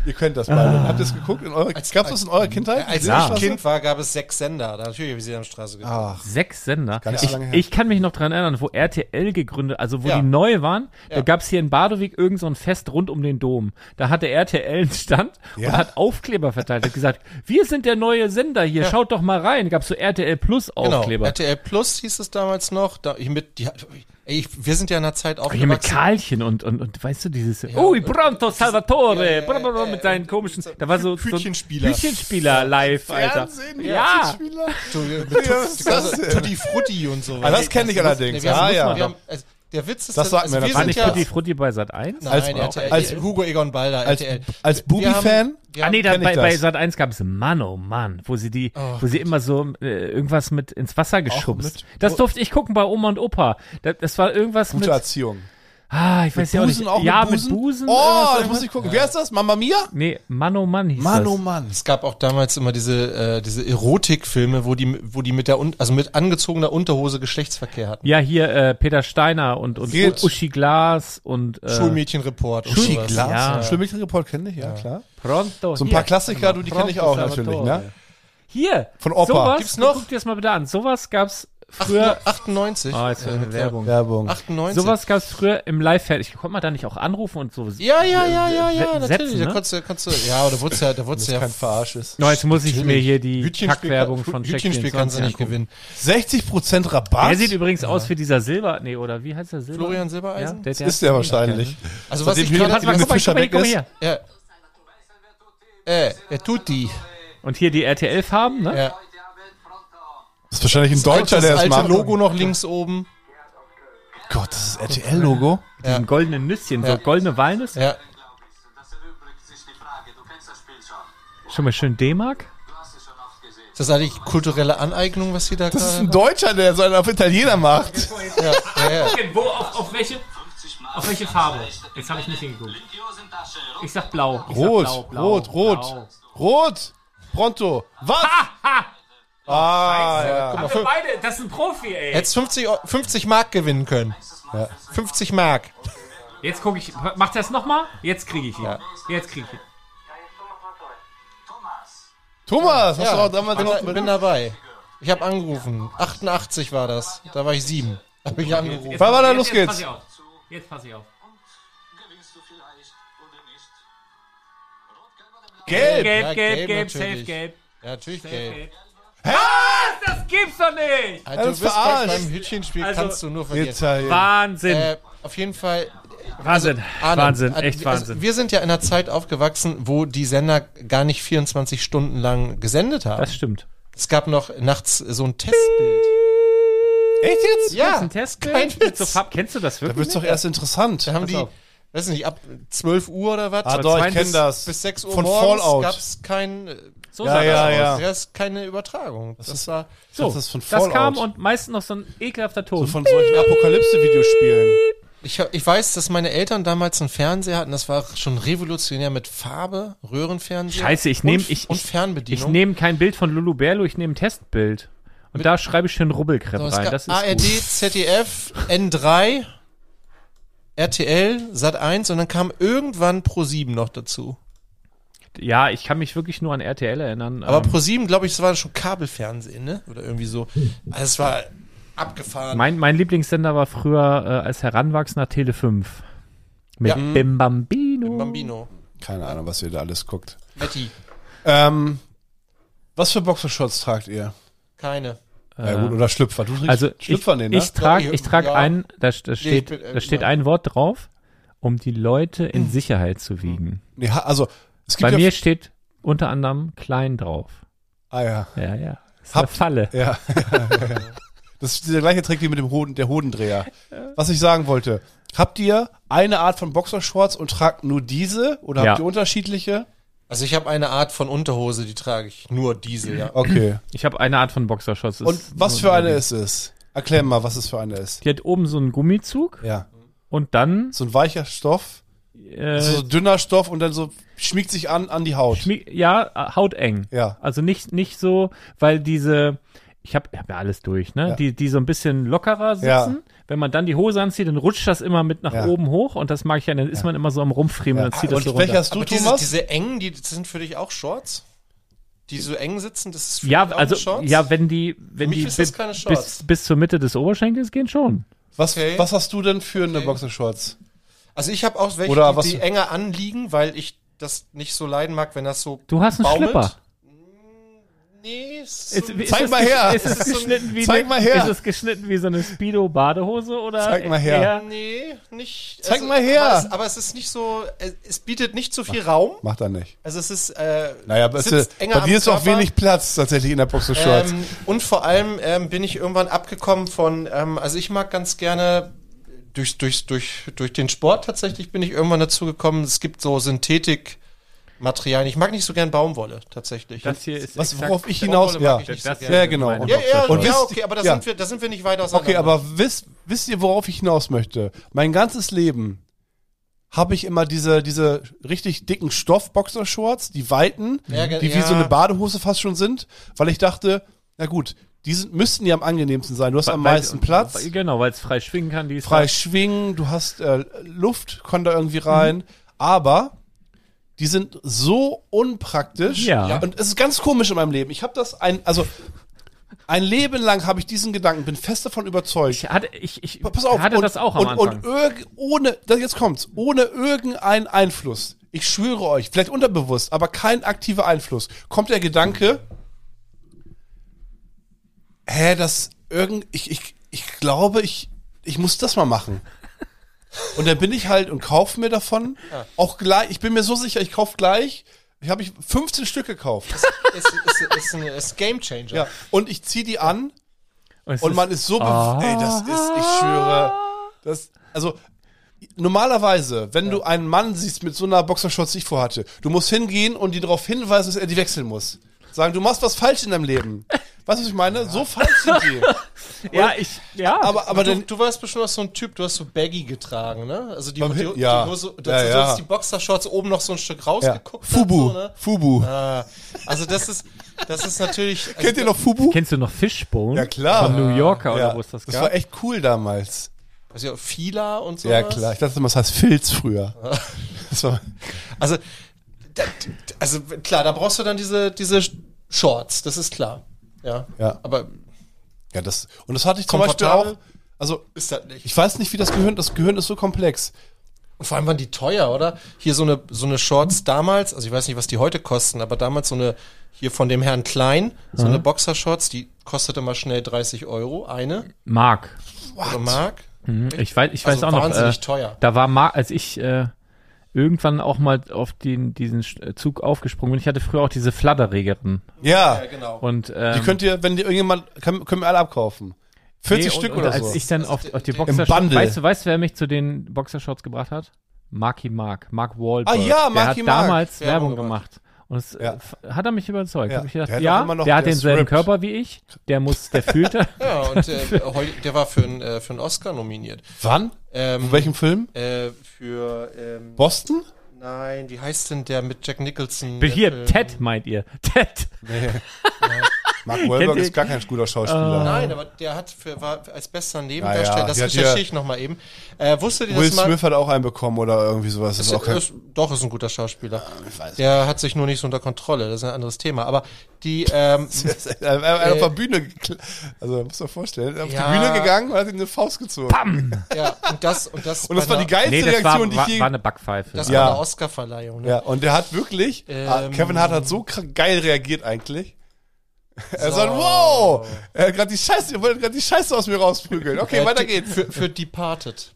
S4: Ihr könnt das beide.
S3: Ah.
S4: Habt ihr es geguckt? In eurer, gab's das in eurer Kindheit?
S5: Als
S4: Sesamstraße?
S5: ich Kind war, gab es sechs Sender. Da Natürlich habe ich sie am Straße geguckt.
S4: Ach,
S3: Sechs Sender.
S4: Gar nicht so
S3: ich,
S4: lange her.
S3: ich kann mich noch dran erinnern, wo RTL gegründet, also wo
S5: Ja.
S3: die neu waren, da
S5: Ja.
S3: gab's hier in Badowig irgend so ein Fest rund um den Dom. Da hatte RTL einen Stand und
S4: Ja.
S3: hat Aufkleber verteilt. Hat gesagt, wir sind der neue Sender hier, schaut doch mal rein. Gab's so RTL Plus
S5: Genau,
S3: Aufkleber.
S5: RTL Plus hieß es damals noch. Da, ich mit, die, ey, ich, wir sind ja in einer Zeit
S3: Hier mit
S5: aufgewachsen.
S3: Karlchen und, und, und weißt du, dieses Ui, pronto, Salvatore, bla, bla, bla, mit seinen komischen, da war so, so ein
S5: Hütchenspieler.
S3: Hütchenspieler live, Alter. Ja,
S5: Mit
S4: Ja, was ist das denn?
S5: also, Tutti Frutti und so.
S4: Ah, das kenn ich allerdings.
S5: wir
S4: Ah,
S5: haben-
S4: ja.
S5: wir haben- also, der Witz ist,
S4: Das sagt mir
S5: wir
S4: natürlich.
S3: war
S5: sind
S3: nicht
S5: ja,
S3: Frutti Frutti bei Sat Ah, 1?
S5: Nein,
S4: Als-
S5: RTL,
S4: als-
S5: Hugo Egon Balder,
S4: als,
S5: RTL.
S4: als
S5: Wir haben-
S4: Bubi-Fan?
S5: wir
S3: Ah
S5: haben-
S3: nee, da,
S4: kenn ich
S3: bei,
S4: das.
S3: bei Sat 1 gab's Mann, oh Mann, wo sie die, wo sie immer so äh, irgendwas mit ins Wasser geschubst. Das durfte ich gucken bei Oma und Opa. Das, das war irgendwas
S4: Gute
S3: mit,
S4: Erziehung.
S3: ah, ich weiß ja auch nicht, ja, mit Busen.
S4: Oh,
S3: irgendwas-
S4: das muss ich gucken. Wer ist das? Mama Mia?
S3: nee, Mann, oh Mann hieß
S4: Mann,
S3: das.
S4: oh Mann.
S5: Es gab auch damals immer diese, äh, diese Erotikfilme, wo die, wo die mit der, un- also mit angezogener Unterhose Geschlechtsverkehr hatten.
S3: Ja, hier äh, Peter Steiner und, und
S4: Geht.
S3: U- Uschi Glas und äh,
S5: Schulmädchenreport. und
S4: Uschi
S5: sowas.
S4: Glas.
S3: Ja.
S4: Ja. Schlimmlichtenreport kenne ich, ja, klar.
S3: Pronto.
S4: So ein
S3: hier.
S4: paar Klassiker, du, die kenne ich auch natürlich, ne?
S3: Hier.
S4: Von Opa.
S3: Sowas,
S5: Gibt's noch?
S3: Guck dir das mal bitte an. Sowas gab's früher.
S5: 98.
S3: Ah, jetzt eine Werbung.
S4: Werbung.
S5: 98.
S3: Sowas gab's früher im Live-Fernsehen. Konnte man da nicht auch anrufen und so.
S5: Ja, ja, ja, ja,
S3: Setzen,
S5: ja, natürlich.
S3: ne?
S5: Da konntest du, konntest du, ja, da wurdest du ja, da wurdest du ja.
S4: Kein Versches.
S3: No, jetzt muss ich mir hier die
S5: Hütchenspiel-
S3: Kackwerbung von Check
S5: Hütchenspiel kannst du nicht gewinnen.
S4: 60% Rabatt?
S3: Der sieht übrigens aus wie dieser Silber. Nee, oder wie heißt der Silber?
S5: Florian
S3: ja,
S5: Silbereisen?
S3: der, der,
S4: Ist der wahrscheinlich.
S5: also was
S4: Seitdem
S5: ich
S4: Hühner-
S3: Warte
S5: gerade
S3: mal,
S4: Mit
S3: guck mal,
S4: Fischer
S3: guck mal,
S4: weg
S3: guck mal
S4: ist?
S3: hier.
S5: Ja. Äh, der Tutti.
S3: Und hier die RTL-Farben, ne?
S5: Ja.
S4: Das ist wahrscheinlich ein Deutscher,
S5: das
S4: der das
S5: alte
S4: macht.
S5: Logo noch links oben.
S4: Gott, das ist RTL-Logo.
S3: Ja. Diesen goldenen Nüsschen, so
S5: Ja.
S3: goldene Walnüsse.
S5: Ja.
S6: Das erübrigt sich die Frage. Du kennst das Spiel schon.
S3: Schon mal schön D-Mark.
S6: Du hast es schon oft gesehen.
S5: Ist das eigentlich kulturelle Aneignung, was sie da
S4: Das ist ein
S5: gerade...
S4: Deutscher, der so einen auf Italiener macht.
S3: Wo, auf, auf welche?
S6: 50 Mal.
S3: Auf welche Farbe? Jetzt habe ich nicht hingeguckt.
S6: Linke Hosentasche. Rot.
S3: Ich sag blau. Ich
S4: Rot,
S3: sag blau, blau,
S4: rot,
S3: blau.
S4: rot, rot. Pronto. Was? Ah, ja.
S3: Aber wir beide, das ist ein Profi, ey.
S5: Hättest 50, Eu- 50 Mark gewinnen können. 50 Mark.
S3: Jetzt gucke ich, mach das nochmal. Jetzt kriege ich ihn. Jetzt kriege ich ihn.
S5: Oh.
S6: Thomas.
S4: Thomas, hast du
S5: Ja,
S4: auch
S5: ich bin,
S4: damals
S5: da, bin
S4: noch...
S5: dabei. Ich habe angerufen. 88 war das. Da war ich sieben. Habe ich angerufen.
S4: Fahr mal da,
S3: jetzt,
S4: los
S3: jetzt
S4: geht's.
S3: Pass ich auf. Jetzt pass ich auf.
S6: Gewinnst du vielleicht oder nicht? Rot, gelb oder blau?
S4: Gelb.
S3: Gelb,
S5: Ja,
S3: gelb,
S5: gelb
S3: gelb,
S5: natürlich.
S3: safe, gelb.
S5: Ja, natürlich
S3: Gelb.
S5: gelb.
S3: Was? Das gibt's doch nicht!
S5: Also,
S4: Alles
S5: du bist bei,
S4: verarscht.
S5: beim Hütchenspiel
S3: Also-
S5: kannst du nur verlieren.
S4: Italien.
S3: Wahnsinn.
S5: Äh, auf jeden Fall.
S3: Wahnsinn.
S5: also, Arne,
S3: Wahnsinn.
S5: äh,
S3: Echt
S5: also
S3: Wahnsinn.
S5: wir sind ja in einer Zeit aufgewachsen, wo die Sender gar nicht 24 Stunden lang gesendet haben.
S3: das stimmt.
S5: Es gab noch nachts so ein Testbild.
S4: Echt jetzt?
S5: Ja,
S3: Ein Testbild?
S5: kein
S3: Mit so
S5: Witz.
S3: Farb- Kennst du das
S4: Da
S3: wirklich?
S4: wird's doch erst interessant.
S5: Da haben
S4: Pass
S5: die,
S4: auf.
S5: weiß nicht, ab 12 Uhr oder was?
S4: Ah,
S5: Von
S4: doch, ich
S5: zwei
S4: kenn
S5: bis-
S4: das.
S5: Bis 6 Uhr
S4: Von
S5: morgens
S4: Fallout.
S5: gab's kein, äh,
S3: so
S4: Ja,
S3: sah das
S4: ja,
S3: aus.
S4: ja.
S5: da ist keine Übertragung. Das,
S4: ist-
S5: war,
S3: So,
S4: Das ist von
S3: das
S4: Fallout.
S3: kam und meistens noch so ein ekelhafter Ton.
S4: Von solchen Apokalypse-Videospielen.
S5: ich, hab- ich weiß, dass meine Eltern damals einen Fernseher hatten, das war schon revolutionär mit Farbe, Röhrenfernseher.
S3: Scheiße, ich nehme
S5: und,
S3: ich,
S5: und
S3: ich, ich
S5: Fernbedienung.
S3: nehme kein Bild von Lulu Berlo, ich nehme ein Testbild. Und da schreibe ich schön Rubbelkrepp
S5: So, es
S3: rein.
S5: gab
S3: Das ist
S5: ARD,
S3: gut.
S5: ZDF, N3, RTL, Sat1 und dann kam irgendwann Pro7 noch dazu.
S3: Ja, ich kann mich wirklich nur an RTL erinnern.
S5: Aber
S3: Ähm,
S5: Pro7, glaube ich, es war schon Kabelfernsehen, ne? Oder irgendwie so. Also es war abgefahren.
S3: mein, mein Lieblingssender war früher äh, als Heranwachsender Tele 5. Mit
S5: Ja.
S3: Bim Bambino.
S5: Bambino.
S4: Keine Ahnung, was ihr da alles guckt.
S5: Matti,
S4: Ähm, was für Boxershorts tragt ihr?
S5: keine.
S4: ja, gut, oder Schlüpfer. Du trägst
S3: Also ich,
S4: Schlüpfer, nee, ne?
S3: ich trage
S5: Ja,
S3: ich trag
S5: ja.
S3: ein, da, da steht,
S5: bin, äh,
S3: da steht
S5: nein.
S3: ein Wort drauf, um die Leute in Sicherheit zu wiegen.
S4: nee, ha- also, es gibt
S3: Bei
S4: ja
S3: mir steht unter anderem klein drauf.
S4: Ah, ja.
S3: Ja, ja. Das ist
S4: Habt-
S3: eine Falle.
S4: Ja. das ist der gleiche Trick wie mit dem Hoden, der Hodendreher. Was ich sagen wollte, habt ihr eine Art von Boxershorts und tragt nur diese oder
S3: Ja.
S4: habt ihr unterschiedliche?
S5: Also ich habe eine Art von Unterhose, die trage ich nur diese, ja.
S4: Okay.
S3: Ich habe eine Art von Boxershorts. das
S4: Und
S3: ist
S4: was
S3: so-
S4: für eine ist es? Erklär mal, was es für eine ist.
S3: Die hat oben so einen Gummizug
S4: Ja.
S3: und dann
S4: So ein weicher Stoff,
S3: äh,
S4: so dünner Stoff und dann so schmiegt sich an an die Haut.
S3: schmie- ja, äh, hauteng.
S4: ja.
S3: Also nicht, nicht so, weil diese, ich habe hab ja alles durch, ne?
S4: Ja.
S3: Die, die so ein bisschen lockerer sitzen.
S4: Ja.
S3: Wenn man dann die Hose anzieht, dann rutscht das immer mit nach
S4: Ja.
S3: oben hoch und das mag ich ja, dann ist man immer so am Rumfriemen und dann zieht das
S4: Und
S3: so
S4: welcher
S3: runter.
S4: hast du,
S5: Aber diese,
S4: Thomas?
S5: diese engen, die das sind für dich auch Shorts? Die so eng sitzen, das ist für
S3: Ja,
S5: dich auch eine
S3: also
S5: Shorts?
S3: ja, wenn die, wenn
S5: mich
S3: die
S5: ist das
S3: bi-
S5: keine Shorts.
S3: bis, bis zur Mitte des Oberschenkels gehen schon.
S4: was,
S5: Okay.
S4: was hast du denn für eine Boxershorts?
S5: Also ich habe auch welche,
S4: Oder
S5: die,
S4: was-
S5: die enger anliegen, weil ich das nicht so leiden mag, wenn das so.
S3: Du hast einen
S5: baumelt.
S3: Schlipper.
S5: Nee, ist so,
S3: Ist- wie- ist
S4: Zeig
S3: es
S4: mal
S3: gesch-
S4: her.
S3: Ist es geschnitten wie
S4: Zeig
S3: eine,
S4: mal her.
S3: Ist es geschnitten wie so eine Speedo Badehose oder?
S4: Zeig mal her.
S3: eher-
S5: nee, nicht. Also,
S4: Zeig mal her.
S5: Aber es, aber es ist nicht so, es, es bietet nicht so viel Raum.
S4: Macht er nicht.
S5: Also es ist äh,
S4: Naja, aber es
S5: sitzt
S4: ist,
S5: enger
S4: bei dir
S5: am
S4: ist auch
S5: Körper.
S4: wenig Platz tatsächlich in der Boxershorts.
S5: Ähm, und vor allem ähm, bin ich irgendwann abgekommen von, ähm, also ich mag ganz gerne durch, durch, durch, durch den Sport tatsächlich bin ich irgendwann dazu gekommen, es gibt so Synthetikmaterialien. Ich mag nicht so gern Baumwolle tatsächlich.
S3: Das hier ist
S4: was,
S3: exakt-
S4: worauf ich hinaus,
S5: Baumwolle
S4: ja.
S5: mag ich nicht so
S3: Das-
S5: gerne.
S4: Ja, genau.
S3: meine
S5: Ja, ja,
S4: Und
S5: ja,
S4: wisst-
S5: okay, aber da,
S4: ja.
S5: Sind wir, da sind wir nicht weit auseinander.
S4: Okay, aber wisst, wisst ihr, worauf ich hinaus möchte? Mein ganzes Leben habe ich immer diese, diese richtig dicken Stoff-Boxershorts, die weiten,
S5: Ja, ge-
S4: die wie
S5: ja.
S4: so eine Badehose fast schon sind, weil ich dachte, na gut, die sind, müssten ja am angenehmsten sein. Du hast am
S3: Weil-
S4: meisten Platz,
S3: Genau, weil es frei schwingen kann. Die ist
S4: frei
S3: da-
S4: schwingen, du hast äh, Luft, kann da irgendwie rein,
S3: Mhm.
S4: aber die sind so unpraktisch.
S3: Ja.
S4: Und es ist ganz komisch in meinem Leben. Ich habe das ein, also ein Leben lang habe ich diesen Gedanken, bin fest davon überzeugt.
S3: Ich hatte, ich, ich
S4: Pass auf,
S3: hatte
S4: und,
S3: das auch am
S4: und,
S3: Anfang.
S4: Und irg ohne, das jetzt kommt's, ohne irgendeinen Einfluss. Ich schwöre euch, vielleicht unterbewusst, aber kein aktiver Einfluss. Kommt der Gedanke, hä, das irgend, ich, ich, ich glaube, ich, ich muss das mal machen. Und dann bin ich halt und kaufe mir davon auch gleich, ich bin mir so sicher, ich kaufe gleich, ich habe ich 15 Stück gekauft.
S5: ist, ist, ist ein ist Game Changer.
S4: ja. Und ich ziehe die an
S3: es
S4: und
S3: ist- Ah.
S4: man ist so bew- Ey, das ist, ich schwöre. Das, also, normalerweise, wenn du einen Mann siehst mit so einer Boxershorts, die ich vorhatte, du musst hingehen und die darauf hinweisen, dass er die wechseln muss. Sagen, du machst was falsch in deinem Leben. Weißt du, was ich meine? So falsch sind die.
S3: ja, ich, ja.
S4: Aber, aber
S5: du,
S4: dann,
S5: du warst bestimmt auch so ein Typ, du hast so Baggy getragen, ne? Also die,
S4: Beim
S5: die,
S4: Hi- ja.
S5: die Hose, dazu
S4: Ja, ja.
S5: so, dass die Boxershorts oben noch so ein Stück
S4: ja.
S5: rausgeguckt hat,
S4: Fubu.
S5: So, ne?
S4: Fubu.
S5: Ah, also das ist, das ist natürlich. Also
S4: Kennt ihr noch Fubu?
S3: Kennst du noch Fishbone?
S4: Ja, klar.
S3: Vom New Yorker oder wo es das
S4: das
S3: gab?
S4: war echt cool damals.
S5: Also Fila und so.
S4: Ja, klar. Ich dachte immer, es heißt Filz früher. Das war,
S5: Also, da, also klar, da brauchst du dann diese, diese Shorts, das ist klar. Ja.
S4: Ja.
S5: Aber
S4: ja, das, und das hatte ich zum Beispiel
S5: Komfortabel?
S4: auch. Also,
S5: ist das nicht.
S4: ich weiß nicht, wie das Gehirn, das Gehirn ist so komplex.
S5: Und vor allem waren die teuer, oder? Hier so eine, so eine Shorts damals, also ich weiß nicht, was die heute kosten, aber damals so eine, hier von dem Herrn Klein, so
S3: Mhm.
S5: eine Boxershorts, die kostete mal schnell 30 Euro, eine,
S3: Mark.
S5: oder Mark.
S3: Mhm. Ich weiß, ich weiß
S5: Also
S3: auch noch.
S5: wahnsinnig
S3: äh,
S5: teuer.
S3: Da war Mark, als ich äh, irgendwann auch mal auf den, diesen Sch- äh, Zug aufgesprungen bin. Ich hatte früher auch diese Flatterregerin.
S4: Ja.
S5: genau.
S3: Und ähm,
S4: Die könnt ihr, wenn die irgendjemand, können, können wir alle abkaufen. 40
S3: nee,
S4: Stück
S3: und, und
S4: oder
S3: als
S4: so.
S3: ich dann
S5: Also
S3: auf, auf die
S5: den- den-
S4: Im
S3: Boxershorts,
S4: Bundle.
S3: weißt du, weißt du, wer mich zu den Boxershorts gebracht hat? Marky Mark, Mark Wahlberg.
S4: Ah, ja,
S3: der hat
S4: Marky Mark.
S3: damals
S5: Werbung
S3: Werbung gemacht. Und es äh,
S4: Ja.
S3: f- hat er mich überzeugt.
S4: Ja.
S3: Hab ich gedacht,
S4: Der
S3: der
S4: hat auch
S3: ja,
S4: immer noch-
S3: der hat
S4: der ist
S3: denselben
S4: ripped.
S3: Körper wie ich. Der muss, der fühlte.
S5: Ja, und äh, heu- der war für einen äh, für einen Oscar nominiert.
S4: Wann? In
S5: Ähm,
S4: welchem Film?
S5: äh, für, ähm,
S4: Boston?
S5: nein,
S4: Äh,
S5: wie heißt denn der mit Jack Nicholson? Ähm,
S3: Hier,
S5: Der Film?
S3: Ted meint ihr. Ted.
S4: Mark Wahlberg
S3: Kennt ihr- Äh,
S4: ist gar kein guter Schauspieler.
S5: Nein, aber der hat für, war als bester
S4: Ja,
S5: Nebendarsteller,
S4: ja,
S5: das
S4: die hat
S5: recherchiere
S4: hier-
S5: ich nochmal eben. Äh, wusstet ihr
S4: Will
S5: das mal?
S4: Smith hat auch einen bekommen oder irgendwie sowas. Das
S5: Ist,
S4: ist auch kein,
S5: ist, doch, ist ein guter Schauspieler.
S4: Ah, ich weiß
S5: der hat sich nur nicht so unter Kontrolle, das ist ein anderes Thema. Aber die, ähm,
S4: Er hat auf der Bühne, gekl- also muss man vorstellen, auf
S5: Äh. Ja.
S4: die Bühne gegangen und hat ihm eine Faust gezogen.
S5: ja, und das, und das,
S4: Und das
S5: bei
S4: war die
S5: einer-
S4: geilste
S3: Nee, das war,
S4: Reaktion,
S3: war,
S4: die ich je.
S3: war eine Backpfeife.
S5: Das
S4: Ja.
S5: war eine Oscar-Verleihung. Ne?
S4: ja, und der hat wirklich, ah,
S5: Ähm.
S4: Kevin Hart hat so kr- geil reagiert eigentlich. Er
S5: So.
S4: sagt, wow, er hat gerade die Scheiße, ihr wollt gerade die Scheiße aus mir rausprügeln. Okay,
S5: Äh,
S4: weiter
S5: die-
S4: geht's.
S5: Für, für Departed.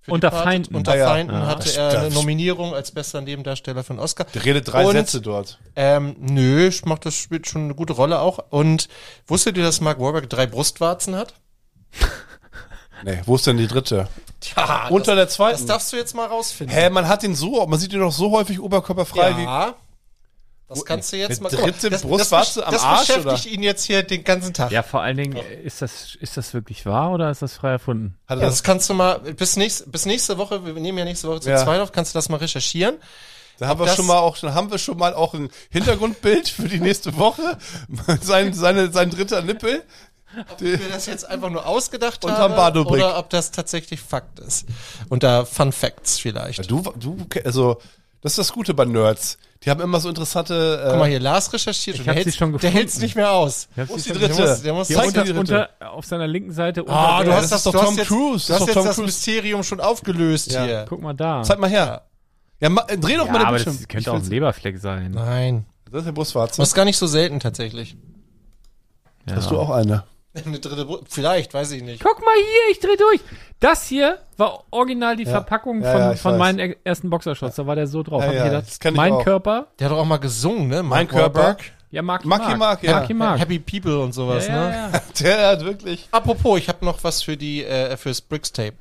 S5: Für
S3: Unter
S5: Departed,
S3: Feinden.
S5: Unter
S4: Ah, ja.
S5: Feinden
S4: Ja.
S5: hatte
S4: Das-
S5: er eine
S4: das-
S5: Nominierung als bester Nebendarsteller für einen Oscar.
S4: Der redet drei
S5: Und,
S4: Sätze dort.
S5: Ähm, nö, ich mach das spielt schon eine gute Rolle auch. Und wusstet ihr, dass Mark Wahlberg drei Brustwarzen hat?
S4: Nee, wo ist denn die dritte?
S5: Tja,
S4: Unter
S5: das,
S4: der zweiten.
S5: das darfst du jetzt mal rausfinden.
S4: Hä, man hat ihn so, man sieht ihn doch so häufig oberkörperfrei wie
S5: Ja. Das kannst du jetzt
S4: Eine
S5: mal guck mal,
S4: dritte
S5: das- das
S4: Brustwarze
S5: besch-
S4: am
S5: Das
S4: Arsch,
S5: beschäftigt ihn jetzt hier den ganzen Tag.
S3: ja, vor allen Dingen, äh, ist das, ist das wirklich wahr oder ist das frei erfunden?
S4: Hat er
S5: Ja,
S4: das,
S5: Also das kannst du mal bis, nächst, bis nächste Woche, wir nehmen ja nächste Woche zu
S4: Ja.
S5: zweit auf, kannst du das mal recherchieren.
S4: da haben wir
S5: das-
S4: schon mal auch schon, haben wir schon mal auch ein Hintergrundbild für die nächste Woche. sein, seine, sein dritter Nippel.
S5: ob mir das jetzt einfach nur ausgedacht
S4: Unterm
S5: habe
S4: Badobrik.
S5: oder ob das tatsächlich Fakt ist. Unter Fun Facts vielleicht.
S4: Ja, Du, du, also, das ist das Gute bei Nerds. Die haben immer so interessante. Äh,
S5: Guck mal hier, Lars recherchiert
S3: Ich
S5: der
S3: hab sie
S5: hält's-
S3: schon
S5: der
S3: gefunden.
S5: hält es nicht mehr aus.
S3: Ich hab sie
S4: die
S3: schon-
S4: dritte?
S5: Der muss, der muss
S3: Hier
S4: Zeig
S3: unter,
S4: die dritte.
S3: unter, auf seiner linken Seite. Unter
S5: Ah, du
S3: der-
S5: hast
S4: das
S5: das,
S4: ist doch
S5: du
S4: Tom
S5: hast jetzt,
S4: Cruise,
S5: Du
S4: das
S5: hast
S4: ist
S5: jetzt
S4: doch Tom
S5: das
S4: Cruise.
S5: Mysterium schon aufgelöst
S4: Ja.
S5: hier.
S3: Guck mal da.
S4: Zeig mal her. Ja, ma, äh, dreh doch
S3: ja,
S4: mal den
S3: aber
S4: Bildschirm.
S3: das könnte
S4: Ich
S3: auch ein
S4: will's-
S3: Leberfleck sein.
S5: Nein.
S4: Das ist der Brustwarze.
S5: Das ist gar nicht so selten tatsächlich.
S3: Ja.
S4: Hast du auch eine?
S5: Eine dritte Brust. Vielleicht, weiß ich nicht.
S3: Guck mal hier, ich dreh durch. Das hier war original die Verpackung
S4: Ja,
S3: von,
S4: ja, ich
S3: von
S4: weiß.
S3: meinen e- ersten Boxershorts. Da war der so drauf.
S4: Ja,
S3: Hab ich
S4: ja,
S3: gedacht,
S4: das kann ich
S3: mein
S4: auch.
S3: Körper.
S5: Der hat doch auch mal gesungen, ne?
S4: Mein
S5: Mark
S4: Körper.
S5: Wahlberg.
S3: Ja, Mark
S4: Marky Mark, ja.
S3: Marky Mark.
S5: Happy People und sowas,
S3: ja, ja,
S5: ne?
S3: ja.
S4: Der hat wirklich.
S5: Apropos, ich habe noch was für die äh, fürs Bricks Tape.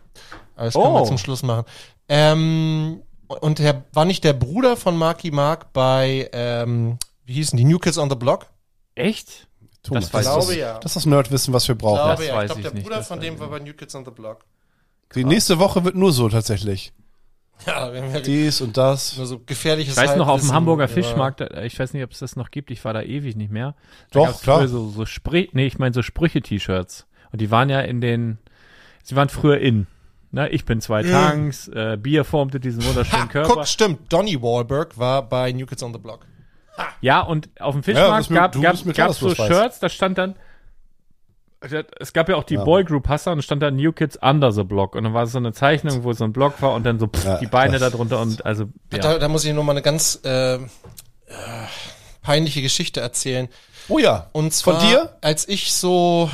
S5: Aber das können
S3: Oh.
S5: wir zum Schluss machen. Ähm, und der, war nicht der Bruder von Marky Mark bei ähm, wie hießen die New Kids on the Block?
S3: Echt?
S4: Thomas,
S3: weiß
S4: das, ist,
S5: ich. Ja.
S4: das ist das Nerdwissen, was wir brauchen.
S3: das weiß ich
S5: der
S3: nicht,
S5: Bruder
S3: das
S5: von
S3: weiß
S5: dem
S3: ich
S5: war bei New Kids on the Block.
S4: Die nächste Woche wird nur so tatsächlich.
S5: Ja, wir haben ja
S4: Dies und das.
S5: nur so gefährliches
S3: Ich weiß noch, auf dem
S5: Halbwissen
S3: Hamburger
S5: über-
S3: Fischmarkt, äh, ich weiß nicht, ob es das noch gibt, ich war da ewig nicht mehr. Da
S4: Doch,
S3: gab's
S4: klar.
S3: früher So, so Sprü nee, ich meine so Sprüche-T-Shirts. Und die waren ja in den, sie waren früher in. Ne, ich bin
S4: Mhm.
S3: zwei Tanks, äh, Bier formte diesen wunderschönen
S5: Ha,
S3: Körper.
S5: guck, stimmt. Donny Wahlberg war bei New Kids on the Block.
S3: Ja, und auf dem
S4: Ja,
S3: Fischmarkt
S4: das mir-
S3: gab
S4: du
S3: gab
S4: bist mir klar,
S3: gab
S4: dass
S3: so
S4: du das weißt.
S3: Shirts, da stand dann es gab ja auch die Boygroup Hasser und stand da New Kids Under the Block und dann war es so eine Zeichnung, wo so ein Block war und dann so pff,
S4: Ja,
S3: die Beine
S4: klar.
S3: da drunter und also ja.
S5: Da, da muss ich nur mal eine ganz äh, äh, peinliche Geschichte erzählen.
S4: Oh ja.
S5: Und zwar,
S4: Von dir?
S5: als ich so,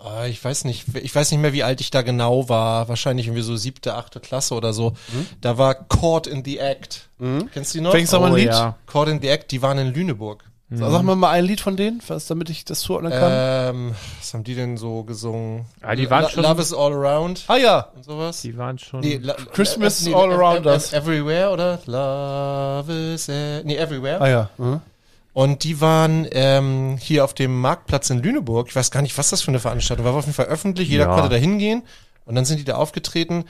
S5: ah, ich weiß nicht, ich weiß nicht mehr, wie alt ich da genau war, wahrscheinlich irgendwie so siebte, achte Klasse oder so,
S3: Mhm.
S5: da war Caught in the Act. Kennst du die noch?
S4: Fängst du mal ein
S3: Oh,
S4: Lied?
S3: ja.
S5: Caught in the Act, die waren in Lüneburg.
S4: Sag mal mal ein Lied von denen, was, damit ich das zuordnen kann.
S5: Ähm, was haben die denn so gesungen?
S3: Ah, die waren
S5: Lo-
S3: schon-
S5: Love is all around
S4: ah ja.
S5: und sowas.
S3: die waren schon
S5: Nee, la-
S4: Christmas
S5: äh, nee,
S4: all
S5: ev-
S4: around
S5: ev-
S4: us.
S5: Everywhere, oder? Love is... äh, Nee, everywhere.
S4: Ah ja. Mhm.
S5: Und die waren ähm, hier auf dem Marktplatz in Lüneburg. Ich weiß gar nicht, was das für eine Veranstaltung war. War auf jeden Fall öffentlich. Jeder
S3: Ja.
S5: konnte da hingehen. Und dann sind die da aufgetreten.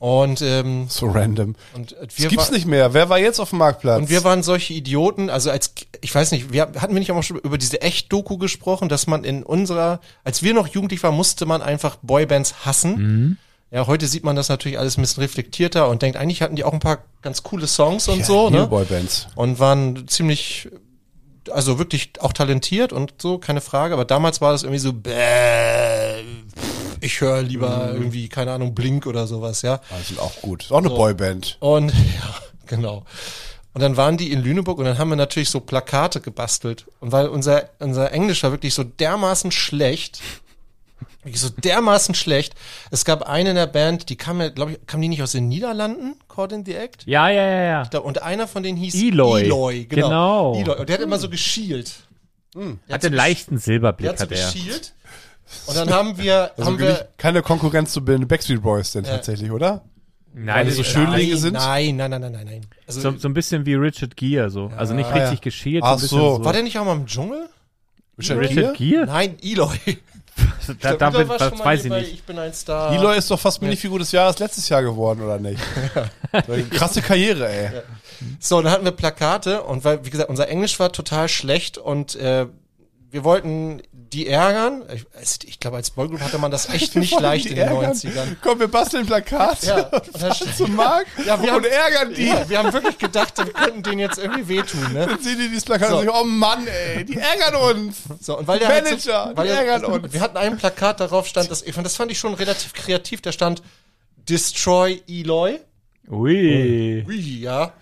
S5: Und, ähm,
S4: So random.
S5: und äh,
S4: Das
S5: wir
S4: gibt's
S5: wa-
S4: nicht mehr. Wer war jetzt auf dem Marktplatz?
S5: Und wir waren solche Idioten. Also als, ich weiß nicht, wir hatten wir nicht auch mal schon über diese Echt-Doku gesprochen, dass man in unserer, als wir noch jugendlich waren, musste man einfach Boybands hassen. Ja, heute sieht man das natürlich alles ein bisschen reflektierter und denkt, eigentlich hatten die auch ein paar ganz coole Songs und
S4: ja,
S5: so, ne?
S4: Boybands.
S5: und waren ziemlich, also wirklich auch talentiert und so, keine Frage. Aber damals war das irgendwie so, bäh, ich höre lieber irgendwie, keine Ahnung, Blink oder sowas, ja.
S4: Ah, die sind auch gut. Ist auch eine Boyband.
S5: Und ja, genau. Und dann waren die in Lüneburg und dann haben wir natürlich so Plakate gebastelt. Und weil unser, unser Englisch war wirklich so dermaßen schlecht, wirklich so dermaßen schlecht. Es gab eine in der Band, die kam ja, glaube ich, kam die nicht aus den Niederlanden, Caught in the Act?
S3: Ja, ja, ja, ja.
S5: Da- Und einer von denen hieß
S3: Eloy.
S5: genau.
S3: Genau.
S5: Eloy. Und der hat immer so geschielt.
S3: Hat einen leichten
S5: Der
S3: Silberblick
S5: hat so
S3: hat er.
S5: geschielt. Und dann haben wir,
S4: Also
S5: haben wir
S4: nicht- keine Konkurrenz zu den Backstreet Boys denn tatsächlich, oder?
S3: Nein,
S4: die so schön
S5: nein,
S4: Schönlinge sind?
S5: Nein, nein, nein, nein, nein, nein. Also,
S3: Also so, so ein bisschen wie Richard Gere so, also nicht
S4: ja.
S3: richtig geschielt,
S4: Ach
S3: so ein bisschen
S4: so.
S3: so.
S5: war der nicht auch mal im Dschungel?
S4: Richard
S3: Richard
S4: Gere?
S3: Gere? Also
S5: Nein, Eloy.
S3: Da, da
S5: Eloy
S3: bin,
S5: war schon
S3: das
S5: mal
S3: weiß ich
S5: hier bei
S3: nicht.
S5: Ich bin ein Star.
S4: Eloy ist doch fast Minifigur des Jahres letztes Jahr geworden, oder nicht? Krasse Karriere, ey.
S5: So, dann hatten wir Plakate und weil, wie gesagt, unser Englisch war total schlecht und äh, wir wollten die ärgern. Ich, es- ich glaube, als Boygroup hatte man das echt nicht
S4: wollen
S5: leicht
S4: die
S5: in den
S4: ärgern.
S5: 90ern.
S4: Komm, wir basteln Plakate
S5: Ja,
S4: und
S5: und da
S4: fahren zum Markt
S5: Ja, wir
S4: und
S5: haben-
S4: ärgern die.
S5: Ja, wir haben wirklich gedacht, wir könnten denen jetzt irgendwie wehtun. Ne?
S4: Dann sehen die dieses Plakat
S5: So.
S4: und sagen, oh Mann, ey, die ärgern uns.
S5: So, und weil der
S4: Manager,
S5: halt so, weil
S4: die
S5: der,
S4: ärgern uns.
S5: Wir hatten ein Plakat, darauf stand, das, ich fand, das fand ich schon relativ kreativ, da stand Destroy Eloy.
S3: Ui.
S5: Ui, ja.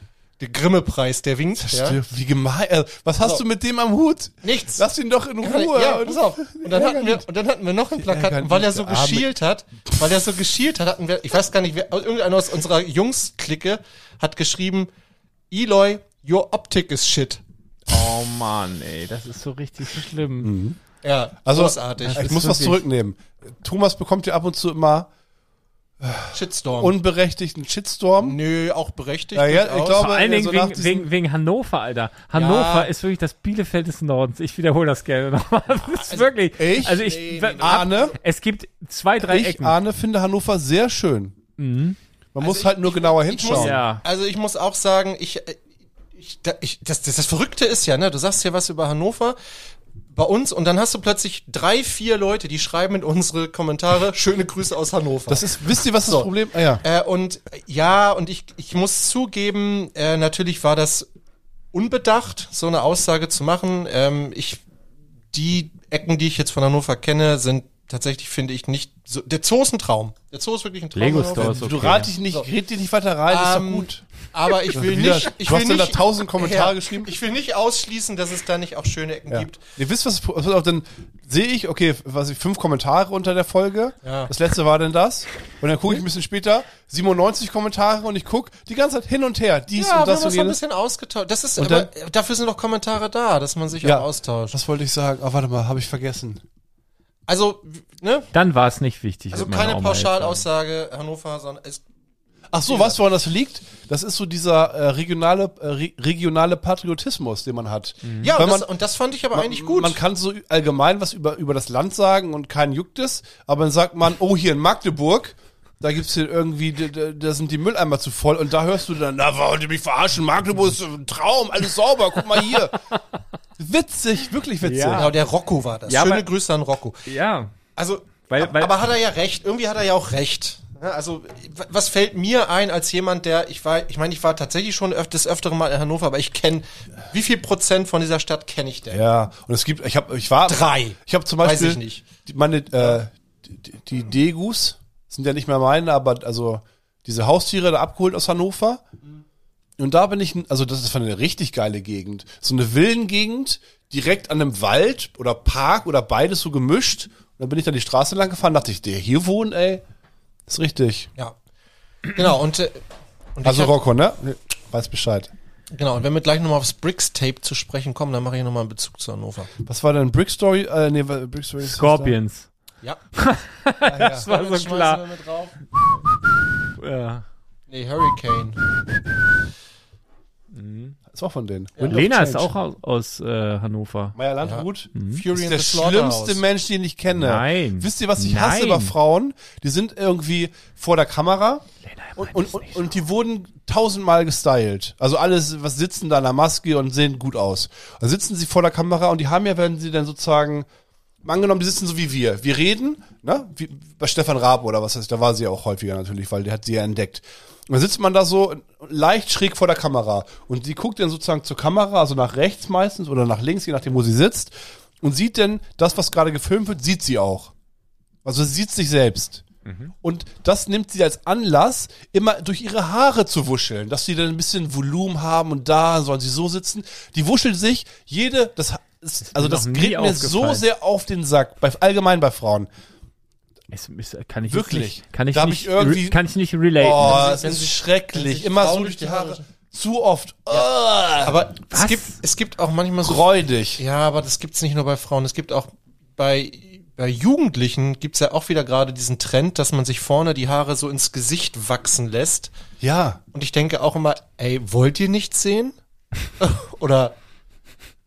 S5: Der Grimme-Preis, der winkt. Ja.
S4: Stimmt, Wie gemein. äh, Was hast
S5: So.
S4: du mit dem am Hut?
S5: Nichts.
S4: Lass ihn doch in Ruhe.
S5: Ja,
S4: Und-
S5: pass auf. Und dann, hatten wir, und dann hatten wir noch ein Plakat,
S4: ärgern
S5: und weil er
S4: diese
S5: so
S4: arme-
S5: geschielt hat, weil er so geschielt hat, hatten wir, ich weiß gar nicht, wer, irgendeiner aus unserer Jungs-Clique hat geschrieben, Eloy, your Optik is shit.
S3: Oh Mann, ey, das ist so richtig schlimm.
S5: Ja,
S4: Also,
S5: großartig.
S4: Ich muss was
S3: wirklich-
S4: zurücknehmen. Thomas bekommt ja ab und zu immer
S5: Shitstorm.
S4: unberechtigten Shitstorm.
S5: Nö, auch berechtigt.
S4: Ja, ja, ich
S5: durchaus.
S4: glaube-
S3: Vor allen
S4: äh,
S3: Dingen
S4: so nach
S3: wegen,
S4: diesen-
S3: wegen, wegen Hannover, Alter. Hannover
S5: Ja.
S3: ist wirklich das Bielefeld des Nordens. Ich wiederhole das gerne nochmal. Das ist wirklich.
S4: ich?
S3: Also ich,
S5: Nee, nee,
S3: wa-
S5: nee.
S3: hab-
S4: Arne,
S3: es gibt zwei, drei
S4: Ah, ich, Ah.
S3: Ecken. Mhm.
S4: Arne, finde Hannover sehr schön. Man muss
S5: Also ich-
S4: halt nur genauer
S5: Ich
S4: hinschauen.
S5: muss,
S3: Ja.
S5: Also ich muss auch sagen, ich, äh, ich, da, ich das, das, das Verrückte ist ja, ne, du sagst hier was über Hannover bei uns und dann hast du plötzlich drei, vier Leute, die schreiben in unsere Kommentare schöne Grüße aus Hannover.
S4: Das ist, wisst ihr, was das Problem ah, ja.
S5: äh, und äh, ja, und ich, ich muss zugeben, äh, natürlich war das unbedacht, so eine Aussage zu machen. Ähm, ich, die Ecken, die ich jetzt von Hannover kenne, sind tatsächlich, finde ich, nicht so. Der Zoo ist ein Traum. Der Zoo ist wirklich ein Traum.
S3: Lego
S5: Hannover.
S3: Store ist okay.
S4: Du rate dich nicht, red dich nicht weiter rein, ist
S5: Ähm,
S4: doch gut.
S5: Aber ich will
S4: Wieder-
S5: nicht. Ich
S4: du
S5: will
S4: hast ja
S5: nicht,
S4: da tausend Kommentare
S5: Ja,
S4: geschrieben.
S5: Ich will nicht ausschließen, dass es da nicht auch schöne Ecken
S4: Ja.
S5: gibt.
S4: Ihr wisst, was, was auch, dann sehe ich, okay, was ich, fünf Kommentare unter der Folge.
S5: Ja.
S4: Das letzte war denn das. Und dann gucke ich ein bisschen später, 97 Kommentare und ich gucke die ganze Zeit hin und her, dies und
S5: Ja, wir haben
S4: das und
S5: uns ein
S4: jenes.
S5: bisschen ausgetauscht. Das ist,
S4: Und
S5: aber dafür sind auch Kommentare da, dass man sich
S4: Ja.
S5: auch austauscht.
S4: Was wollte ich sagen? Ah, warte mal, habe ich vergessen.
S5: Also, w- ne?
S3: Dann war es nicht wichtig.
S5: Also
S3: wird meine
S5: keine
S3: Oma jetzt sagen.
S5: Pauschalaussage, Hannover, sondern es,
S4: Ach so, weißt du, woran das liegt? Das ist so dieser äh, regionale, äh, re regionale Patriotismus, den man hat.
S5: ja,
S4: Weil
S5: und das,
S4: man-
S5: und das fand ich aber eigentlich gut.
S4: Gut. Man kann so allgemein was über, über das Land sagen und keinen juckt es, aber dann sagt man, oh, hier in Magdeburg, da gibt's hier irgendwie, da- da, da sind die Mülleimer zu voll und da hörst du dann, na, wollt ihr mich verarschen? Magdeburg ist ein Traum, alles sauber, guck mal hier. witzig, wirklich witzig.
S5: genau, der Rocco war das.
S3: Ja,
S5: Schöne
S3: aber-
S5: Grüße an Rocco.
S3: Ja.
S5: Also,
S3: Weil-
S5: ab-
S3: weil-
S5: aber hat er ja recht. Irgendwie hat er ja auch recht. Ja, also, w- was fällt mir ein als jemand, der, ich war, ich meine, ich war tatsächlich schon öf des öfteren Mal in Hannover, aber ich kenne, wie viel Prozent von dieser Stadt kenne ich denn?
S4: Ja, und es gibt, ich habe, ich war
S5: Drei.
S4: Ich habe zum
S5: Weiß
S4: Beispiel
S5: ich nicht.
S4: Die, meine äh, die, die Degus sind ja nicht mehr meine, aber also diese Haustiere da abgeholt aus Hannover. Und da bin ich, also das ist von eine richtig geile Gegend. So eine Villengegend, direkt an einem Wald oder Park oder beides so gemischt. Und dann bin ich da die Straße lang gefahren, dachte ich, der hier wohnt, ey. Ist richtig.
S5: Ja. Genau, und, äh, und
S4: Also
S5: ich hab,
S4: Rocco, ne? Weiß Bescheid.
S5: genau, und wenn wir gleich nochmal aufs Bricks-Tape zu sprechen kommen, dann mache ich nochmal einen Bezug zu Hannover.
S4: Was war denn Brick Story? Äh, nee, wa- Brick Story ist-
S3: Scorpions.
S5: Ja,
S3: Das war so klar.
S5: mit drauf.
S3: Ja.
S5: Nee, Hurricane.
S4: Ist auch von denen. Wind of
S3: Lena ist
S4: Change.
S3: auch aus, aus äh, Hannover.
S4: Meyer Landrut.
S5: Fury
S4: ist
S5: in
S4: der
S5: the Slaughterhouse.
S4: schlimmste Mensch, den ich kenne.
S3: Nein.
S4: Wisst ihr, was ich
S3: Nein.
S4: hasse über Frauen? Die sind irgendwie vor der Kamera und,
S3: meint
S4: und,
S3: es
S4: und, und die wurden tausendmal gestylt. Also alles, was sitzen da an der Maske und sehen gut aus. Dann sitzen sie vor der Kamera und die haben ja, wenn sie dann sozusagen, mal angenommen, die sitzen so wie wir. Wir reden, ne? Wie bei Stefan Raab oder was heißt, da war sie ja auch häufiger natürlich, weil der hat sie ja entdeckt. Und dann sitzt man da so leicht schräg vor der Kamera und die guckt dann sozusagen zur Kamera, also nach rechts meistens oder nach links, je nachdem, wo sie sitzt und sieht denn das, was gerade gefilmt wird, sieht sie auch. Also sie sieht sich selbst. Und das nimmt sie als Anlass, immer durch ihre Haare zu wuscheln, dass sie dann ein bisschen Volumen haben und da sollen sie so sitzen. Die wuschelt sich jede, das ha- ist, also
S3: mir
S4: das
S3: noch
S4: geht
S3: nie
S4: mir so
S3: aufgefallen.
S4: sehr auf den Sack, bei, allgemein bei Frauen.
S3: Es, es, kann ich
S4: Wirklich?
S3: Nicht, kann ich
S4: Da hab
S3: nicht,
S4: ich irgendwie-
S3: re- kann ich nicht ne? relate.
S4: Oh,
S5: wenn
S4: es
S5: sie- wenn
S4: ist
S5: sie- wenn
S4: schrecklich.
S5: sie
S4: Immer so
S5: Frauen
S4: durch die
S5: durch die
S4: Haare.
S5: Haare-
S4: Zu oft. Ah,
S5: Aber
S3: Was?
S5: es gibt, es gibt auch manchmal so
S4: Räudig.
S5: Ja, aber das gibt's nicht nur bei Frauen, es gibt auch bei, bei Jugendlichen gibt's ja auch wieder gerade diesen Trend, dass man sich vorne die Haare so ins Gesicht wachsen lässt.
S4: Ja.
S5: Und ich denke auch immer, ey, wollt ihr nichts sehen? Oder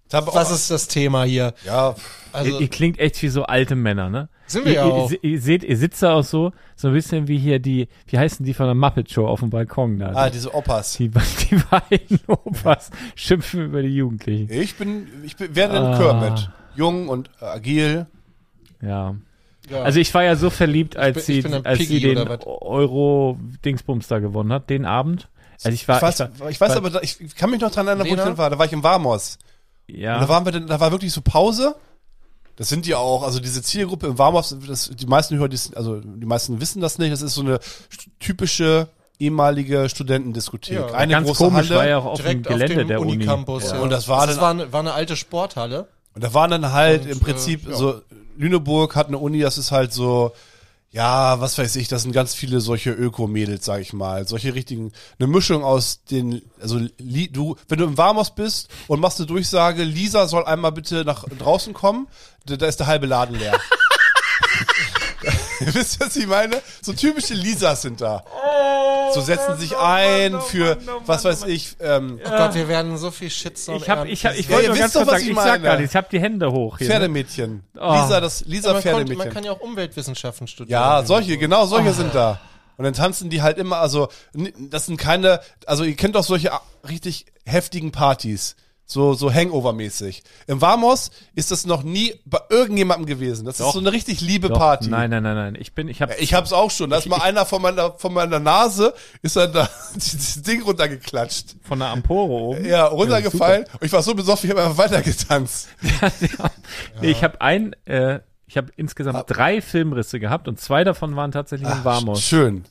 S4: Das hab auch-
S5: was ist das Thema hier?
S4: Ja.
S5: Also,
S3: ihr, ihr klingt echt wie so alte Männer, ne?
S5: Sind wir
S3: Ihr,
S5: ja
S3: ihr,
S5: auch.
S3: se- ihr seht, ihr sitzt da auch so, so ein bisschen wie hier die, wie heißen die von der Muppet Show auf dem Balkon da?
S4: Ah, diese Opas.
S3: die, die beiden Opas schimpfen über die Jugendlichen.
S4: Ich bin, ich bin, werde
S3: Ah.
S4: ein Kermit. Jung und agil.
S3: Ja.
S5: Ja.
S3: Also ich war ja so verliebt, als
S5: bin-
S3: sie,
S5: ich bin ein
S3: als
S5: Piggy
S3: sie den
S5: oder was?
S3: Euro-Dingsbums da gewonnen hat, den Abend. Also ich war,
S4: Ich weiß,
S3: ich war ne?
S4: ich, weiß aber, da- ich kann mich noch dran erinnern, wo ich
S5: Lena?
S4: denn war. Da war ich im Warmos. Und da
S3: ja,
S4: waren wir, denn- da war wirklich so Pause. Das sind ja auch, also diese Zielgruppe im Warmhaus, das, die meisten Hörer, die, also die meisten wissen das nicht. Das ist so eine typische ehemalige Studentendiskothek.
S5: Ja.
S4: eine
S3: ganz
S4: große
S3: komisch,
S4: Halle.
S3: war ja auch auf dem
S5: direkt auf
S3: Gelände
S5: dem
S3: der Uni.
S5: Unicampus. ja.
S4: Und das war
S5: das
S4: dann-
S5: war, eine, war eine alte Sporthalle.
S4: Und da waren dann halt im
S5: Und,
S4: Prinzip
S5: äh, ja.
S4: so, Lüneburg hat eine Uni, das ist halt so, ja, was weiß ich, das sind ganz viele solche Öko-Mädels, sag ich mal. Solche richtigen, eine Mischung aus den, also Li- du, wenn du im Warmos bist und machst eine Durchsage, Lisa soll einmal bitte nach draußen kommen, da, da ist der halbe Laden leer. Ihr wisst, was ich meine? So typische Lisas sind da. so setzen sich ein für, was weiß ich, ähm,
S5: Oh Gott, wir werden so viel Shitstorm
S3: Ich hab, ich hab, ich
S5: ernten.
S4: Ja,
S3: wollte
S4: ihr
S3: nur ganz
S4: wisst doch,
S3: kurz
S4: was
S3: sagen, ich,
S4: ich
S3: sag
S4: meine.
S3: gar nichts, ich hab die Hände hoch hier. Ne?
S4: Pferdemädchen. Lisa, das, Lisa
S5: man, konnte,
S4: Pferdemädchen.
S5: man kann ja auch Umweltwissenschaften studieren.
S4: Ja, solche, genau solche sind
S3: Ah.
S4: da. Und dann tanzen die halt immer, also n- das sind keine, also ihr kennt doch solche a- richtig heftigen Partys. So, so Hangover-mäßig. Im Vamos ist das noch nie bei irgendjemandem gewesen. Das ist so eine richtig liebe
S3: Doch,
S4: Party.
S3: Nein, nein, nein, nein. Ich bin, ich hab,
S4: Ich hab's auch schon. Da ist mal einer von meiner, von meiner Nase, ist dann da dieses Ding runtergeklatscht.
S3: von der Ampore oben.
S4: Ja, runtergefallen. und ich war so besoffen, ich hab einfach weitergetanzt.
S3: Nee, ich habe ein, äh, ich habe insgesamt drei Filmrisse gehabt und zwei davon waren tatsächlich im Warmhaus.
S4: Schön.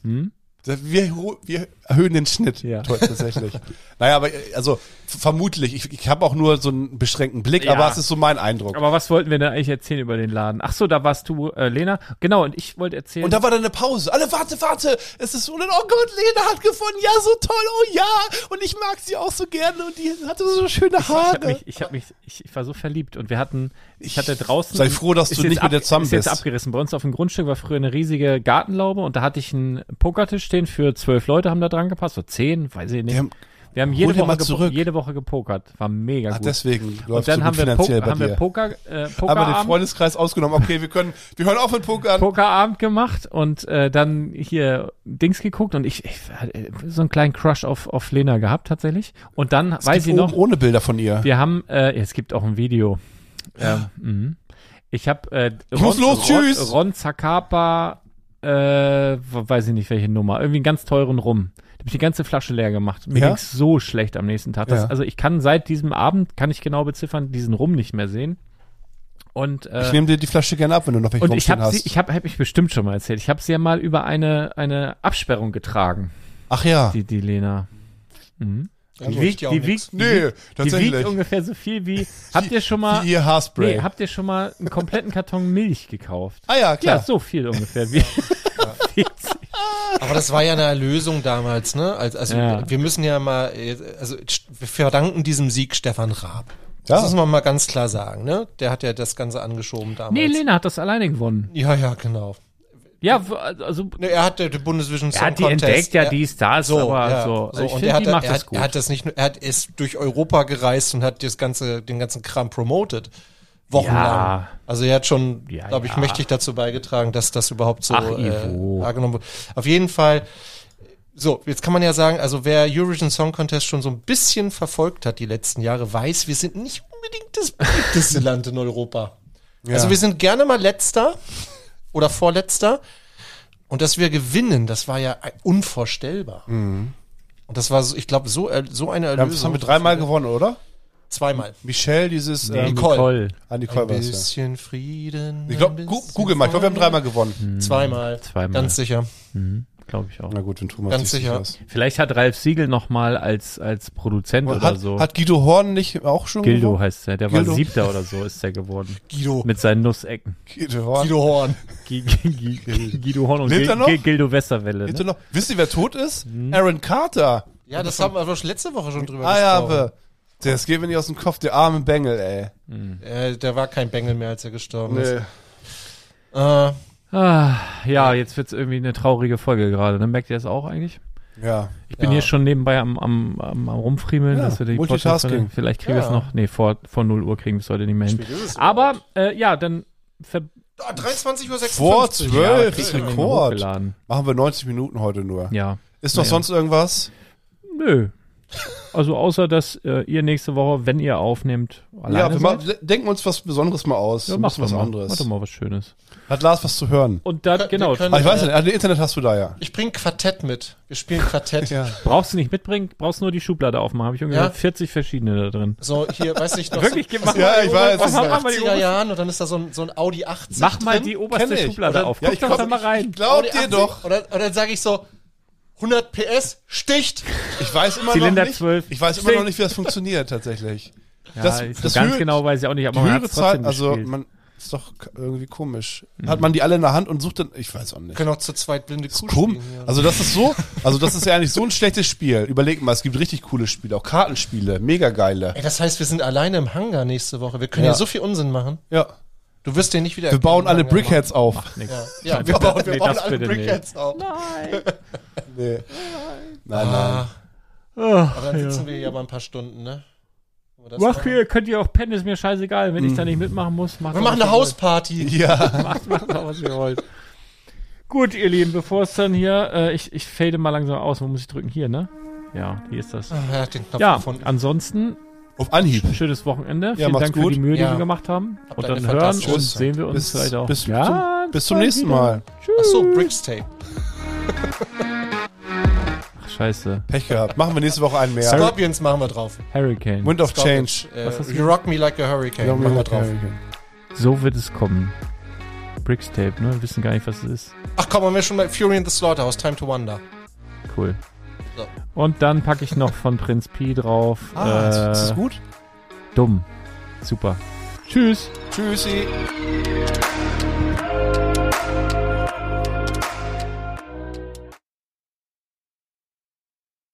S4: Da- Wir, ho- wir erhöhen den Schnitt
S3: Hm? Ja.
S4: Toll, tatsächlich. naja, aber äh, also v- vermutlich. Ich, ich habe auch nur so einen beschränkten Blick,
S3: Ja.
S4: aber es ist so mein Eindruck.
S3: Aber was wollten wir denn eigentlich erzählen über den Laden? Ach so, da warst du, äh, Lena. Genau, und ich wollte erzählen.
S4: und da war dann eine Pause. Alle, warte, warte. Es ist oh Gott, Lena hat gefunden. Ja, so toll. Oh ja. Und ich mag sie auch so gerne. Und die hatte so schöne
S3: ich habe
S4: Haare.
S3: mich, ich, hab mich ich, ich war so verliebt und wir hatten, ich hatte draußen.
S4: Sei froh, dass
S3: ist
S4: du
S3: jetzt
S4: nicht mit der zusammen
S3: ist jetzt
S4: bist.
S3: abgerissen. Bei uns auf dem Grundstück war früher eine riesige Gartenlaube und da hatte ich einen Pokertisch stehen für zwölf Leute, haben da dran gepasst, so zehn, weiß ich nicht.
S4: Wir haben-
S3: Wir haben jede
S4: den mal
S3: Woche, gepo
S4: zurück.
S3: jede Woche gepokert. War mega
S4: Ach,
S3: gut.
S4: deswegen
S3: und
S4: läuft
S3: dann
S4: so
S3: haben
S4: gut
S3: wir,
S4: finanziell
S3: Poker,
S4: bei
S3: haben wir
S4: dir.
S3: Poker, äh,
S4: Aber den
S3: Pokerabend.
S4: Freundeskreis ausgenommen. Okay, wir können, wir hören auf mit Pokern.
S3: Pokerabend gemacht und äh, dann hier Dings geguckt und ich, ich hatte so einen kleinen Crush auf, auf Lena gehabt tatsächlich. Und dann
S4: Es um
S3: weiß ich
S4: gibt
S3: noch,
S4: oben ohne Bilder von ihr.
S3: wir haben, äh, es gibt auch ein Video. Ähm, mhm. Ich habe äh, Ron,
S4: muss los,
S3: Ron,
S4: tschüss.
S3: Ron Zacapa, äh, weiß ich nicht welche Nummer, irgendwie einen ganz teuren Rum. Da habe ich die ganze Flasche leer gemacht. Mir
S4: Ja?
S3: ging's so schlecht am nächsten Tag. Das,
S4: Ja.
S3: Also ich kann seit diesem Abend, kann ich genau beziffern, diesen Rum nicht mehr sehen. Und äh,
S4: Ich nehme dir die Flasche gerne ab, wenn du noch welche
S3: und ich
S4: rumstehen
S3: habe
S4: hast.
S3: sie, ich habe hab ich bestimmt schon mal erzählt. Ich habe sie ja mal über eine eine Absperrung getragen,
S4: Ach ja.
S3: die die Lena.
S5: Ja,
S4: Also,
S5: gut.
S3: Die wiegt,
S5: Ja, auch
S3: die
S5: nix.
S3: wiegt, die,
S4: Nee,
S3: wiegt- die wiegt
S4: tatsächlich.
S3: ungefähr so viel wie. Habt ihr schon mal?
S4: Wie ihr Haarspray.
S3: Nee, habt ihr schon mal einen kompletten Karton Milch gekauft?
S4: ah ja, klar.
S3: Ja, so viel ungefähr. Wie, wie sie-
S5: Aber das war ja eine Erlösung damals, ne? Also, also
S3: Ja.
S5: wir müssen ja mal, äh, also wir verdanken diesem Sieg Stefan Raab.
S4: Ja.
S5: Das muss man mal ganz klar sagen, ne? Der hat ja das Ganze angeschoben damals.
S3: nee, Lena hat das alleine gewonnen.
S5: Ja, ja, genau.
S3: Ja, w- also
S5: Ne, er hat äh, den Bundesvision
S3: er hat die
S5: Song Contest.
S3: entdeckt, ja,
S5: Er-
S3: die Stars, so, aber
S5: ja,
S3: so. Also ich
S5: und
S3: finde,
S5: er hat,
S3: die macht
S5: er,
S3: das
S5: hat,
S3: gut.
S5: er hat das nicht nur, er hat, ist durch Europa gereist und hat das ganze, den ganzen Kram promoted. Wochenlang.
S3: Ja.
S5: Also er hat schon,
S3: Ja,
S5: glaube ich,
S3: ja.
S5: mächtig dazu beigetragen, dass das überhaupt so
S3: Ach, Ivo.
S5: äh, wahrgenommen wurde. Auf jeden Fall. So, jetzt kann man ja sagen, also wer Eurovision Song Contest schon so ein bisschen verfolgt hat die letzten Jahre, weiß, wir sind nicht unbedingt das beliebteste Land in Europa. Also wir sind gerne mal letzter oder vorletzter. Und dass wir gewinnen, das war ja ein- unvorstellbar. Und das war, so, ich glaube, so, er- so eine
S4: Mhm. Ja, das haben
S5: Erlösung.
S4: wir dreimal gewonnen, oder?
S5: Zweimal.
S4: Michelle, dieses
S3: Nee,
S4: ähm,
S5: Nicole.
S3: äh, Nicole.
S4: Ah, Nicole
S5: Ein
S4: war es, ja.
S5: bisschen Frieden.
S4: Ich
S5: ein
S4: glaube,
S5: bisschen
S4: Google mal, ich glaube, wir haben dreimal gewonnen.
S3: Hm.
S5: Freude. Zweimal.
S3: Mhm. Zweimal.
S5: Ganz sicher.
S3: Glaube ich auch.
S4: Na gut, wenn Thomas
S5: Ganz
S4: nicht
S5: sicher.
S4: ist.
S3: Vielleicht hat Ralf Siegel noch mal als als Produzent oder
S4: Hat,
S3: so.
S4: hat Guido Horn nicht auch schon
S3: Gildo
S4: gewonnen?
S3: heißt der, der
S4: Gildo.
S3: war siebter oder so ist der geworden.
S5: Guido.
S3: Mit seinen Nussecken.
S4: Guido Horn.
S5: Guido Horn.
S3: G G G Guido Horn und
S4: Lebt
S3: Gil
S4: er noch?
S3: Gil- Gildo Westerwelle.
S4: Wisst ihr
S3: Ne?
S4: noch, wisst ihr, wer tot ist?
S3: Hm.
S4: Aaron Carter.
S5: Ja, das haben wir aber schon letzte Woche schon drüber
S4: Ah ja,
S5: gesprochen.
S4: aber. Das geht mir nicht aus dem Kopf, der arme Bengel, ey.
S5: Äh, der war kein Bengel mehr, als er gestorben ist.
S4: Nee.
S5: Äh,
S3: Ah, ja, jetzt wird's irgendwie eine traurige Folge gerade. Ne? Merkt ihr das auch eigentlich?
S4: Ja.
S3: Ich bin
S5: Ja.
S3: hier schon nebenbei am, am, am, am rumfriemeln,
S4: Ja,
S3: dass wir die
S4: Multitasking.
S3: Podcast- Vielleicht kriegen wir es
S5: Ja.
S3: noch. Nee, vor, vor 0 Uhr kriegen wir es heute nicht mehr hin. Aber äh, ja, dann ver
S5: Ah, 23.56
S4: Vor
S5: Uhr.
S3: Ja,
S4: 12,
S3: kriegt man den
S4: Rekord.
S3: hochgeladen.
S4: Machen wir 90 Minuten heute nur.
S3: Ja.
S4: Ist noch
S3: Naja.
S4: sonst irgendwas?
S3: Nö. Also außer, dass äh, ihr nächste Woche, wenn ihr aufnehmt, alleine
S4: ja, wir ma-
S3: seid.
S4: de- denken uns was Besonderes mal aus.
S3: Ja,
S4: Wir
S3: macht
S4: machen
S3: was
S4: was
S3: mal.
S4: anderes.
S3: Mach doch mal was Schönes.
S4: Hat Lars was zu hören?
S3: Und dann,
S5: Wir
S3: genau,
S5: können-
S4: Ah, ich weiß nicht, also Internet hast du da ja.
S5: Ich bringe Quartett mit. Wir spielen Quartett.
S4: Ja.
S3: brauchst du nicht mitbringen, brauchst nur die Schublade aufmachen. Habe ich ungefähr
S5: Ja.
S3: 40 verschiedene da drin.
S5: So, hier, weiß ich noch.
S3: Wirklich,
S5: so,
S3: mach
S4: Ja,
S3: mal die
S4: ich
S3: obere-
S4: weiß,
S3: mach
S4: das
S3: mal- mach
S4: ist
S3: mal die
S5: 80er
S3: oberste-
S5: Jahren und dann ist da so ein, so ein Audi 80.
S3: Mach mal
S5: drin.
S3: die oberste
S4: Kenn ich.
S3: Schublade
S4: Oder-
S3: auf.
S4: Ja,
S3: Guck
S4: ich
S3: doch da
S4: glaub,
S3: mal rein.
S4: Glaub
S5: Audi
S4: dir
S5: 80.
S4: doch.
S5: Und dann, und dann sage ich so, 100 PS, sticht.
S4: Ich weiß immer
S3: Zylinder
S4: noch nicht.
S3: 12.
S4: Ich weiß immer noch
S3: Steht.
S4: nicht, wie das funktioniert tatsächlich.
S3: Ja,
S4: das-
S3: ich- so
S4: das
S3: ganz
S4: Höhe-
S3: genau weiß ich auch nicht, aber
S4: Die
S3: man hat
S4: höhere Zahl,
S3: trotzdem
S4: also
S3: gespielt. Mhm.
S4: man ist doch k- irgendwie komisch. Hat man die alle in der Hand und sucht dann, ich weiß auch
S5: Wir
S4: nicht.
S5: können auch zu zweit blinde Kuh
S4: Komm,
S5: spielen. Ja.
S4: also das ist so, also das ist ja eigentlich so ein schlechtes Spiel. Überleg mal, es gibt richtig coole Spiele, auch Kartenspiele, mega geile.
S5: Ey, das heißt, wir sind alleine im Hangar nächste Woche. Wir können ja,
S4: Ja.
S5: so viel Unsinn machen.
S4: Ja,
S5: Du wirst den nicht wieder.
S4: wir bauen
S5: im
S4: alle
S5: Hangar
S4: Brickheads auf.
S3: Nix.
S5: machen. Ja, ja wir
S3: Nein,
S5: bauen, wir
S3: nee,
S5: bauen
S3: das
S5: alle
S3: bitte nicht.
S5: Brickheads auf.
S4: Nee. Nein,
S5: Ah,
S4: nein. Ah.
S3: Ach,
S5: aber dann
S3: ja.
S5: sitzen wir hier aber ein paar Stunden, ne? Wollen wir das
S3: Mach
S5: machen?
S3: hier, könnt ihr auch pennen, ist mir scheißegal. Wenn
S4: Hm.
S3: ich da nicht mitmachen muss, macht
S5: Wir
S3: doch,
S5: machen
S3: was
S5: eine
S3: ihr
S5: Hausparty.
S4: Ja,
S3: wollt. Macht, macht doch, was ihr wollt. Gut, ihr Lieben, bevor es dann hier, äh, ich, ich fade mal langsam aus. Wo muss ich drücken? Hier, ne? Ja, hier ist das.
S5: Ah, Er hat den Knopf
S3: Ja,
S5: gefunden.
S3: ansonsten,
S4: auf Anhieb.
S3: schönes Wochenende. Vielen
S4: macht's
S3: Dank für
S4: gut.
S3: die Mühe, die
S5: Ja.
S3: wir gemacht haben.
S5: Habt
S3: und
S5: eine
S3: dann hören
S5: fantastische
S3: und
S4: Zeit.
S3: sehen wir uns
S4: Bis-
S3: vielleicht auch.
S4: bis zum-
S3: ganz
S4: bis zum
S3: bald
S4: nächsten
S3: wieder.
S4: Mal.
S3: Tschüss.
S5: Ach so, Brickstape.
S3: Ach, scheiße.
S4: Pech gehabt. Machen wir nächste Woche einen mehr.
S5: Scorpions machen wir drauf.
S3: Hurricane.
S4: Wind of Change.
S5: Scorpions,
S3: Was hast du-
S5: Äh, you rock me like a hurricane. machen wir drauf.
S3: So wird es kommen. Brickstape, ne? Wir wissen gar nicht, was es ist.
S5: Ach komm, haben wir schon mal Fury in the Slaughterhouse, Time to Wonder.
S3: Cool.
S5: So.
S3: Und dann packe ich noch von Prinz Pi drauf.
S4: Ah,
S3: äh,
S4: ist das gut?
S3: Dumm. Super. Tschüss.
S4: Tschüssi.